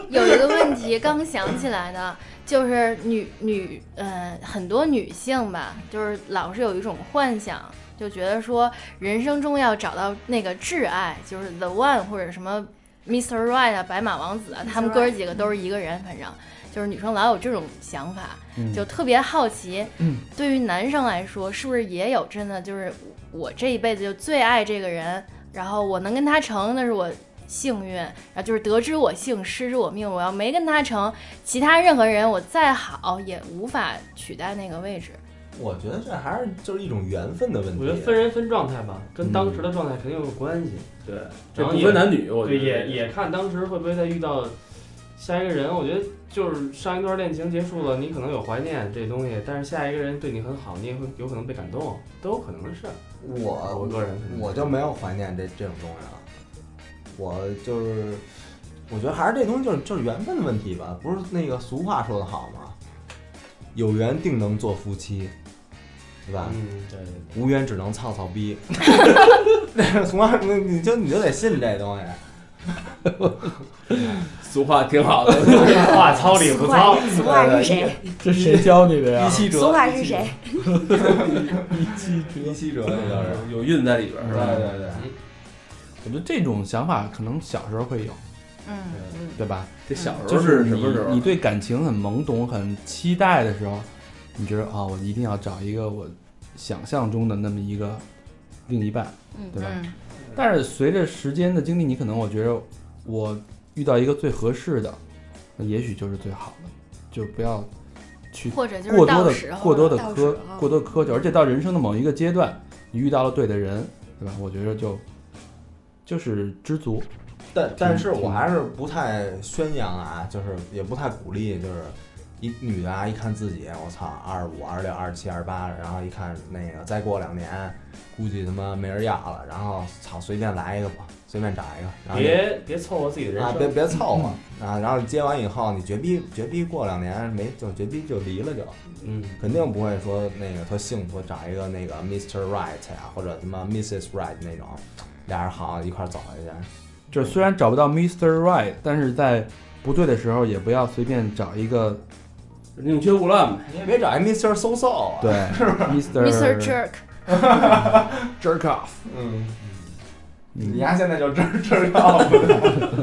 Speaker 3: 有一个问题刚想起来的，就是女女呃，很多女性吧，就是老是有一种幻想，就觉得说人生中要找到那个挚爱，就是 the one 或者什么 Mr. Right 啊、白马王子啊，他们
Speaker 5: Mr.
Speaker 3: 哥儿几个都是一个人，反正就是女生老有这种想法。
Speaker 1: 嗯
Speaker 3: 就特别好奇，
Speaker 1: 嗯
Speaker 3: 对于男生来说，是不是也有真的就是我这一辈子就最爱这个人，然后我能跟他成，那是我幸运，然后就是得知我幸，失之我命。我要没跟他成，其他任何人我再好也无法取代那个位置。
Speaker 8: 我觉得这还是就是一种缘分的问
Speaker 6: 我觉得
Speaker 8: 题。
Speaker 6: 分人分状态吧，跟当时的状态肯定有关系。
Speaker 7: 对，这
Speaker 6: 然后
Speaker 7: 不
Speaker 6: 也
Speaker 7: 分男女，我觉
Speaker 6: 对，
Speaker 7: 得
Speaker 6: 也也看当时会不会再遇到下一个人。我觉得就是上一段恋情结束了，你可能有怀念这东西，但是下一个人对你很好，你也会有可能被感动，都有可能的事儿。我
Speaker 8: 我
Speaker 6: 个人可能
Speaker 8: 我就没有怀念这这种东西了，我就是我觉得还是这东西就是就是缘分的问题吧，不是那个俗话说的好吗？有缘定能做夫妻，对吧？
Speaker 6: 嗯，对对对。
Speaker 8: 无缘只能操操逼。俗话，那你就你就得信这东西。
Speaker 7: 俗话挺好的。
Speaker 6: 话糙理不
Speaker 5: 俗话
Speaker 6: 糙，
Speaker 5: 俗话是谁？
Speaker 1: 这谁教你的呀？
Speaker 8: 七
Speaker 5: 俗话是谁？
Speaker 8: 一七折
Speaker 7: 对
Speaker 8: 那就是。
Speaker 7: 有韵在里边儿，
Speaker 8: 对
Speaker 7: 是吧？
Speaker 8: 对对，
Speaker 1: 我觉得这种想法可能小时候会有，
Speaker 3: 嗯嗯，
Speaker 1: 对吧？
Speaker 7: 这小时
Speaker 1: 就
Speaker 7: 候
Speaker 1: 是
Speaker 7: 什么时候？
Speaker 1: 你？你对感情很懵懂、很期待的时候，你觉得啊、我一定要找一个我想象中的那么一个另一半。
Speaker 3: 嗯
Speaker 1: 对吧
Speaker 3: 嗯
Speaker 1: 但是随着时间的经历，你可能我觉得我遇到一个最合适的，那也许就是最好的，就不要去
Speaker 3: 或者就
Speaker 1: 过多
Speaker 3: 是到
Speaker 1: 的
Speaker 3: 时候
Speaker 1: 过多的
Speaker 5: 到
Speaker 1: 苛
Speaker 5: 时候
Speaker 1: 过多苛求，而且到人生的某一个阶段，你遇到了对的人，对吧？我觉得就就是知足。
Speaker 8: 但但是我还是不太宣扬啊，就是也不太鼓励，就是一女的啊，一看自己，我操，二十五、二十六、二十七、二十八，然后一看那个再过两年，估计他妈没人要了，然后操，随便来一个吧，随便找一个，然后就
Speaker 6: 别别凑合自己的人
Speaker 8: 啊，别
Speaker 6: 生。
Speaker 8: 别凑合、啊！然后结完以后，你绝逼绝逼过两年没就绝逼就离了就，
Speaker 6: 嗯，
Speaker 8: 肯定不会说那个特幸福找一个那个 Mr. Right 呀、或者他妈 Mrs. Right 那种，俩人好像一块儿走下去。
Speaker 1: 就是虽然找不到 Mr. Right，但是在不对的时候也不要随便找一个
Speaker 7: 宁缺毋滥嘛。
Speaker 8: 你也别找一 Mr. So So 啊，
Speaker 1: 对 Mr.
Speaker 3: ，Mr. Jerk，
Speaker 1: jerk off。
Speaker 8: 嗯，你
Speaker 1: 嗯
Speaker 8: 丫现在就真知道了。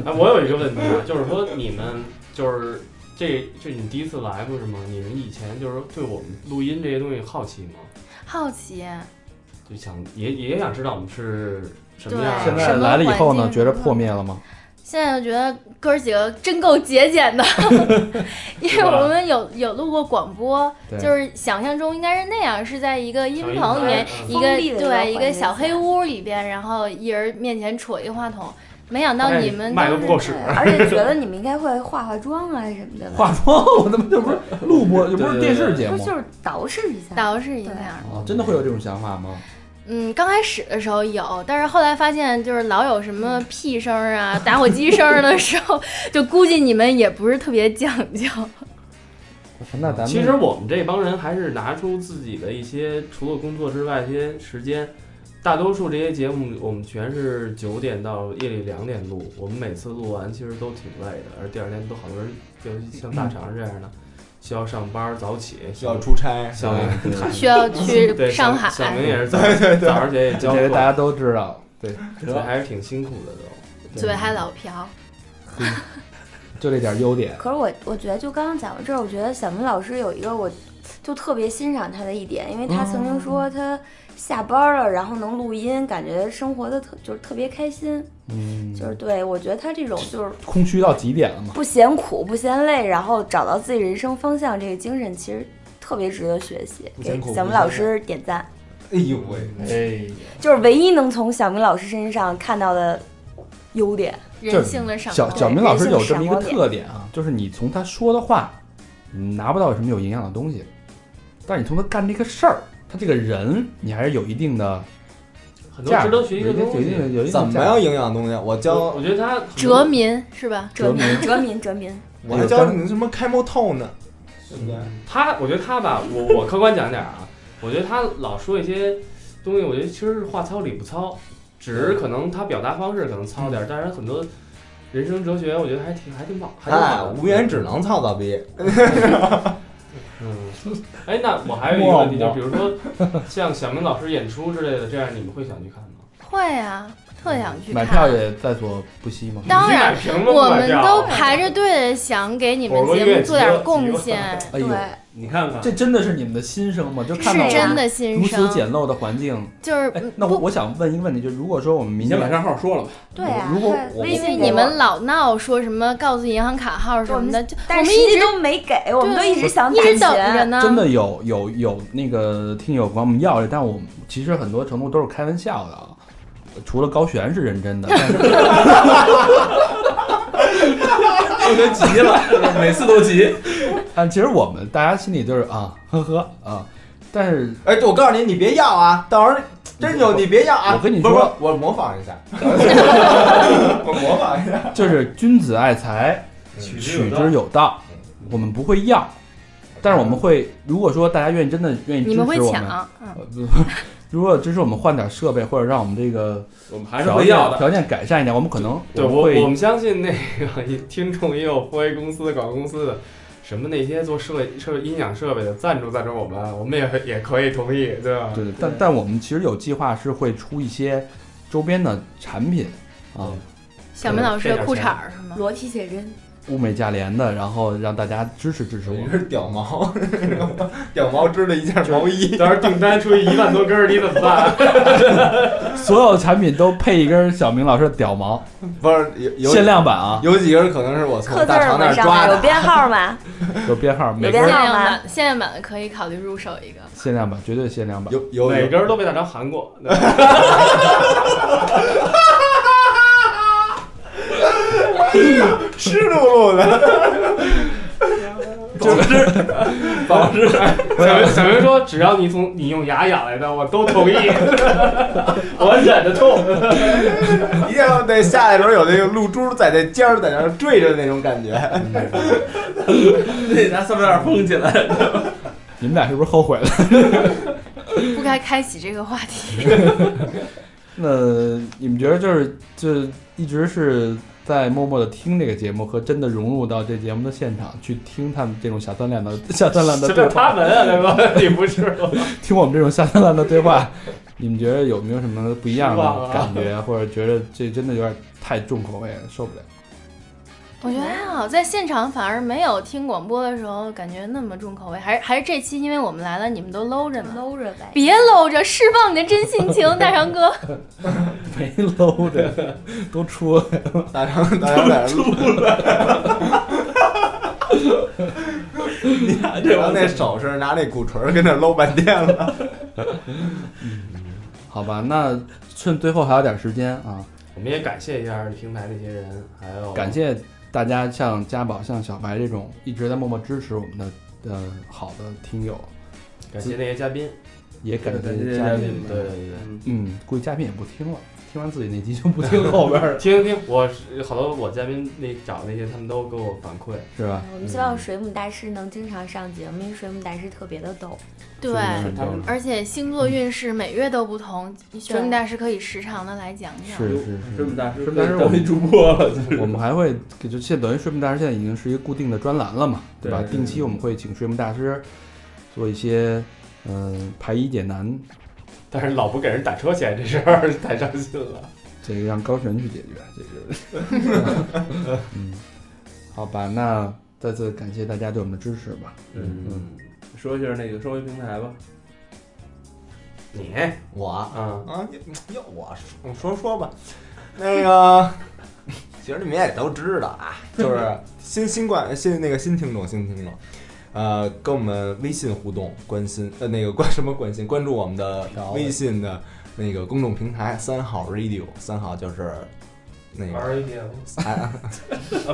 Speaker 6: 哎，我有一个问题啊，就是说你们就是这这你第一次来不是吗？你们以前就是对我们录音这些东西好奇吗？
Speaker 3: 好奇，
Speaker 6: 就想也也想知道我们是什么
Speaker 3: 对
Speaker 6: 样
Speaker 1: 现
Speaker 6: 的。
Speaker 1: 在来了以后呢，
Speaker 3: 什么环境
Speaker 1: 觉着破灭了吗？
Speaker 3: 现在就觉得哥儿几个真够节 俭的，因为我们有有录过广播，
Speaker 1: 对
Speaker 3: 就是想象中应该是那样，是在一个音棚里面，
Speaker 6: 小
Speaker 3: 一个
Speaker 5: 音台嗯封闭的
Speaker 3: 对一
Speaker 5: 一个
Speaker 3: 个
Speaker 5: 环境
Speaker 3: 小
Speaker 5: 下
Speaker 3: 黑屋里边，然后一人面前杵一个话筒。没想到
Speaker 6: 哎
Speaker 3: 你们
Speaker 6: 麦
Speaker 3: 都
Speaker 6: 都不
Speaker 3: 是
Speaker 6: 够使，
Speaker 5: 而且觉得你们应该会化化妆啊什么的吧？
Speaker 1: 化妆，我他妈这不是录播，这不是电视节
Speaker 5: 不
Speaker 1: 目
Speaker 5: 是就是捯饬一下？
Speaker 3: 捯饬一下。
Speaker 1: 啊！真的会有这种想法吗？
Speaker 3: 嗯，刚开始的时候有，但是后来发现，就是老有什么
Speaker 1: 嗯
Speaker 3: 屁声儿啊、打火机声儿的时 候，就估计你们也不是特别讲究。
Speaker 1: 那咱们
Speaker 6: 其实我们这帮人还是拿出自己的一些除了工作之外一些时间，大多数这些节目我们全是九点到夜里两点录，我们每次录完其实都挺累的，而第二天都好多人，尤其像大肠这样的，需要上班早起，
Speaker 8: 需要出差，
Speaker 6: 小明
Speaker 3: 需要
Speaker 6: 对
Speaker 3: 去上海，
Speaker 6: 小小明也是早早上起来也
Speaker 1: 这
Speaker 6: 教
Speaker 1: 个
Speaker 6: 课，
Speaker 1: 大家都知道， 对，
Speaker 6: 所以还是挺辛苦的都。
Speaker 3: 嘴还老瓢。
Speaker 1: 就这点优点，
Speaker 5: 可是我我觉得就刚刚讲到这儿，我觉得小明老师有一个我就特别欣赏他的一点，因为他曾经
Speaker 1: 嗯
Speaker 5: 说他下班了，然后能录音，感觉生活的特就是特别开心，
Speaker 1: 嗯，
Speaker 5: 就是对我觉得他这种就是
Speaker 1: 空虚到极点了嘛。
Speaker 5: 不嫌苦不嫌累，然后找到自己人生方向这个精神，其实特别值得学习
Speaker 8: 不，嫌
Speaker 5: 给
Speaker 8: 苦
Speaker 5: 小明老师点赞。
Speaker 8: 哎呦喂，
Speaker 6: 哎，
Speaker 5: 就是唯一能从小明老师身上看到的优 点，
Speaker 1: 就
Speaker 3: 人
Speaker 1: 是
Speaker 3: 性的赏
Speaker 1: 小
Speaker 3: 光
Speaker 1: 小明老师有这么一个特点啊，就是你从他说的话，你拿不到什么有营养的东西，但是你从他干这个事儿，他这个人，你还是有一定的
Speaker 6: 很多
Speaker 1: 价
Speaker 6: 值
Speaker 1: 值，
Speaker 6: 得学习
Speaker 1: 有
Speaker 6: 的
Speaker 1: 一定
Speaker 6: 东
Speaker 1: 有
Speaker 6: 西。
Speaker 1: 一定的有一定的
Speaker 8: 怎么
Speaker 1: 价值
Speaker 8: 样营养东西？我
Speaker 6: 我
Speaker 8: 教
Speaker 6: 我觉得他
Speaker 3: 哲民是吧？
Speaker 5: 哲民 哲民哲民，
Speaker 8: 我还教你什么开 o 透呢，对不对？
Speaker 6: 嗯他，我觉得他吧，我我客观讲点儿啊，我觉得他老说一些东西，我觉得其实是话糙理不糙，只是可能他表达方式可能糙点儿，但是很多人生哲学，我觉得还挺还挺好，还挺
Speaker 8: 哎，
Speaker 6: 好的。
Speaker 8: 无言只能操操逼。
Speaker 6: 嗯，哎，那我还有一个问题，就比如说像小明老师演出之类的，这样你们会想去看吗？
Speaker 3: 会啊，特想去
Speaker 1: 买票
Speaker 3: 看。
Speaker 1: 也在所不惜嘛。
Speaker 3: 当然
Speaker 6: 你去买评论
Speaker 3: 我
Speaker 6: 买
Speaker 3: 们
Speaker 6: 票啊
Speaker 3: 都排着队想给你
Speaker 6: 我
Speaker 3: 们
Speaker 6: 说
Speaker 3: 节
Speaker 6: 越
Speaker 3: 目
Speaker 6: 级
Speaker 3: 做点
Speaker 6: 了急
Speaker 3: 贡
Speaker 6: 了
Speaker 3: 献，
Speaker 1: 哎呦，
Speaker 7: 你看看，
Speaker 1: 这真的是你们的心声吗？就看到
Speaker 3: 是
Speaker 1: 了
Speaker 3: 真的
Speaker 1: 哎如
Speaker 3: 心
Speaker 1: 此
Speaker 3: 声。
Speaker 1: 简陋的环境，
Speaker 3: 就是
Speaker 1: 哎
Speaker 3: 不，
Speaker 1: 那我我想问一个问题，就如果说我们
Speaker 7: 你
Speaker 1: 明
Speaker 7: 先
Speaker 1: 年
Speaker 7: 把账号说了吧。
Speaker 5: 对啊，
Speaker 1: 如果
Speaker 5: 对
Speaker 1: 我
Speaker 5: 微
Speaker 3: 因为
Speaker 5: 信
Speaker 3: 你们老闹说什么告诉银行卡号什么的，就
Speaker 5: 但
Speaker 3: 我
Speaker 5: 是
Speaker 3: 们一
Speaker 5: 实际
Speaker 3: 直
Speaker 5: 都没给，我们都一直想
Speaker 3: 一
Speaker 5: 打
Speaker 3: 直等着
Speaker 5: 钱。
Speaker 3: 呢。
Speaker 1: 真的有有有那个听友管我们要这，但我们其实很多程度都是开玩笑的啊。除了高璇是认真 的，但是
Speaker 7: 我都急了， 每次都急。
Speaker 1: 但其实我们大家心里就是啊，呵呵啊。但是
Speaker 8: 哎，我告诉你，你别要啊，到时候真有你别要啊。
Speaker 1: 我跟你
Speaker 8: 不是
Speaker 1: 说，
Speaker 8: 不是我模仿一下，我模仿一下。
Speaker 1: 就是君子爱财，
Speaker 6: 取
Speaker 1: 取之有道。我们不会要，但是我们会，如果说大家愿意真的愿意支
Speaker 3: 你
Speaker 1: 持
Speaker 3: 们
Speaker 1: 我
Speaker 3: 会
Speaker 1: 们，
Speaker 3: 抢，嗯，
Speaker 1: 呃不如果支持我们换点设备，或者让我们这个
Speaker 7: 我们还是
Speaker 1: 条
Speaker 7: 会
Speaker 1: 件
Speaker 7: 要的。
Speaker 1: 条件改善一点，我们可能
Speaker 6: 对
Speaker 1: 我
Speaker 6: 我，
Speaker 1: 们
Speaker 6: 我
Speaker 1: 会
Speaker 6: 们相信那个 听众也有播音公司、广告公司的，什么那些做设设音响设备的赞助赞助我们，我们也也可以同意，对吧？
Speaker 1: 对，但但我们其实有计划是会出一些周边的产品啊，
Speaker 3: 小明老师的裤衩儿是吗？
Speaker 5: 裸体写真，
Speaker 1: 物美价廉的，然后让大家支持支持我
Speaker 8: 你
Speaker 1: 们。
Speaker 8: 是屌毛，屌毛织了一件毛衣，
Speaker 6: 到时候订单出去一万多根儿，你怎么办？啊
Speaker 1: 所有产品都配一根小明老师的屌毛，
Speaker 8: 不是有有
Speaker 1: 限量版啊，
Speaker 8: 有几个人可能是我从
Speaker 5: 刻字
Speaker 8: 大
Speaker 5: 儿
Speaker 8: 肠那
Speaker 5: 吗？
Speaker 8: 儿
Speaker 5: 上
Speaker 8: 抓
Speaker 5: 面有
Speaker 8: 的。
Speaker 5: 编 号吗？
Speaker 1: 有编号，每根
Speaker 3: 限
Speaker 5: 有编
Speaker 1: 儿
Speaker 5: 号
Speaker 3: 量版，限量版的可以考虑入手一个。
Speaker 1: 限量版，绝对限量版。
Speaker 8: 有有
Speaker 6: 每
Speaker 8: 有
Speaker 6: 根儿都被大张喊过，对
Speaker 8: 湿漉漉的，
Speaker 6: 保持。小明小明说，只要你从你用牙咬来的，我都同意， 我忍着痛。
Speaker 8: 一定要得下来的时候有那个露珠在那尖儿在那儿坠着那种感觉。
Speaker 7: 得拿塑料袋封起来。
Speaker 1: 你们俩是不是后悔了？
Speaker 3: 不 该开启这个话题。
Speaker 1: 那你们觉得就是就一直是在默默的听这个节目和真的融入到这节目的现场去听他们这种下三滥 的下三滥的
Speaker 6: 什
Speaker 1: 对
Speaker 6: 么
Speaker 1: 话，
Speaker 6: 他 们啊，对吧？你不是 吗？
Speaker 1: 听我们这种下三滥的对话， 你们觉得有没有什么不一样
Speaker 6: 失望了
Speaker 1: 的感 觉，或者觉得这真的有点太重口味了，受不了？
Speaker 3: 我觉得还好，在现场反而没有听广播的时候感觉那么重口味，还是还是这期，因为我们来了，你们都搂着呢，
Speaker 5: 搂着呗。
Speaker 3: 嗯别搂着，释放你的真 性情，大长哥。
Speaker 1: 没搂着， 都出
Speaker 8: 大张大张在这录，
Speaker 7: 你看这
Speaker 8: 然后
Speaker 7: 我
Speaker 8: 那手势拿那鼓槌儿跟那搂半天了。
Speaker 1: 好吧？那趁最后还有点时间啊，
Speaker 6: 我们也感谢一下平台那些人，还有
Speaker 1: 感谢大家像家宝、像小白这种一直在默默支持我们的呃好的听友，
Speaker 6: 感谢那些嘉宾，
Speaker 1: 也感
Speaker 7: 感
Speaker 1: 谢
Speaker 7: 谢
Speaker 1: 嘉
Speaker 7: 嘉
Speaker 1: 宾
Speaker 7: 宾
Speaker 1: 们。
Speaker 6: 对对对。
Speaker 1: 嗯，估计嘉宾也不听了，听完自己那集就不听后边了，
Speaker 6: 听听，我是好多我嘉宾那找那些，他们都给我反馈，
Speaker 1: 是吧？
Speaker 5: 我们希望水母大师能经常上节目，因为水母大师特别的逗。
Speaker 3: 对，
Speaker 6: 他们
Speaker 3: 而且星座运势每月都不同，玄武大师可以时常的来讲讲。
Speaker 1: 嗯是是是
Speaker 7: 这。么大师，
Speaker 1: 这么大师
Speaker 7: 当
Speaker 1: 我
Speaker 7: 一
Speaker 1: 们
Speaker 7: 主播了，就是
Speaker 1: 我们还会就现在等于睡梦大师现在已经是一个固定的专栏了嘛，对吧？
Speaker 7: 对对对
Speaker 1: 定期我们会请睡梦大师做一些嗯、呃排疑解难，
Speaker 6: 但是老不给人打车钱这事儿 太伤心了。
Speaker 1: 这个让高璇去解决，这个嗯，好吧，那再次感谢大家对我们的支持吧。
Speaker 7: 嗯，说一下那个收费平台吧。
Speaker 6: 你
Speaker 8: 我啊，
Speaker 6: 啊，
Speaker 8: 要我说我说说吧，那个，其实你们也都知道啊，就是新新冠新那个新听众新听众，呃，跟我们微信互动关心呃那个关什么关心关注我们的微信的那个公众平台三号 radio 三号就是那个
Speaker 6: 玩一遍
Speaker 8: 哎
Speaker 6: 啊，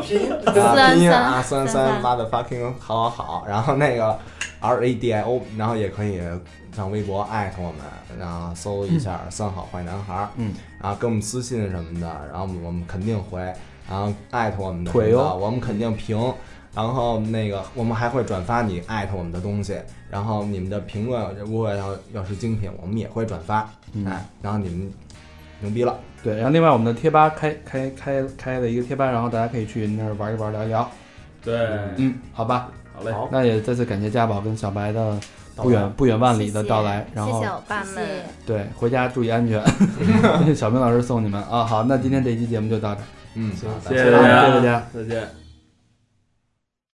Speaker 6: 拼音
Speaker 8: 啊，
Speaker 3: 三
Speaker 8: 拼音啊，
Speaker 5: 三
Speaker 8: 三三 motherfucking 好好好，然后那个 R A D I O，然后也可以上微博艾特我们，然后搜一下三好坏男孩儿，
Speaker 1: 嗯，
Speaker 8: 然后给我们私信什么的，然后我们肯定回，然后艾特我们的
Speaker 1: 腿
Speaker 8: 频道
Speaker 1: 哦
Speaker 8: 我们肯定评。然后那个，我们还会转发你艾特我们的东西，然后你们的评论如果要要是精品，我们也会转发，
Speaker 1: 嗯
Speaker 8: 哎，然后你们牛逼了，
Speaker 1: 对，然后另外我们的贴吧开开开开了一个贴吧，然后大家可以去那儿玩一玩聊一聊。
Speaker 7: 对，
Speaker 1: 嗯，好吧，
Speaker 7: 好嘞，
Speaker 6: 好
Speaker 1: 那也再次感谢家宝跟小白的
Speaker 8: 到
Speaker 1: 不远不远万里的
Speaker 5: 谢谢
Speaker 1: 到来，然
Speaker 3: 谢
Speaker 1: 后
Speaker 3: 谢我爸们，
Speaker 5: 谢谢
Speaker 1: 对，回家注意安 全。小明老师送你们啊！好，那今天这期节目就到这儿，
Speaker 8: 嗯，
Speaker 6: 行
Speaker 8: 好的
Speaker 7: 谢谢
Speaker 1: 好
Speaker 7: 大家
Speaker 1: 谢谢大家。
Speaker 7: 再见。